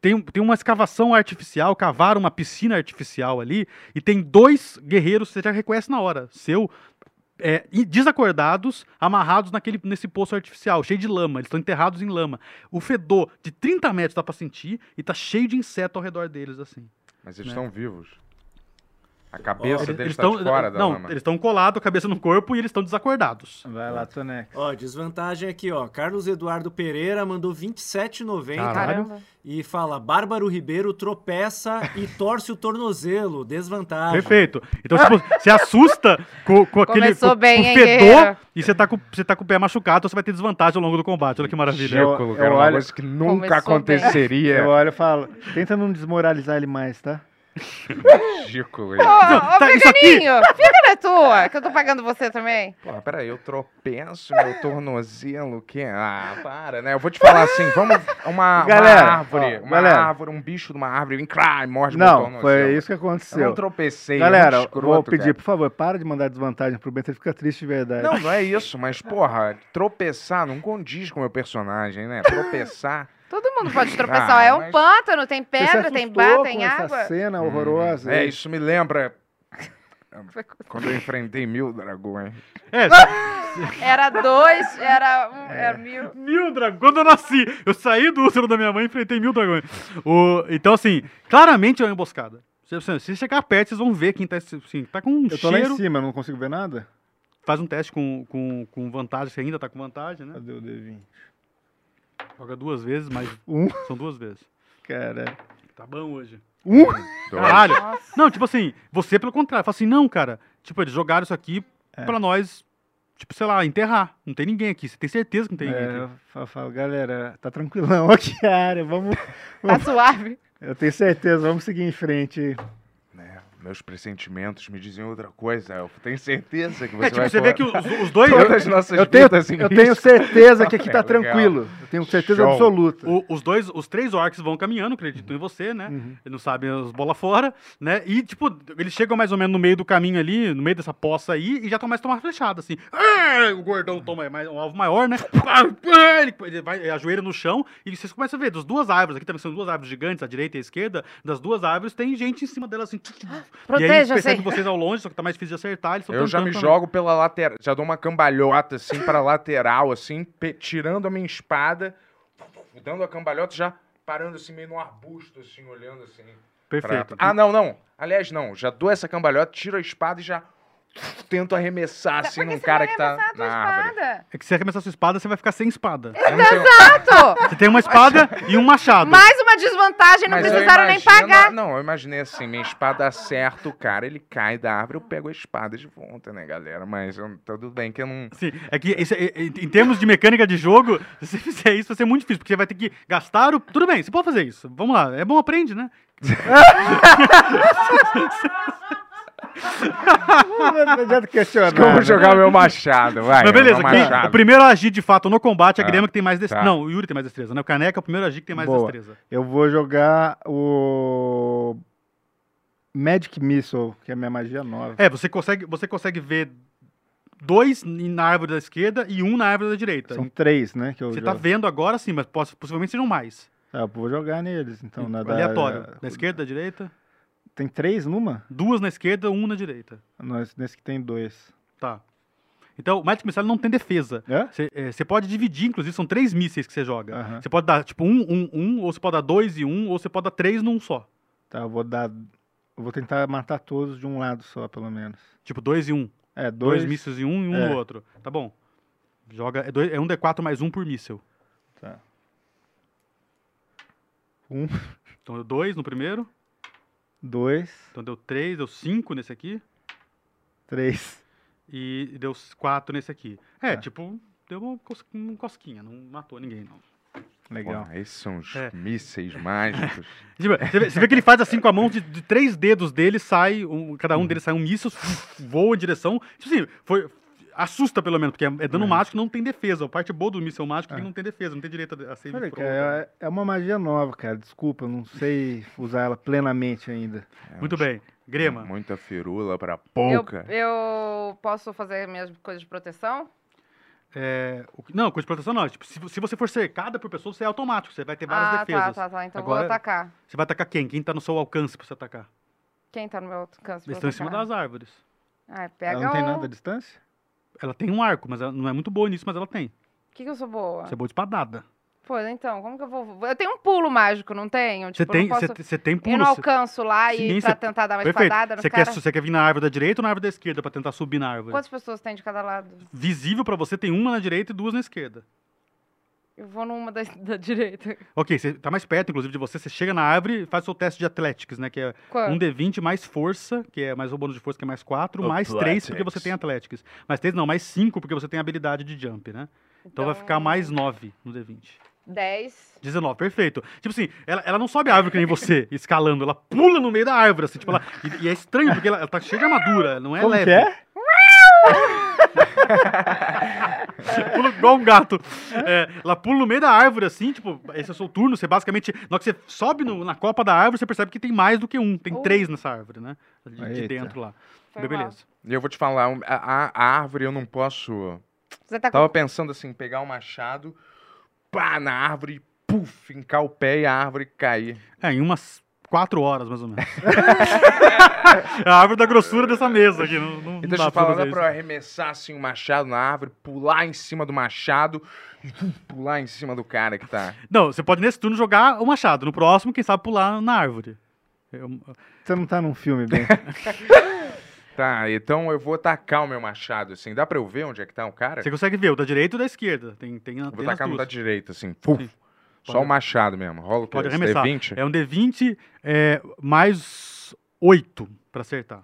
F: tem, um- tem uma escavação artificial, cavaram uma piscina artificial ali, e tem dois guerreiros, você já reconhece na hora, seu, é, e desacordados, amarrados naquele, nesse poço artificial, cheio de lama, eles estão enterrados em lama. O fedor de 30 metros dá pra sentir, e tá cheio de inseto ao redor deles, assim.
D: Mas eles
F: Né?
D: estão vivos. A cabeça
F: Eles-
D: deles
F: eles
D: está
F: tão-
D: de fora da
F: Não,
D: lama.
F: eles estão colados, a cabeça no corpo, e eles estão desacordados.
C: Vai lá, Tonex.
I: Ó, desvantagem aqui, ó. Carlos Eduardo Pereira mandou 27,90
E: Caramba.
I: e fala: Bárbaro Ribeiro tropeça e torce o tornozelo.
D: Ah.
I: Desvantagem.
F: Perfeito. Então, tipo, você assusta com, com aquele
E: Começou
F: com,
E: bem,
F: com
E: hein,
F: fedor
E: guerreiro?
F: e você tá, com, você tá com o pé machucado, então você vai ter desvantagem ao longo do combate. Olha que maravilha.
D: Ridículo,
C: Eu-
D: cara, é
C: eu
D: uma
C: olho-
D: coisa que nunca
E: Começou bem.
D: aconteceria.
C: Eu olho e falo, tenta não desmoralizar ele mais, tá?
D: Ridículo.
E: Ô,
D: hein?
E: ô,
F: tá, isso aqui-
E: Veganinho, fica na tua, que eu tô pagando você também.
D: Porra, peraí, eu tropeço meu tornozelo, o quê? Ah, para, né? Eu vou te falar assim, vamos... Uma,
C: Galera,
D: uma árvore,
C: ó,
D: uma
C: galera.
D: árvore, um bicho de uma árvore, vem cá e morde meu
C: Não,
D: tornozelo.
C: foi isso que
D: Eu não
C: aconteceu.
D: tropecei, é
C: Galera,
D: muito escroto,
C: vou pedir,
D: cara.
C: por favor, para de mandar desvantagem pro Bento, ele fica triste de verdade.
D: Não, não é isso, mas, porra, tropeçar não condiz com o meu personagem, né? Tropeçar...
E: Todo mundo pode tropeçar.
D: Ah,
E: é um
D: mas-
E: pântano, tem
C: Você se
E: pedra, tem
C: assustou
E: bar,
C: com
E: tem
C: essa
E: água.
C: cena
D: Hum,
C: horrorosa.
D: É,
C: aí?
D: isso me lembra quando eu enfrentei mil dragões.
F: É,
E: Era dois, era um,
D: É.
E: era mil.
F: mil dragões. Quando eu nasci, eu saí do útero da minha mãe e enfrentei mil dragões. O, então, assim, claramente é uma emboscada. Se se- se chegar perto, vocês vão ver quem tá, assim, tá com um
C: Eu tô lá em
F: cheiro.
C: cima, eu não consigo ver nada?
F: Faz um teste com, com, com vantagem, você ainda tá com vantagem, né?
C: Cadê o D20?
F: Joga duas vezes, mas
C: Um,
F: são duas vezes.
C: cara.
F: Tá bom hoje.
C: Um?
F: Caralho. Não, tipo assim, você pelo contrário, fala assim, não, cara, tipo, eles jogaram isso aqui
C: É.
F: pra nós, tipo, sei lá, enterrar. Não tem ninguém aqui. Você tem certeza que não tem
C: É,
F: ninguém
C: eu
F: aqui.
C: fa- falo, galera, tá tranquilão aqui a área, vamos...
E: Tá suave.
C: Eu tenho certeza, vamos seguir em frente.
D: né? Meus pressentimentos me dizem outra coisa. Eu tenho certeza que você
F: É, tipo,
D: vai
F: você vê que
D: colocar
F: os, os dois.
D: todas as nossas
C: Eu tenho,
D: vidas em
C: eu tenho
D: risco.
C: certeza que aqui tá
D: assim, É, legal.
C: tranquilo. Eu tenho certeza
D: Show. Uh.
C: absoluta.
F: o- os dois, os três orcs vão caminhando, acreditam em você, né?
D: Uhum.
F: Eles não sabem as bolas fora, né? E, tipo, eles chegam mais ou menos no meio do caminho ali, no meio dessa poça aí, e já começam a tomar flechada, assim. Ah, O gordão toma mais, um alvo maior, né? Pá, pá, Ele, ele vai, ele ajoelha no chão, e vocês começam a ver, das duas árvores, aqui também são duas árvores gigantes, à direita e à esquerda, das duas árvores tem gente em cima delas, assim. tch, tch, tch. e aí eles
E: Proteja-se.
F: percebem vocês ao longe, só que tá mais difícil de acertar, eles estão
D: Eu já me jogo pela lateral, já dou uma cambalhota assim pra lateral, assim, pe- tirando a minha espada, dando a cambalhota, já parando assim meio no arbusto, assim, olhando assim. pra-
F: Perfeito.
D: Ah, não, não. Aliás, não. Já dou essa cambalhota, tiro a espada e já tento arremessar assim
E: Porque
D: num
E: você
D: cara
E: vai
D: que tá
E: arremessar
D: na
E: a tua
D: árvore.
E: espada.
F: É que se arremessar sua espada, você vai ficar sem espada.
D: Eu não tenho-
E: Exato!
D: Tá
F: Você tem uma espada e um machado.
E: Mais uma desvantagem, não
D: Mas eu
E: precisaram nem
D: imagino-
E: pagar.
D: Não, eu imaginei assim, minha espada acerta o cara, ele cai da árvore, eu pego a espada de volta, né, galera? Mas eu- tudo bem que eu não...
F: Sim, é que esse- é- é- em termos de mecânica de jogo, se você fizer isso, vai ser muito difícil, porque você vai ter que gastar o. Tudo bem, você pode fazer isso. Vamos lá, é bom, aprende, né?
C: Não adianta questionar.
D: Como
C: né?
D: jogar meu machado,
C: Ah,
D: vai.
C: é,
F: Mas beleza,
D: meu
F: quem-
D: machado.
F: o primeiro a agir de fato no combate é a
D: Tá,
F: Grêmio que tem mais destreza.
D: tá.
F: Não, o Yuri tem mais destreza, né? O Caneca é o primeiro a agir que tem mais
C: Boa.
F: destreza.
C: Eu vou jogar o. Magic Missile, que é a minha magia nova.
F: É, você consegue, você consegue ver dois n- na árvore da esquerda e um na árvore da
D: É,
F: direita.
D: então.
C: São três, né? Que eu
F: Você tá
C: jogo.
F: vendo agora sim, mas poss- possivelmente sejam mais.
C: Ah, eu vou jogar neles, então. na da-
F: Aleatório.
C: da-
F: Da esquerda, da direita?
C: Tem três numa?
F: Duas na esquerda, um na direita.
C: Nós- Nesse que tem dois.
F: Tá. Então, o Magic Missile não tem defesa.
C: É?
F: Você é, você pode dividir, inclusive, são três mísseis que você joga.
C: Aham.
F: Você pode dar, tipo, um, um, um, ou você pode dar dois e um, ou você pode dar três num só.
C: Tá, eu vou dar. Eu vou tentar matar todos de um lado só, pelo menos.
F: Tipo, dois e um.
C: É, dois.
F: Dois, mísseis e um e um
C: É.
F: no outro. Tá bom. Joga, é, dois- é um D4 mais um por míssel.
C: Tá.
F: Então, deu dois no primeiro.
C: Dois,
F: Então, deu três, deu cinco nesse aqui.
C: três.
F: E deu s- quatro nesse aqui. É,
C: Tá.
F: tipo, deu uma, cos- uma cosquinha. Não matou ninguém, não.
C: Legal.
D: Porra, esses são os
F: É.
D: mísseis mágicos.
F: Tipo, Você vê, você vê que ele faz assim com a mão, de, de três dedos dele sai, um, cada um deles sai um míssil, voa em direção. Tipo assim, foi, assusta pelo menos, porque é, é dano mágico não tem defesa. A parte boa do míssil mágico é que não tem defesa, não tem direito a ser.
C: Olha, cara, é é uma magia nova, cara. Desculpa, eu não sei usar ela plenamente ainda.
D: É,
F: Muito
D: uns-
F: bem. Grema,
D: Muita firula pra
E: Eu,
D: pouca.
E: eu posso fazer minhas coisas de proteção?
F: É, o que- não, coisa de proteção não. Tipo, se, vo- se você for cercada por pessoas, você é automático. Você vai ter várias
E: ah,
F: defesas.
E: tá, tá, tá. Então
F: Agora,
E: vou atacar.
F: Você vai atacar quem? Quem tá no seu alcance pra você atacar?
E: Quem tá no meu alcance?
F: Eles
E: pra
F: estão em cima
E: atacar?
F: das árvores.
E: Ai, pega
F: não tem
E: um.
F: nada
C: a distância?
F: Ela tem um arco, mas ela não é muito boa nisso, mas ela tem.
E: O que, que eu sou boa?
F: Você é boa de espadada.
E: Pô, então, como que eu vou. Eu tenho um pulo mágico, não tenho?
F: Você
E: Tipo, eu
F: tem,
E: não
F: você
E: posso...
F: você tem pulo.
E: Eu não
F: você-
E: alcanço lá
F: Sim,
E: e pra
F: você-
E: tentar dar uma
F: Perfeito.
E: espadada no
F: você,
E: cara.
F: quer, su- você quer vir na árvore da direita ou na árvore da esquerda pra tentar subir na árvore?
E: Quantas pessoas tem de cada lado?
F: Visível pra você tem uma na direita e duas na esquerda.
E: Eu vou numa da, da direita.
F: Ok, você tá mais perto, inclusive, de você. Você chega na árvore e faz seu teste de Athletics, né? Que é
E: Quanto?
F: um D20 mais força, que é mais o bônus de força, que é mais 4, mais
D: Athletics.
F: 3, porque você tem Athletics. Mais 3 não, mais 5, porque você tem habilidade de jump, né? Então, vai
E: Então-
F: ficar mais 9 no D20.
E: 10.
F: 19, perfeito. Tipo assim, ela, ela não sobe a árvore que nem você, escalando, ela pula no meio da árvore, assim, tipo, ela, e, e é estranho, porque ela, ela tá cheia de armadura, não é
C: Como
F: leve.
C: que é?
F: Você pula igual um gato. É, ela pula no meio da árvore, assim, tipo, esse é o seu turno, você basicamente, na hora que você sobe no- na copa da árvore, você percebe que tem mais do que um, tem
E: Uh.
F: três nessa árvore, né? De, de
D: Eita.
F: dentro lá.
E: Foi
F: Be-
E: mal.
F: Beleza.
D: E eu vou te falar, um- a, a- a árvore eu não posso.
E: Você tá
D: Tava
E: com.
D: pensando assim, pegar o machado, pá, na árvore, e puf, fincar o pé e a árvore cair.
F: É, em umas quatro horas, mais ou menos. É a árvore da grossura dessa mesa aqui, não, não, não
D: Então
F: dá
D: eu
F: pra
D: falar,
F: fazer
D: dá
F: isso.
D: pra eu arremessar assim o machado na árvore, pular em cima do machado e pum, pular em cima do cara que tá.
F: Não, você pode nesse turno jogar o machado. No próximo, quem sabe pular na árvore. É um, Eu-
C: Você não tá num filme bem.
D: Tá, então eu vou tacar o meu machado, assim. Dá pra eu ver onde é que tá o cara?
F: Você consegue ver o da direita e o da esquerda. Tem, tem,
D: Eu vou
F: tem as
D: tacar no da
F: duas.
D: direita, assim. puf.
F: Sim.
D: Só
F: Pode-
D: o machado mesmo. Rola o que?
F: Pode arremessar.
D: D20?
F: É um D20 é, mais 8 pra acertar.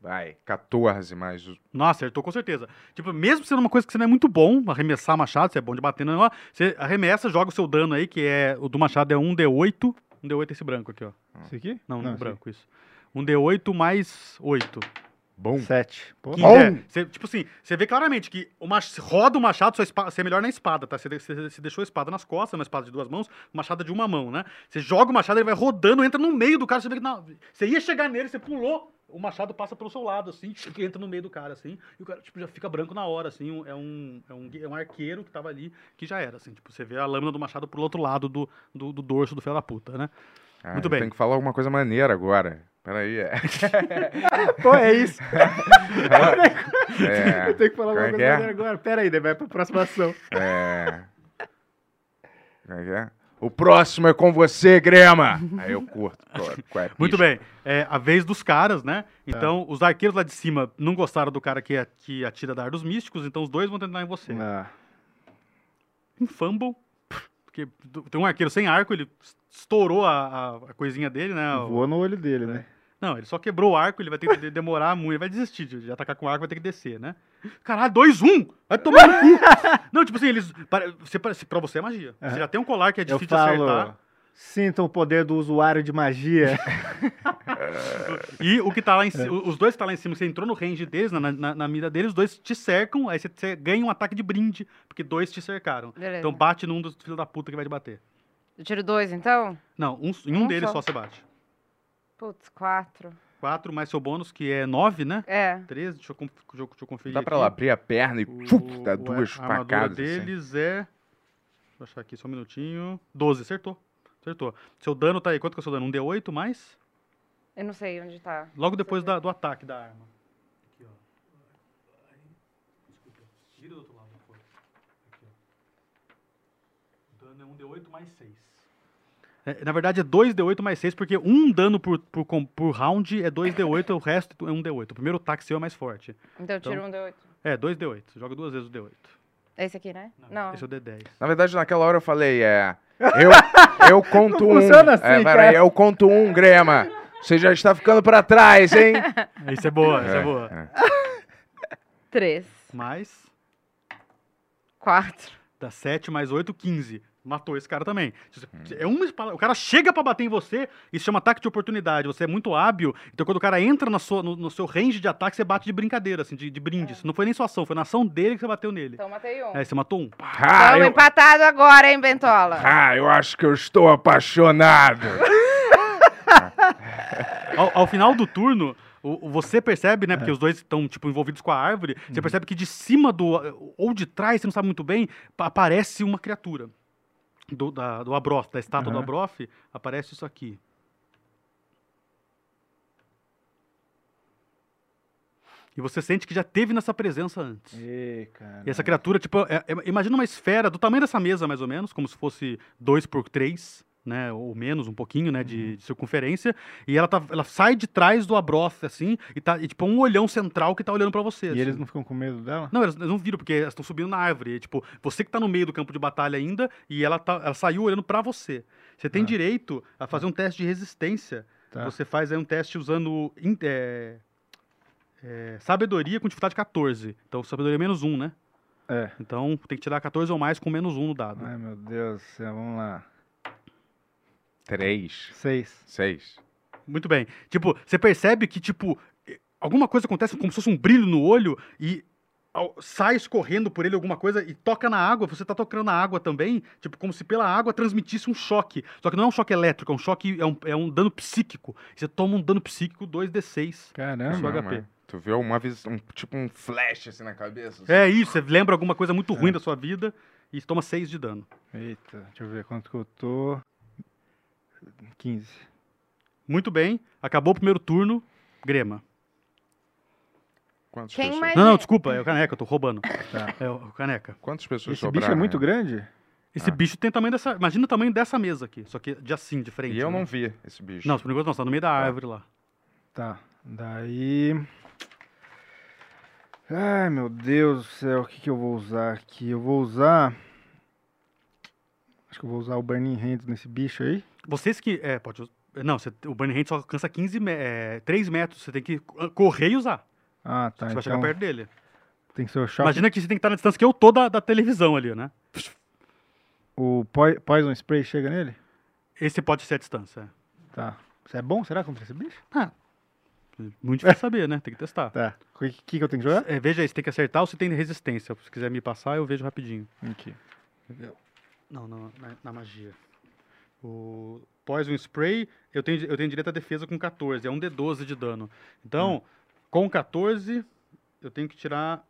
D: Vai, 14 mais o...
F: Nossa, acertou com certeza. Tipo, mesmo sendo uma coisa que você não é muito bom, arremessar machado, você é bom de bater, não, você arremessa, joga o seu dano aí, que é o do machado é 1D8. 1D8 é esse branco aqui, ó.
C: Isso aqui?
F: Não,
C: Não,
F: não
C: esse
F: branco, isso. 1D8 mais 8.
D: Bom.
C: Sete. Pô.
F: Que, é, cê- tipo assim, você vê claramente que o mach- roda o machado, sua espada, você é melhor na espada, tá? Você deixou a espada nas costas, uma espada de duas mãos, um machado de uma mão, né? Você joga o machado, ele vai rodando, entra no meio do cara, você vê que você ia chegar nele, você pulou, o machado passa pelo seu lado, assim, tchic, entra no meio do cara, assim, e o cara, tipo, já fica branco na hora, assim, um- é um, é um, gue- é um arqueiro que tava ali, que já era, assim, tipo, você vê a lâmina do machado pro outro lado do, do, do dorso do fé da puta, né?
D: Ah,
F: Muito
D: eu
F: bem.
D: Tenho que falar alguma coisa maneira agora. Peraí. é.
C: Pô, é isso.
D: É.
C: Eu tenho que falar
D: Como
C: alguma
D: é
C: coisa
D: que é?
C: maneira agora. Pera aí, daí vai pra próxima ação.
D: É. Como é que é? O próximo é com você, Grema! Aí eu curto. co- co- é
F: Muito
D: bicho.
F: bem. É a vez dos caras, né?
C: É.
F: Então, os arqueiros lá de cima não gostaram do cara que, a- que atira dardos místicos, então os dois vão tentar em você.
C: Ah,
F: Um fumble, porque do- tem um arqueiro sem arco, ele estourou a, a- a coisinha dele, né? O-
C: voou no olho dele, né?
F: Não, ele só quebrou o arco, ele vai ter que de- demorar muito, ele vai desistir de de atacar com o arco, vai ter que descer, né? Caralho, 2-1! Um, vai tomar no cu! Não, tipo assim, eles. Para, você, para- pra você é magia.
C: Aham.
F: Você já tem um colar que é
C: Eu
F: difícil de acertar.
C: falo, sintam o poder do usuário de magia.
F: E o que tá
D: É.
F: lá em cima, os dois que tá lá em cima, você entrou no range deles, na, na, na mira deles, os dois te cercam, aí você, você ganha um ataque de brinde, porque dois te cercaram.
E: Beleza.
F: Então bate num dos filhos da puta que vai te bater.
E: Eu tiro dois, então?
F: Não, um, em um
E: Um
F: deles
E: só.
F: só você bate.
E: Putz, quatro.
F: Quatro mais seu bônus, que é nove, né?
E: É.
F: 13, deixa eu, conf- deixa eu- deixa eu conferir.
D: Dá pra
F: aqui.
D: ela abrir a perna e
F: O-
D: puf, dá
F: o-
D: duas
F: a armadura
D: facadas. assim.
F: deles é. Vou achar aqui só um minutinho. 12, acertou. Acertou. Seu dano tá aí. Quanto que é o seu dano? Um D8 mais?
E: Eu não sei onde tá.
F: Logo depois da- do ataque da arma. Aqui, ó. Desculpa. Gira do outro lado. por favor. Aqui, ó. O dano é 1d8 mais 6. na verdade é 2d8 mais 6, porque um dano por, por, com- por round é 2d8, o resto é 1d8. O primeiro ataque seu é mais forte.
E: Então eu tiro
F: Então-
E: um de oito.
F: É, 2d8. Joga duas vezes o d8.
E: É esse aqui, né? Não.
F: Esse é o d10.
D: Na verdade, naquela hora eu falei, é. Eu, eu conto um.
C: funciona assim,
D: é,
C: cara.
D: peraí, eu conto um, Grema. Você já está ficando pra trás, hein?
F: Isso é boa, isso é boa.
D: é.
E: Três.
F: Mais.
E: Quatro.
F: Dá 7 mais 8, 15. Matou esse cara também. Se você- É uma espada- O cara chega pra bater em você, isso chama ataque de oportunidade. Você é muito hábil. Então, quando o cara entra na sua- no, no seu range de ataque, você bate de brincadeira, assim, de, de brinde. Isso não foi nem sua ação, foi na ação dele que você bateu nele.
E: Então matei um.
F: Aí você matou um. Pá.
D: Ah,
E: Estamos
D: eu,
E: empatados agora, hein, Bentola?
D: ah, eu acho que eu estou apaixonado.
F: Ao, ao final do turno, O- o- você percebe, né? Porque os dois estão, tipo, envolvidos com a árvore. Você percebe que de cima do. ou de trás, você não sabe muito bem, pa- aparece uma criatura. Do, da, do Abroth, da estátua do
C: Aham.
F: Abroth, aparece isso aqui. E você sente que já teve nessa presença antes.
C: Ih, cara.
F: E essa criatura, tipo, é- é- imagina uma esfera do tamanho dessa mesa, mais ou menos, como se fosse 2 por 3 né, ou menos um pouquinho, né,
C: Uhum.
F: de, de circunferência, e ela, tá, ela sai de trás do Abroth, assim, e tá, e, tipo, um olhão central que tá olhando pra você.
C: E
F: assim.
C: eles não ficam com medo dela?
F: Não, elas elas não viram, porque elas estão subindo na árvore. E, tipo, você que tá no meio do campo de batalha ainda, e ela, tá, ela saiu olhando pra você. Você tem direito a fazer um teste de resistência.
C: Ah. Tá.
F: Você faz aí um teste usando in- é, é, sabedoria com dificuldade 14. Então, sabedoria é menos um, né?
C: É.
F: Então, tem que tirar 14 ou mais com menos um no dado.
C: Ai, meu Deus do céu, vamos lá.
D: Três.
C: Seis.
D: Seis.
F: Muito bem. Tipo, você percebe que, tipo, eh, alguma coisa acontece como se fosse um brilho no olho e ao- sai escorrendo por ele alguma coisa e toca na água. Você tá tocando na água também, tipo, como se pela água transmitisse um choque. Só que não é um choque elétrico, é um choque, é um, é um dano psíquico. Você toma um dano psíquico 2d6.
C: Caramba.
F: Só-
D: Não,
F: HP.
D: mas Tu vê é uma vis... um, tipo um flash assim na cabeça. assim.
F: É isso, você lembra alguma coisa muito ruim da sua vida e toma 6 de dano.
C: Eita, deixa eu ver quanto que eu tô. 15.
F: Muito bem, acabou o primeiro turno, Grema.
D: Quantas
E: Quem
D: pessoas,
E: mais
F: Não, não,
E: é?
F: desculpa, é o Caneca, eu tô roubando.
C: Tá.
F: É o Caneca.
D: Quantas pessoas né?
C: Esse bicho é muito
F: né?
C: grande?
F: Esse bicho tem o tamanho dessa. Imagina o tamanho dessa mesa aqui, só que de assim, de frente.
D: E eu
F: né?
D: não vi esse bicho.
F: Não, por enquanto não, você tá no meio da árvore lá.
C: Tá. Daí. Ai, meu Deus do céu, o que, que eu vou usar aqui? Eu vou usar. Acho que eu vou usar o Burning Hands nesse bicho aí.
F: Vocês que. É, pode. us- Não, você- o Burning Hand só alcança 15 me- é, 3 metros, você tem que co- correr e usar.
C: Ah, tá.
F: você vai chegar
C: então
F: perto dele.
C: tem que ser o choque.
F: Imagina que você tem que estar na distância que eu tô da, da televisão ali, né?
C: O poi- Poison Spray chega nele?
F: Esse pode ser a distância. é.
C: Tá. Isso é bom? Será contra esse bicho?
F: Muito difícil saber, né? Tem que testar.
C: Tá. O que, que, que eu tenho que jogar?
F: É, veja aí, você tem que acertar ou você tem resistência. Se quiser me passar, eu vejo rapidinho.
C: Aqui.
F: Não, não, na, na magia. O Poison Spray, eu tenho, eu tenho direito à defesa com 14, é um D12 de dano. Então, com 14, eu tenho que tirar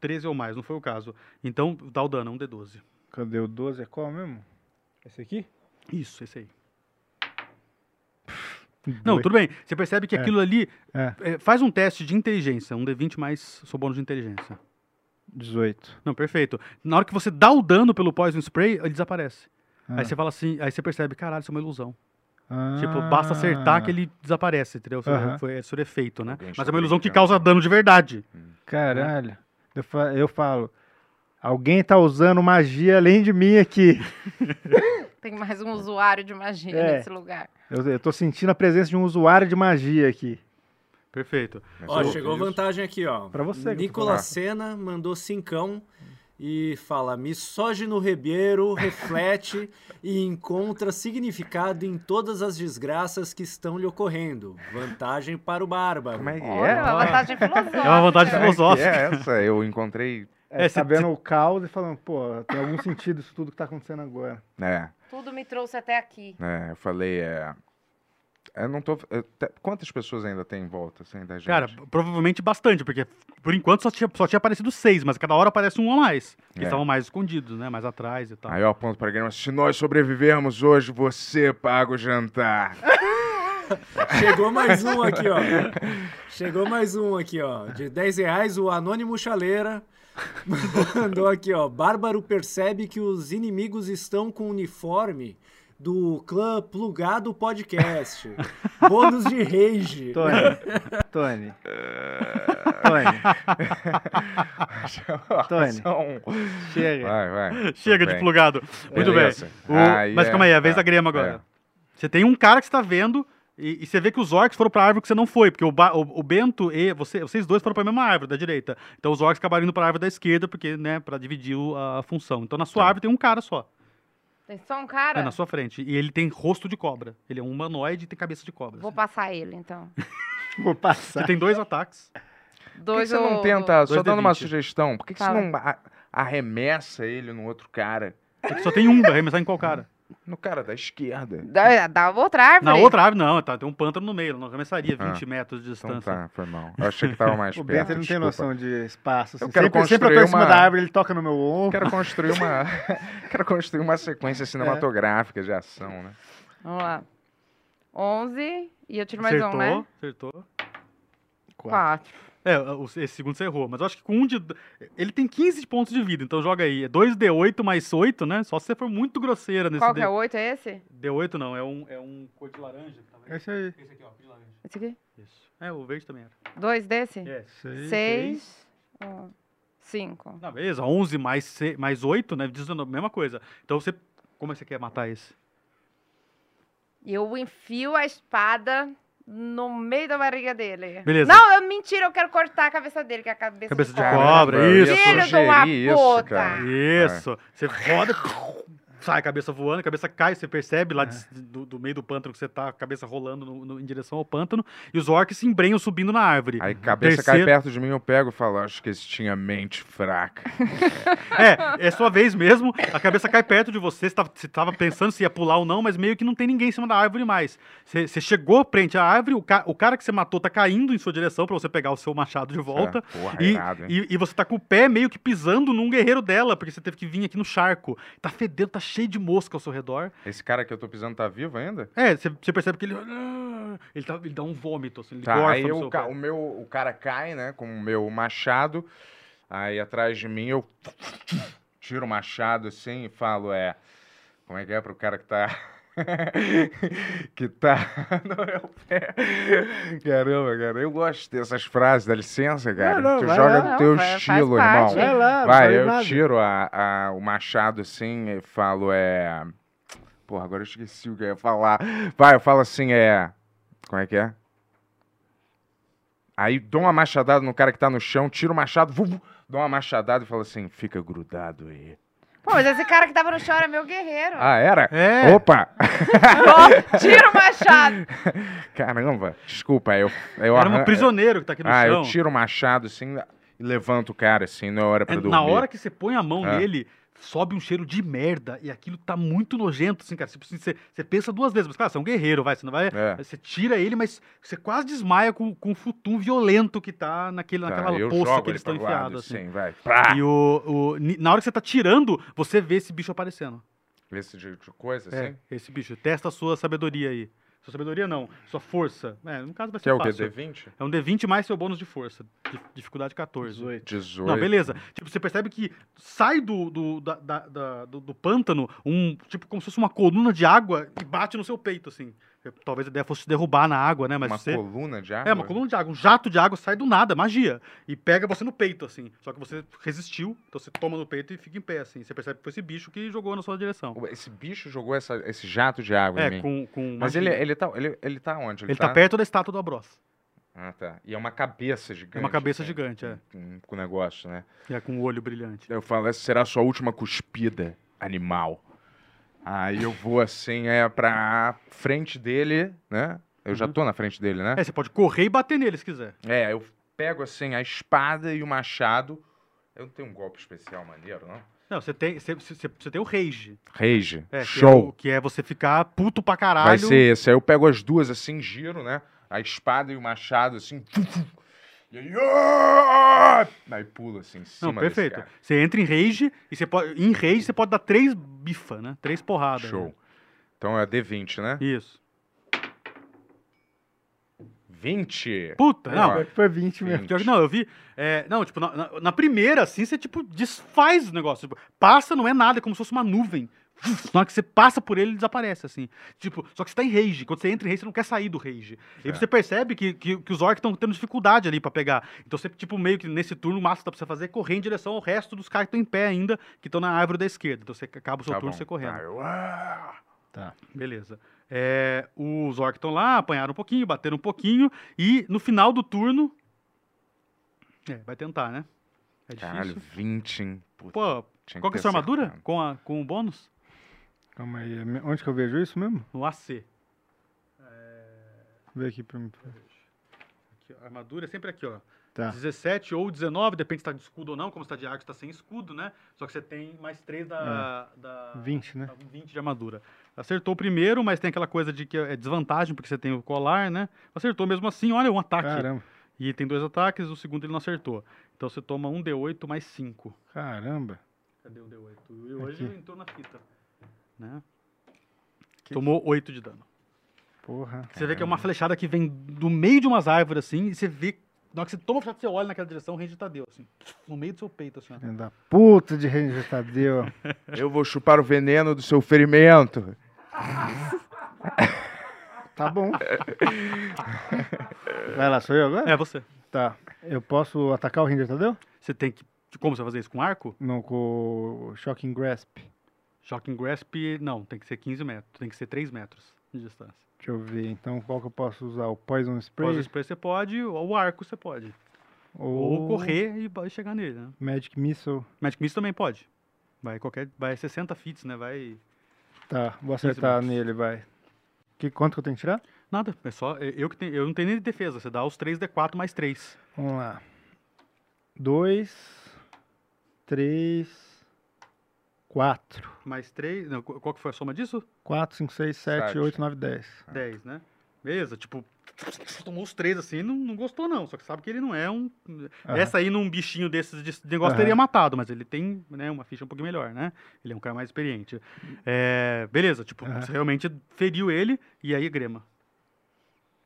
F: 13 ou mais, não foi o caso. Então, dá o dano, é um D12.
C: Cadê o 12? É qual mesmo? Esse aqui?
F: Isso, esse aí. Não,
C: Dois.
F: tudo bem. Você percebe que aquilo ali.
C: É.
F: é, faz um teste de inteligência, um D20 mais seu bônus de inteligência.
C: 18.
F: Não, perfeito. Na hora que você dá o dano pelo Poison Spray, ele desaparece.
C: Ah.
F: Aí você fala assim, aí você percebe, caralho, isso é uma ilusão.
C: Ah.
F: Tipo, basta acertar que ele desaparece, entendeu?
C: Aham.
F: Foi é sobre efeito, né?
D: Alguém
F: Mas é
D: chegou
F: uma ilusão que
D: brincando.
F: causa dano de verdade.
C: Caralho. Eu fa- eu falo. Alguém tá usando magia além de mim aqui.
E: Tem mais um usuário de magia
C: É.
E: nesse lugar.
C: Eu, eu tô sentindo a presença de um usuário de magia aqui.
F: Perfeito.
D: Mas
I: Ó,
D: eu-
I: chegou
D: isso.
I: vantagem aqui, ó.
C: Pra você que eu tô
I: Nicolas
D: falando.
I: Senna mandou cincão e fala: misógino Ribeiro reflete e encontra significado em todas as desgraças que estão lhe ocorrendo. Vantagem para o Bárbaro.
D: Como é que
E: Olha, é
D: é?
E: uma vantagem filosófica. né?
F: É uma vantagem
D: Como é que
F: filosófica.
D: é essa? Eu encontrei.
C: É, tá
F: É, cê-
C: vendo o caos e falando, pô, tem algum sentido isso tudo que tá acontecendo agora.
D: É,
E: Tudo me trouxe até aqui.
D: é, eu falei, é. Eu não tô. eu te- Quantas pessoas ainda tem em volta, assim, da gente?
F: Cara, provavelmente bastante, porque por enquanto só tinha, só tinha aparecido seis, mas cada hora aparece um a mais. Que
D: É.
F: estavam mais escondidos, né? Mais atrás e tal.
D: Aí eu aponto pra Guilherme, se nós sobrevivermos hoje, você paga o jantar.
I: Chegou mais um aqui, ó. Chegou mais um aqui, ó. De 10 reais, o Anônimo Chaleira mandou aqui, ó. Bárbaro percebe que os inimigos estão com o uniforme do clã Plugado Podcast. Bônus de rage.
C: Tony, Tony, Tony, Tony.
D: São-
C: chega.
D: Vai, vai.
F: Chega
D: Tudo
F: de
D: bem.
F: plugado. Muito bem.
D: Beleza.
F: O-
D: Aí
F: mas
D: é,
F: calma aí, é a vez
D: tá.
F: da grema agora. Você tem um cara que você tá vendo e, e você vê que os orcs foram pra árvore que você não foi, porque o, Ba- o- o Bento e você, vocês dois foram pra mesma árvore da direita. Então os orcs acabaram indo pra árvore da esquerda, porque, né, pra dividir o- a função. Então na sua
D: Tá.
F: árvore tem um cara só,
E: Tem só um
F: é,
E: cara?
F: na sua frente. E ele tem rosto de cobra. Ele é um humanoide e tem cabeça de cobra.
E: Vou
F: assim.
E: passar ele, então.
C: Vou
F: Você
C: passar.
F: tem dois ataques.
D: Por que
E: Dois
D: você não
E: o-
D: tenta, só
F: dois
D: dando uma
F: D20.
D: sugestão, por que, que você
E: Fala.
D: não a- arremessa ele no outro cara?
F: É Só que Só tem um, vai arremessar em qual cara?
E: o-
D: No cara da esquerda.
E: Dá, É, dá outra árvore.
F: Na outra árvore, não. Tá, tem um pântano no meio. Não começaria 20
D: Ah,
F: metros de
D: Então
F: distância.
D: tá, foi mal. Eu achei que tava mais
C: O
D: perto.
C: Bento ele não tem
D: desculpa.
C: noção de espaço. assim.
D: Eu quero
C: sempre, sempre eu tô
D: construir
C: em cima
D: uma-
C: da árvore, ele toca no meu ombro.
D: Quero construir uma, quero construir uma sequência cinematográfica de ação, né?
E: Vamos lá. 11 e eu tiro mais
F: acertou,
E: um, né?
F: acertou.
E: 4.
F: É, o- esse segundo você errou, mas eu acho que com um de. Ele tem 15 pontos de vida, então joga aí. É 2D8 mais 8, né? Só se você for muito grosseira nesse
E: Qual
F: D...
E: que é o 8? É esse?
F: D8 não, é um, é um cor de laranja. Tá vendo?
C: É isso aí.
F: Esse aqui, ó, cor de laranja.
E: Esse aqui?
F: Isso. É, o verde também era.
E: 2 desse? um,
F: É.
E: 6. 5.
F: Na beleza, 11 mais, se- mais 8, né? 19, mesma coisa. Então você. Como é que você quer matar esse?
E: E eu enfio a espada no meio da barriga dele.
F: Beleza.
E: Não, eu, mentira, eu quero cortar a cabeça dele, que é a cabeça,
F: Cabeça de
E: cobra.
F: cobra,
D: eu ia
F: isso.
E: Filho de
D: sugerir
E: uma
D: isso,
E: puta.
D: cara. É.
F: Isso. Você roda, sai a cabeça voando, a cabeça cai, você percebe
D: É.
F: lá de- do, do meio do pântano que você tá, a cabeça rolando no- no- em direção ao pântano, e os orcs se embrenham subindo na árvore.
D: Aí cabeça cai
F: Terceiro-
D: perto de mim, eu pego e falo, acho que esse tinha mente fraca.
F: É, é sua vez mesmo, a cabeça cai perto de você, você tava, você tava pensando se ia pular ou não, mas meio que não tem ninguém em cima da árvore mais. Você, você chegou frente à árvore, o, ca- o cara que você matou tá caindo em sua direção pra você pegar o seu machado de volta.
D: Será? Porra,
F: E,
D: irado, hein?
F: e- e você tá com o pé meio que pisando num guerreiro dela, porque você teve que vir aqui no charco. Tá fedendo, tá cheio de mosca ao seu redor.
D: Esse cara que eu tô pisando tá vivo ainda?
F: É, você você percebe que ele. ah, Ele, tá- ele dá um vômito, assim, ele
D: Tá,
F: gorfa
D: aí
F: no
D: o,
F: seu
D: ca-
F: pé.
D: o meu, o cara cai, né, com o meu machado. Aí atrás de mim eu tiro o machado assim e falo, é, como é que é pro cara que tá que tá no meu pé. Caramba, cara, eu gosto dessas frases, dá licença, cara.
C: não,
D: tu
C: vai
D: joga
C: lá.
D: no teu
E: Não, faz- faz
D: estilo,
E: parte.
D: irmão.
C: Vai lá, Ah, não
D: Vai,
C: faz
D: eu
C: nada.
D: tiro a- a- o machado assim e falo, é. Porra, agora eu esqueci o que eu ia falar. Vai, eu falo assim, é. Como é que é? Aí dou uma machadada no cara que tá no chão, tiro o machado, vu, vu, dou uma machadada e falo assim, fica grudado aí.
E: Pô, mas esse cara que tava no chão era meu guerreiro.
D: Ah, era?
F: É.
D: Opa!
E: Ó, tira o machado.
D: Caramba, desculpa, eu. eu
F: Era um
D: arran-
F: prisioneiro que tá aqui no
D: Ah,
F: chão.
D: eu tiro o machado assim e levanto o cara assim na hora pra
F: É,
D: dormir.
F: na hora que você põe a mão
D: Ah.
F: nele, sobe um cheiro de merda. E aquilo tá muito nojento, assim, cara. Tipo assim, Você, você pensa duas vezes, mas, cara, você é um guerreiro, vai. Você não vai.
D: É.
F: Você tira ele, mas você quase desmaia com, com o futum violento que tá naquele,
D: Tá,
F: naquela
D: eu
F: poça
D: jogo ele
F: que eles estão
D: pro lado,
F: enfiados, assim.
D: Sim, vai. Pá!
F: E o, o- ni- na hora que você tá tirando, você vê esse bicho aparecendo.
D: Vê se de de coisa assim.
F: É, esse bicho. Testa a sua sabedoria aí. Sua sabedoria não, sua força. É, no caso vai ser
D: Que é o quê?
F: fácil.
D: D20?
F: É um D20 mais seu bônus de força. Di- Dificuldade 14.
D: 18.
F: Não, beleza. Tipo, você percebe que sai do, do, da- da- da- do, do pântano um. Tipo, como se fosse uma coluna de água que bate no seu peito, assim. Eu- Talvez a ideia fosse te derrubar na água, né? Mas
D: uma
F: você.
D: coluna de água?
F: É, uma coluna de água, um jato de água sai do nada, magia. E pega você no peito, assim. Só que você resistiu, então você toma no peito e fica em pé, assim. Você percebe que foi esse bicho que jogou na sua direção.
D: Esse bicho jogou essa- esse jato de água em
F: É,
D: mim.
F: com. com
D: Mas
F: magia.
D: ele, ele, tá, ele, ele tá onde?
F: Ele tá perto da estátua do Abross.
D: Ah, tá. E é uma cabeça gigante.
F: É uma cabeça
D: assim,
F: gigante, é.
D: com- Com o negócio, né?
F: E é com o olho brilhante.
D: Eu falo, essa será a sua última cuspida, animal. Aí eu vou assim, é pra frente dele, né? Eu já tô na frente dele, né?
F: É, você pode correr e bater nele se quiser.
D: É, eu pego assim a espada e o machado. Eu não tenho um golpe especial maneiro, não?
F: Não, você tem, você, você- você tem o rage.
D: Rage.
F: É, que é o-
D: Show.
F: Que é, você ficar puto pra caralho.
D: Vai ser esse. Aí eu pego as duas assim, giro, né? A espada e o machado assim. tum, tum. E aí. "Ah!" Aí pula assim em cima
F: Não, perfeito.
D: desse
F: Você entra em rage e você pode. Em rage você pode dar três bifa, né? Três
D: cara.
F: porradas.
D: Show. Então é D20, né?
F: Isso.
D: 20.
F: Puta, não.
D: Ó,
C: Foi 20 mesmo.
F: Pior que não, eu vi. é, não, tipo, na, na- na primeira, assim, você, tipo, desfaz o negócio. Tipo, passa, não é nada, é como se fosse uma nuvem. Uf, Na hora que você passa por ele, ele desaparece, assim. Tipo, só que você tá em rage. Quando você entra em rage, você não quer sair do rage. E
D: Certo.
F: você percebe que, que, que os orcs estão tendo dificuldade ali pra pegar. Então você, tipo, meio que nesse turno, o máximo que dá pra você fazer é correr em direção ao resto dos caras que estão em pé ainda, que estão na árvore da esquerda. Então você acaba o seu
D: Tá
F: turno
D: bom.
F: você correndo.
D: Tá, eu, "Ah!"
F: Beleza. É, os orcs estão lá, apanharam um pouquinho, bateram um pouquinho, e no final do turno. É, vai tentar, né? É difícil.
D: Caralho, 20, hein? Puta,
F: Pô,
D: tinha
F: qual que é
D: ter
F: a sua armadura?
D: acertado.
F: Com, a, com o bônus?
C: Calma aí, é me- onde que eu vejo isso mesmo?
F: No AC.
C: Vê aqui pra mim.
F: Aqui, ó, a armadura é sempre aqui, ó.
C: Tá.
F: 17 ou 19, depende se tá de escudo ou não, como está de arco, está sem escudo, né? Só que você tem mais 3 da, da
C: 20, né?
F: tá com 20 de armadura. Acertou o primeiro, mas tem aquela coisa de que é desvantagem porque você tem o colar, né? Acertou mesmo assim, olha um ataque.
C: Caramba.
F: E tem dois ataques, o segundo ele não acertou. Então você toma um D8 mais 5.
C: Caramba.
F: Cadê o D8? E hoje entrou na fita. Né? Tomou 8 de dano.
C: Porra.
F: Você vê que é uma flechada que vem do meio de umas árvores, assim, e você vê. Na hora que você toma a flechada, você olha naquela direção, o rei de Tadeu, assim, no meio do seu peito, assim. ó.
C: Filho da puta de Ranger Tadeu.
D: Eu vou chupar o veneno do seu ferimento.
C: Tá bom. Vai lá, sou eu agora?
F: É você.
C: Tá. Eu posso atacar o Ranger Tadeu?
F: Você tem que. Como você vai fazer isso? Com arco?
C: Não, com o Shocking Grasp.
F: Shocking Grasp, não, tem que ser 15 metros, tem que ser 3 metros de distância.
C: Deixa eu ver, então, qual que eu posso usar? O Poison Spray?
F: Pós spray você pode, ou o arco você pode. Ou correr e ba- chegar nele, né?
C: Magic Missile.
F: Magic Missile também pode. Vai qualquer. Vai 60 fits, né? Vai.
C: Tá, vou acertar nele, vai. Que, quanto que eu tenho que tirar?
F: Nada. É só. é- Eu, que tenho, eu não tenho nem defesa. Você dá os 3D4 mais 3.
C: Vamos lá. Dois, três, quatro.
F: Mais 3. Não, qu- qual que foi a soma disso?
C: Quatro, cinco, seis, sete,
D: Sete.
C: oito, nove, dez.
F: 10, né? Beleza, tipo, tomou os três assim, não, não gostou não, só que sabe que ele não é um... Essa aí num bichinho desses de negócio
C: Aham.
F: teria matado, mas ele tem né, uma ficha um pouquinho melhor, né? Ele é um cara mais experiente. É, beleza, tipo,
C: Aham.
F: você realmente feriu ele e aí grema.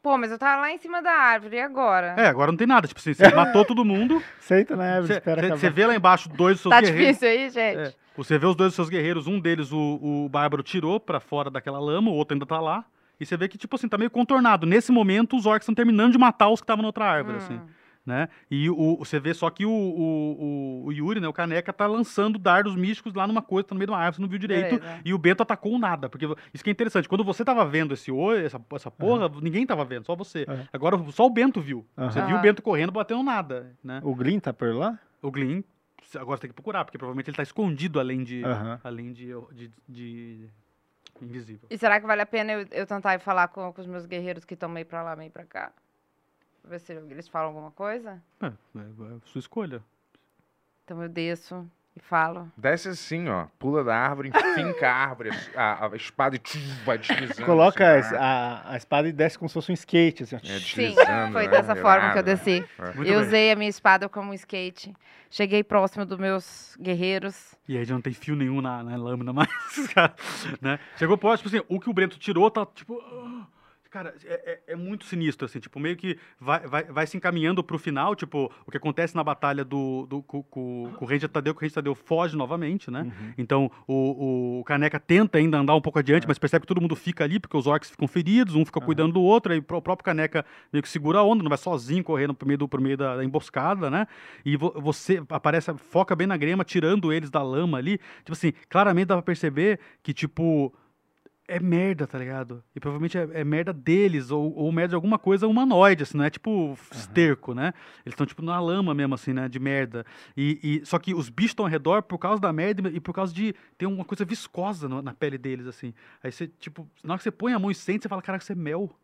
E: Pô, mas eu tava lá em cima da árvore, e agora?
F: É, agora não tem nada, tipo assim, você matou todo mundo,
C: Senta na árvore,
F: você,
C: espera
F: você-
C: acabar.
F: você vê lá embaixo dois dos seus
E: Tá
F: guerreiros...
E: difícil aí, gente?
F: Você vê os dois dos seus guerreiros, um deles o, o Bárbaro tirou pra fora daquela lama, o outro ainda tá lá. E você vê que, tipo assim, tá meio contornado. Nesse momento, os orcs estão terminando de matar os que estavam na outra árvore,
E: Hum.
F: assim. Né? E o, você vê só que o, o, o- o Yuri, né, o Caneca, tá lançando dardos místicos lá numa coisa, tá no meio de uma árvore, você não viu direito.
E: Beleza.
F: E o Bento atacou nada, porque isso que é interessante. Quando você tava vendo esse olho, essa, essa porra, ninguém tava vendo, só você.
C: Aham.
F: Agora só o Bento viu. Você viu o
E: Aham.
F: Bento correndo, batendo nada, né?
C: O Glyn tá por lá?
F: O Glyn, agora você tem que procurar, porque provavelmente ele tá escondido além de
C: Aham.
F: além de, de, de- invisível.
E: E será que vale a pena eu, eu tentar ir falar com, com os meus guerreiros que estão meio pra lá, meio pra cá? Pra ver se eles falam alguma coisa?
F: É, é- é sua escolha.
E: Então eu desço e falo.
D: Desce assim, ó. Pula da árvore, finca a árvore, assim, a, a espada e tchum, vai deslizando.
C: Coloca
D: assim,
C: as- a, a espada e desce como se fosse um skate, assim. ó.
D: É,
E: Sim,
D: deslizando,
E: foi
D: né,
E: dessa forma que eu
D: virada.
E: desci.
F: Muito
E: eu
F: bem.
E: usei a minha espada como um skate. Cheguei próximo dos meus guerreiros.
F: E aí já não tem fio nenhum na, na lâmina mais, cara. Né? Chegou próximo, tipo assim, o que o Brento tirou tá tipo. ah, Cara, é, é- é muito sinistro, assim, tipo, meio que vai, vai, vai se encaminhando pro final, tipo, o que acontece na batalha do, do, com, com, com o Ranger Tadeu, que o Ranger Tadeu foge novamente, né? Então o, o Caneca tenta ainda andar um pouco adiante, mas percebe que todo mundo fica ali, porque os orcs ficam feridos, um fica cuidando do outro, aí o pró- próprio Caneca meio que segura a onda, não vai sozinho correndo pro meio, do, pro meio da, da emboscada, né? E vo- você aparece, foca bem na grema, tirando eles da lama ali. Tipo assim, claramente dá pra perceber que, tipo, é merda, tá ligado? E provavelmente é, é merda deles, ou, ou merda de alguma coisa humanoide, assim, não é tipo esterco, né? Eles estão, tipo, na lama mesmo, assim, né? De merda. E, e- só que os bichos estão ao redor por causa da merda e por causa de ter uma coisa viscosa no- na pele deles, assim. Aí você, tipo, na hora que você põe a mão e sente, você fala, caraca, isso é mel.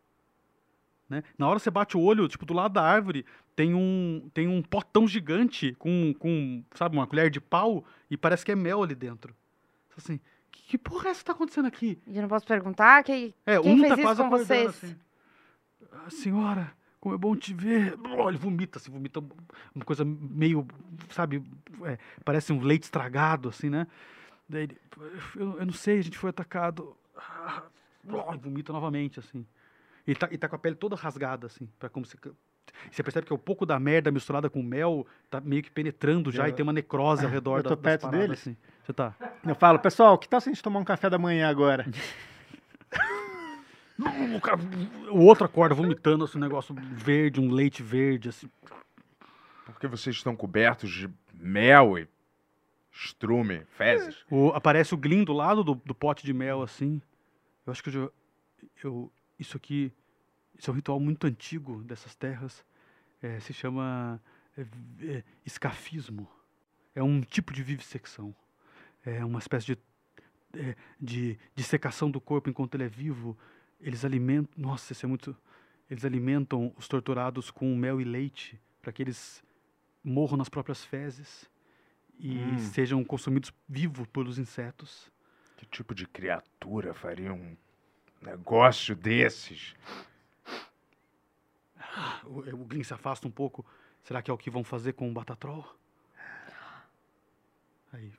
F: Né? Na hora que você bate o olho, tipo, do lado da árvore, tem um, tem um potão gigante com, com, sabe, uma colher de pau e parece que é mel ali dentro. Assim, que, que porra é essa que tá acontecendo aqui?
E: E eu não posso perguntar? Que,
F: É,
E: Quem
F: um
E: fez
F: tá
E: isso
F: quase
E: com
F: acordando,
E: vocês?
F: assim. Ah, senhora, como é bom te ver. Ó, Ele vomita, assim, vomita uma coisa meio, sabe, é, parece um leite estragado, assim, né? Daí ele, eu, eu não sei, a gente foi atacado. Ah, ó, e vomita novamente, assim. E tá, e tá com a pele toda rasgada, assim, para como se... Você percebe que é um pouco da merda misturada com mel, tá meio que penetrando já
C: Eu-
F: e tem uma necrose ao redor
C: eu tô
F: da, das
C: perto
F: paradas,
C: deles?
F: assim. Você tá...
C: Eu falo, pessoal, que tal se a gente tomar um café da manhã agora?
F: O, cara- o outro acorda vomitando assim, um negócio verde, um leite verde, assim.
D: Porque vocês estão cobertos de mel e estrume, fezes.
F: O- aparece o Glyn do lado do, do pote de mel, assim. Eu acho que eu, já- eu- Isso aqui. Isso é um ritual muito antigo dessas terras. É, se chama. é, vi- é, escafismo. É um tipo de vivissecção. É uma espécie de. é, de dissecação do corpo enquanto ele é vivo. Eles alimentam. Nossa, isso é muito. Eles alimentam os torturados com mel e leite para que eles morram nas próprias fezes e sejam consumidos vivos pelos insetos.
D: Que tipo de criatura faria um negócio desses?
F: O, o Glyn se afasta um pouco. Será que é o que vão fazer com o Batatrol? Aí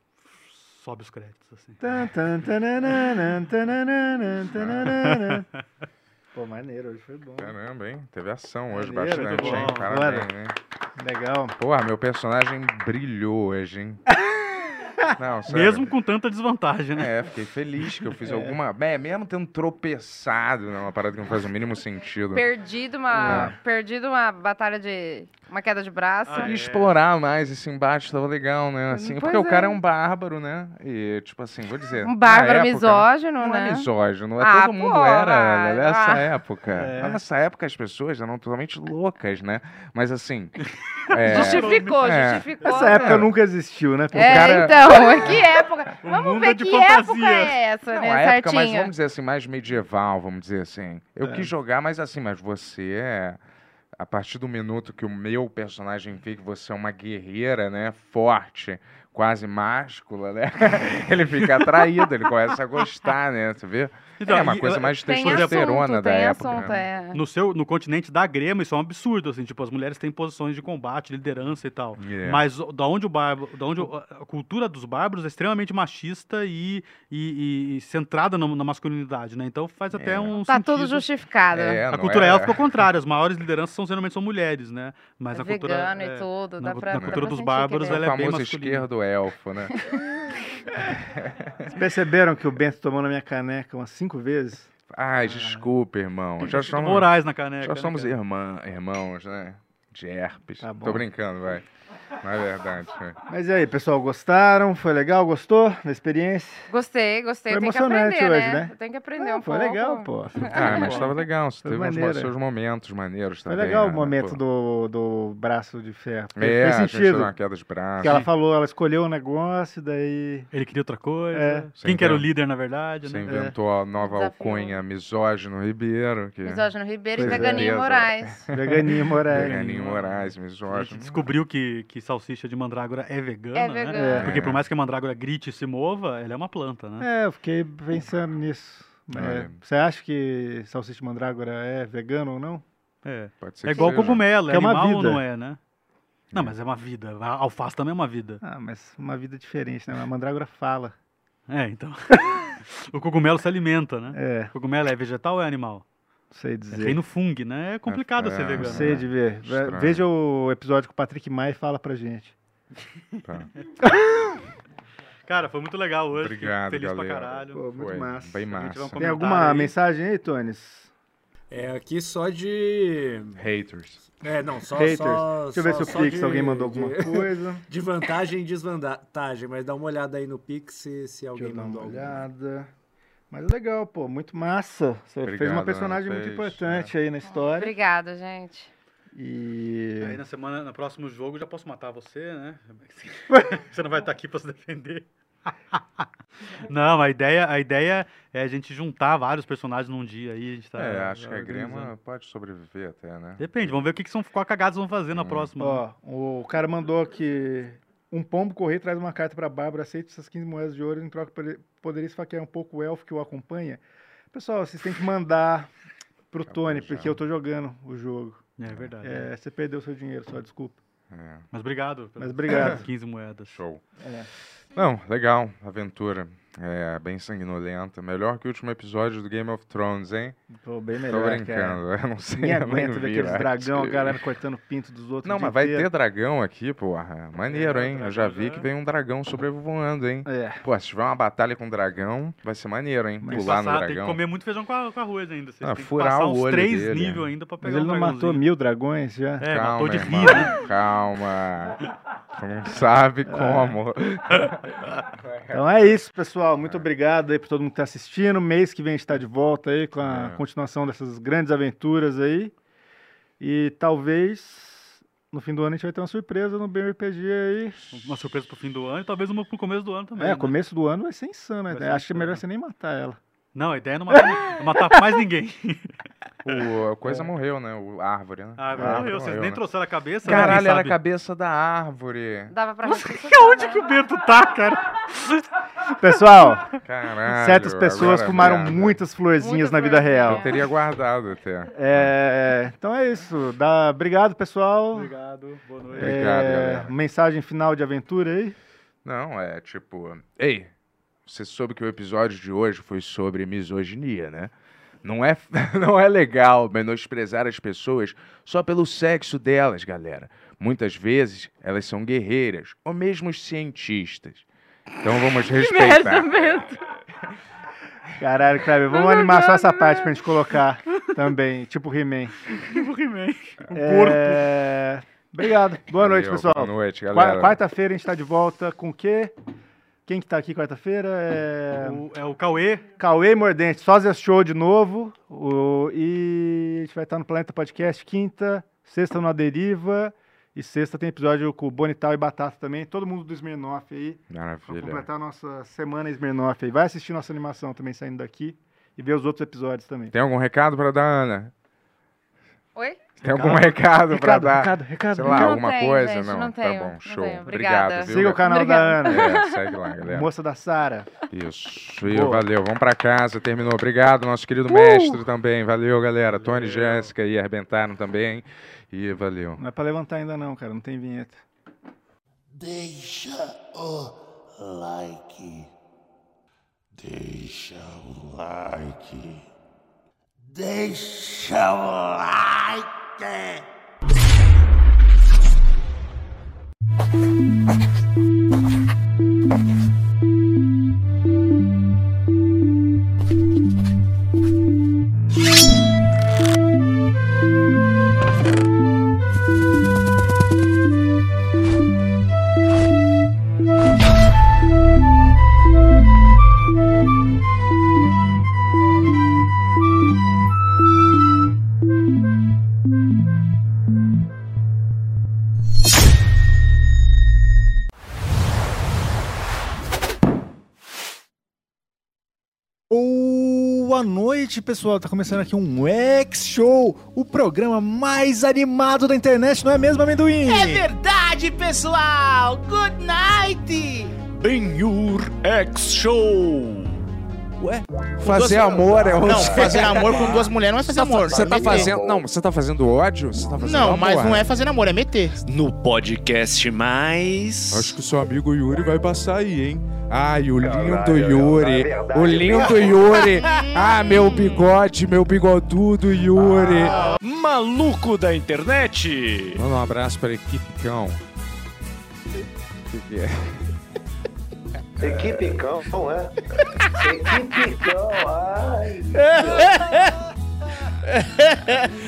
F: sobe os créditos assim.
D: Tá.
C: Tan, tan, tananana, tananana, tananana. Pô, maneiro, hoje foi bom.
D: Caramba, hein? Teve ação hoje
C: Maneiro,
D: bastante,
C: muito
D: hein?
C: bom.
D: Parabéns,
C: Bora.
D: hein?
C: Legal.
D: Porra, meu personagem brilhou hoje, hein? Não, sério.
F: Mesmo com tanta desvantagem, né?
D: É, fiquei feliz que eu fiz alguma. É, mesmo tendo tropeçado numa parada que não É. faz o mínimo sentido.
E: Perdido uma, perdido uma batalha de. uma queda de braço.
D: Queria explorar mais esse embate, tava legal, né? Assim,
E: Pois
D: porque o cara é
E: é.
D: um bárbaro, né? E, tipo assim, vou dizer.
E: Um bárbaro
D: na época, né?
E: misógino,
D: não
E: né?
D: é misógino, é
E: Ah,
D: todo mundo
E: pô, ah,
D: era,
E: vai,
D: velho, nessa
E: vai.
D: época.
F: É.
D: Mas nessa época as pessoas eram totalmente loucas, né? Mas assim. é,
E: Justificou,
D: é.
E: justificou.
C: Essa época nunca existiu, né?
E: É,
D: cara-
E: então, é que época. Vamos
F: mundo
E: ver
F: de
E: que
F: fantasia.
E: época é essa,
D: Não,
E: né?
D: a época, mas
E: Certinha.
D: vamos dizer assim, mais medieval, vamos dizer assim.
F: É.
D: Eu quis jogar, mas assim, mas você é. A partir do minuto que o meu personagem vê que você é uma guerreira, né? Forte, quase máscula, né? ele fica atraído, ele começa a gostar, né? Você vê?
F: Então,
D: é uma
F: e-
D: coisa mais
E: Tem assunto,
D: testosterona da
E: tem
D: época.
E: assunto,
D: né?
E: é.
F: No, seu, no continente da Grema, isso é um absurdo, assim, tipo, as mulheres têm posições de combate, liderança e tal.
D: Yeah.
F: Mas o- da onde o bárbaro, da onde o- a cultura dos bárbaros é extremamente machista e, e- e- e centrada na, na masculinidade, né? Então faz até um
E: Tá
F: sentido.
E: tudo justificado.
D: É,
F: A
D: não
F: cultura
D: é-
F: élfica é o contrário, as maiores lideranças são geralmente são mulheres, né? Mas
E: É
F: a cultura
E: vegano
F: é,
E: e tudo.
F: na
E: dá
F: cu-
E: pra,
F: na
E: dá
F: cultura
E: pra
F: dos
E: sentir que
F: bárbaros,
E: ele é.
F: ela
D: O
F: é bem
D: famoso
F: masculina.
D: esquerdo elfo, né?
C: Vocês perceberam que o Bento tomou na minha caneca umas cinco vezes?
D: Ai, desculpa, irmão. Já
F: São
D: somos,
F: morais na caneca.
D: já
F: né,
D: somos
F: cara?
D: irmã, irmãos, né? De herpes.
C: Tá bom.
D: Tô brincando, vai. Não é verdade. vai.
C: Mas e aí, pessoal, gostaram? Foi legal? Gostou da
F: é
C: experiência?
E: Gostei, gostei.
C: Foi
E: Tem que
C: emocionante
E: aprender,
C: hoje,
E: né?
C: né?
E: Tem que aprender
C: Ah,
E: um
C: foi
E: pouco.
C: legal, pô.
D: Ah, mas tava legal. Você
C: Foi
D: teve uns mo-
C: maneiro.
D: seus momentos maneiros
C: Foi
D: também.
C: legal o
D: né?
C: momento
D: Pô.
C: do, do braço de ferro. porque
D: É,
C: fez
D: sentido.
C: sentido.
D: Uma queda de braço.
C: Porque ela falou, ela escolheu um negócio, daí.
F: Ele queria outra coisa.
C: É.
F: Quem
D: Sim,
F: que era o
D: né?
F: líder, na verdade,
D: Você
F: né?
D: inventou a nova
E: Desafio.
D: alcunha misógino Ribeiro. Que...
E: Misógino Ribeiro e
C: Pois é.
E: Veganinho
D: Beleza.
E: Moraes.
C: Veganinho Moreira.
D: Veganinho Moraes,
F: A
D: misógino.
F: gente descobriu que, que salsicha de mandrágora é vegana,
E: É
F: né?
E: vegano.
F: Porque por
D: É.
F: mais que a mandrágora grite e se mova, ela é uma planta, né?
C: É, eu fiquei pensando nisso. Mas
D: Olha.
C: Você acha que salsicha de mandrágora é vegano ou não?
F: É,
D: Pode ser
F: é
D: que
F: igual
D: seja.
F: cogumelo, é,
C: Que é uma
F: animal ou
C: vida.
F: não é, né? Não, mas é uma vida. A alface também é uma vida.
C: Ah, mas uma vida diferente, né? A mandrágora fala.
F: É, então. o cogumelo se alimenta, né?
C: É,
F: O cogumelo é vegetal ou é animal?
C: não sei
F: É,
C: dizer.
F: tem no fungo, né? É complicado ser
D: é,
F: vegano. né?
C: Não sei de ver. Ve-
D: Estranho.
C: Veja o episódio com o Patrick Maia e fala pra gente.
D: Tá.
F: Cara, foi muito legal hoje. fiquei
D: Obrigado,
F: Feliz pra
D: galera.
F: caralho.
C: Pô, muito
D: Foi
C: massa.
D: Bem
F: Também
D: massa.
F: tivemos
C: Tem
F: comentário
C: alguma
F: aí.
C: mensagem aí, Tones?
I: É, aqui só de.
D: Haters.
I: É, não, só.
C: Haters.
I: só-
C: Deixa eu ver
I: só-
C: se o
I: só
C: Pix
I: de-
C: alguém mandou alguma
I: de-
C: coisa.
I: De vantagem e desvantagem, mas dá uma olhada aí no Pix se, se
C: Deixa
I: alguém
C: eu dar
I: mandou
C: uma
I: alguma.
C: olhada. Mas legal, pô, muito massa. Você fez
D: Obrigado,
C: uma
D: Ana,
C: personagem muito
D: fez, é.
C: importante aí na história.
E: Obrigada, gente.
C: E.
F: Aí na semana, no próximo jogo, eu já posso matar você, né? você não vai estar aqui pra se defender. não, a ideia, a ideia é a gente juntar vários personagens num dia aí. A gente tá
D: é, acho que a
F: organizando.
D: Grema pode sobreviver até, né?
F: Depende, vamos ver o que, que são, qual cagadas vão fazer na
D: Hum.
F: próxima.
C: Ó, o cara mandou que um pombo correr traz uma carta pra Bárbara, aceita essas 15 moedas de ouro em troca por- poderia esfaquear um pouco o elfo que o acompanha. Pessoal, vocês têm que mandar pro
D: Calma,
C: Tony,
D: já.
C: porque eu tô jogando o jogo.
F: É verdade.
C: É, você perdeu seu dinheiro, só desculpa.
D: É,
F: Mas obrigado.
C: Mas obrigado.
F: 15 moedas.
D: show.
C: É.
D: Não, legal. Aventura. É, bem sanguinolenta. Melhor que o último episódio do Game of Thrones, hein?
C: Tô bem
D: Tô
C: melhor, cara.
D: brincando. Eu não sei.
C: é? Ninguém
D: eu nem
C: aguenta
D: vi,
C: ver aqueles
D: acho
C: dragão, a
D: que-
C: galera cortando o pinto dos outros.
D: Não,
C: o dia
D: mas vai ter
C: inteiro.
D: dragão aqui, porra. Maneiro, hein? Eu já vi que vem um dragão sobrevoando, hein?
C: É.
D: Pô, se tiver uma batalha com um dragão, vai ser maneiro, hein?
F: Tem que
D: Pular no
F: passar- tem que
D: dragão.
F: comer muito feijão com, a- com arroz ainda. Vocês
D: Ah,
F: têm que
D: furar
F: passar
D: o
F: uns
D: olho
F: três
D: dele,
F: níveis
D: né?
F: ainda pra pegar
C: Mas ele
F: um
C: não matou
F: dragãozinho.
C: mil dragões já?
F: É,
D: calma,
F: matou de
D: irmão,
F: rir, né?
D: Calma. Tu não
C: É.
D: sabe como.
C: Então é isso, pessoal. Muito obrigado aí pra todo mundo que tá assistindo. Mês que vem a gente tá de volta aí com a
D: É.
C: continuação dessas grandes aventuras aí. E talvez no fim do ano a gente vai ter uma surpresa no BMPG aí.
F: né? Uma surpresa pro fim do ano e talvez uma pro começo do ano também.
C: É,
F: né?
C: começo do ano vai ser insano.
F: Vai
C: né?
F: ser
C: Acho que é melhor
F: insano.
C: você nem matar ela.
F: Não, a ideia é não matar, matar mais ninguém.
D: O, a coisa morreu, né? O a árvore, né?
F: Ah, agora morreu. Vocês nem trouxeram a cabeça, né?
D: Caralho,
F: Quem
D: era a
F: sabe?
D: cabeça da árvore.
E: Dava pra
F: Onde que o Bento tá, cara?
C: Pessoal,
D: Caralho,
C: certas pessoas
D: agora
C: fumaram
D: merda.
C: muitas florzinhas
E: Muitas
C: na vida
E: florzinhas.
C: real.
D: Eu teria guardado até.
C: É, então é isso. Dá, obrigado, pessoal.
F: Obrigado, boa noite.
C: É,
D: Obrigado, galera.
C: mensagem final de aventura aí.
D: Não, é tipo. Ei, você soube que o episódio de hoje foi sobre misoginia, né? Não é, não é legal menosprezar as pessoas só pelo sexo delas, galera. Muitas vezes elas são guerreiras ou mesmo cientistas. Então vamos respeitar.
C: Caralho, Kleber, vamos animar só essa parte pra gente colocar também, tipo He-Man.
F: Tipo He-Man.
C: É, Obrigado. Boa noite,
D: Um Valeu,
C: pessoal.
D: Boa noite,
C: Qua-
D: galera.
C: Quarta-feira a gente tá de volta com o quê? Quem que tá aqui quarta-feira? É...
F: O- É o Cauê.
C: Cauê Mordente, Sósia Show de novo. o- E a gente vai estar no Planeta Podcast quinta, sexta no A Deriva. E sexta tem episódio com o Bonital e Batata também. Todo mundo do Smirnoff aí. Vamos
D: Maravilha.
C: completar a nossa semana Smirnoff aí. Vai assistir nossa animação também saindo daqui. E ver os outros episódios também.
D: Tem algum recado pra dar, Ana?
E: Oi?
D: Tem algum recado, pra dar?
C: recado, recado.
D: Sei lá, um
E: Não
D: alguma
E: tem,
D: coisa?
E: gente,
D: não,
E: não
D: tá
E: tenho,
D: bom,
E: não
D: show.
E: tenho. Obrigada.
D: Obrigado, viu?
C: Siga o canal da Ana.
D: É, segue lá, galera.
C: Moça da Sara.
D: Isso, e
C: Boa.
D: valeu. Vamos pra casa, terminou. Obrigado, nosso querido mestre também. Valeu, galera. Tony e Jéssica aí arrebentaram também. E valeu.
C: Não é pra levantar ainda não, cara. Não tem vinheta.
G: Deixa o like. Deixa o like. Deixa o like.
K: Boa noite, pessoal. Tá começando aqui um X-Show, o programa mais animado da internet, não é mesmo, amendoim?
L: É verdade, pessoal! Good night!
K: Ben-Hur X-Show.
L: Ué?
D: Fazer amor é
L: não,
D: outro-
L: fazer amor com duas mulheres não é
D: Você
L: fazer
D: tá,
L: amor.
D: você tá
L: meter.
D: fazendo. Não, você tá fazendo ódio? Você tá fazendo
L: Não,
D: amor.
L: mas não é fazer amor, é meter.
G: No podcast mais.
D: Acho que o seu amigo Yuri vai passar aí, hein? Ai, o lindo Yuri. O lindo Yuri. Ah, meu bigode, meu bigodudo Yuri.
G: Maluco da internet.
D: Manda um abraço pra equipe Cão. Que que é?
I: Equipe Cão, não é? Equipe Cão, ai.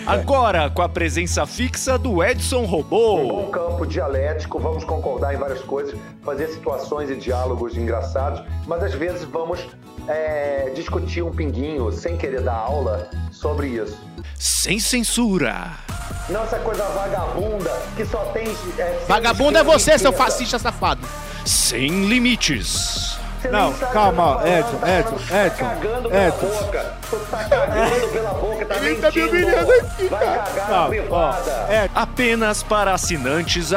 G: Agora, com a presença fixa do Edson
I: Um
G: Robô.
I: bom campo dialético, vamos concordar em várias coisas, fazer situações e diálogos engraçados, mas às vezes vamos é, discutir um pinguinho, sem querer dar aula, sobre isso.
G: Sem censura.
I: Não essa coisa vagabunda que só tem. é,
L: Vagabundo é você, seu fascista safado.
G: Sem limites.
I: Você
C: Não,
I: nem sabe
C: calma,
I: o que tá
C: Edson,
I: falando, tá
C: Edson,
I: falando,
C: Edson,
I: Tá cagando pela
C: Edson.
I: boca. Tu tá cagando pela boca, tá
L: Ele
I: mentindo.
L: tá me humilhando aqui,
I: Vai cagar na privada.
G: Apenas para assinantes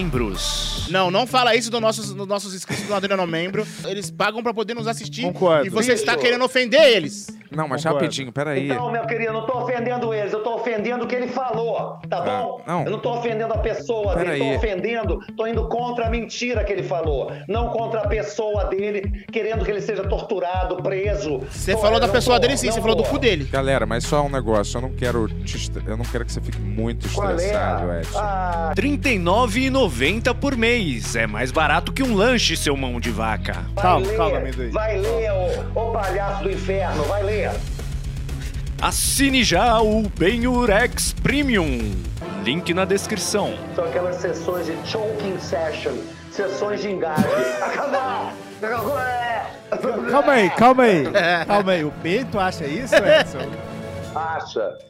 G: adrenomembros.
L: Não, não fala isso dos nossos, dos nossos inscritos do Adriano Membro. Eles pagam pra poder nos assistir.
C: Concordo.
L: E você está querendo ofender eles.
D: Não, mas
C: Concordo.
D: rapidinho, peraí.
I: Não, meu querido, eu não tô ofendendo eles, eu tô ofendendo o que ele falou, tá bom?
D: Ah, não.
I: Eu não tô ofendendo a pessoa
D: Pera
I: dele,
D: aí.
I: tô ofendendo, tô indo contra a mentira que ele falou, não contra a pessoa dele, querendo que ele seja torturado, preso.
L: Você
I: Tô-
L: falou da
I: não
L: pessoa
I: tô,
L: dele sim,
I: não
L: você falou do
I: tô.
L: cu dele.
D: Galera, mas só um negócio, eu não quero te estre- eu não quero que você fique muito
I: Qual é?
D: estressado, Edson.
I: Ah,
G: R$ 39,90 por mês. É mais barato que um lanche, seu mão de vaca.
I: vai
C: Calma,
I: ler,
C: calma, amendoim.
I: Vai ler, ô, ô palhaço do inferno, vai ler.
G: Assine já o Benurex Premium. Link na descrição.
I: São aquelas sessões de choking session, sessões de engasgo. Acabou! Acabou! é.
K: Calma aí, calma aí. Calma aí, o Bento acha isso, Edson?
I: Acha?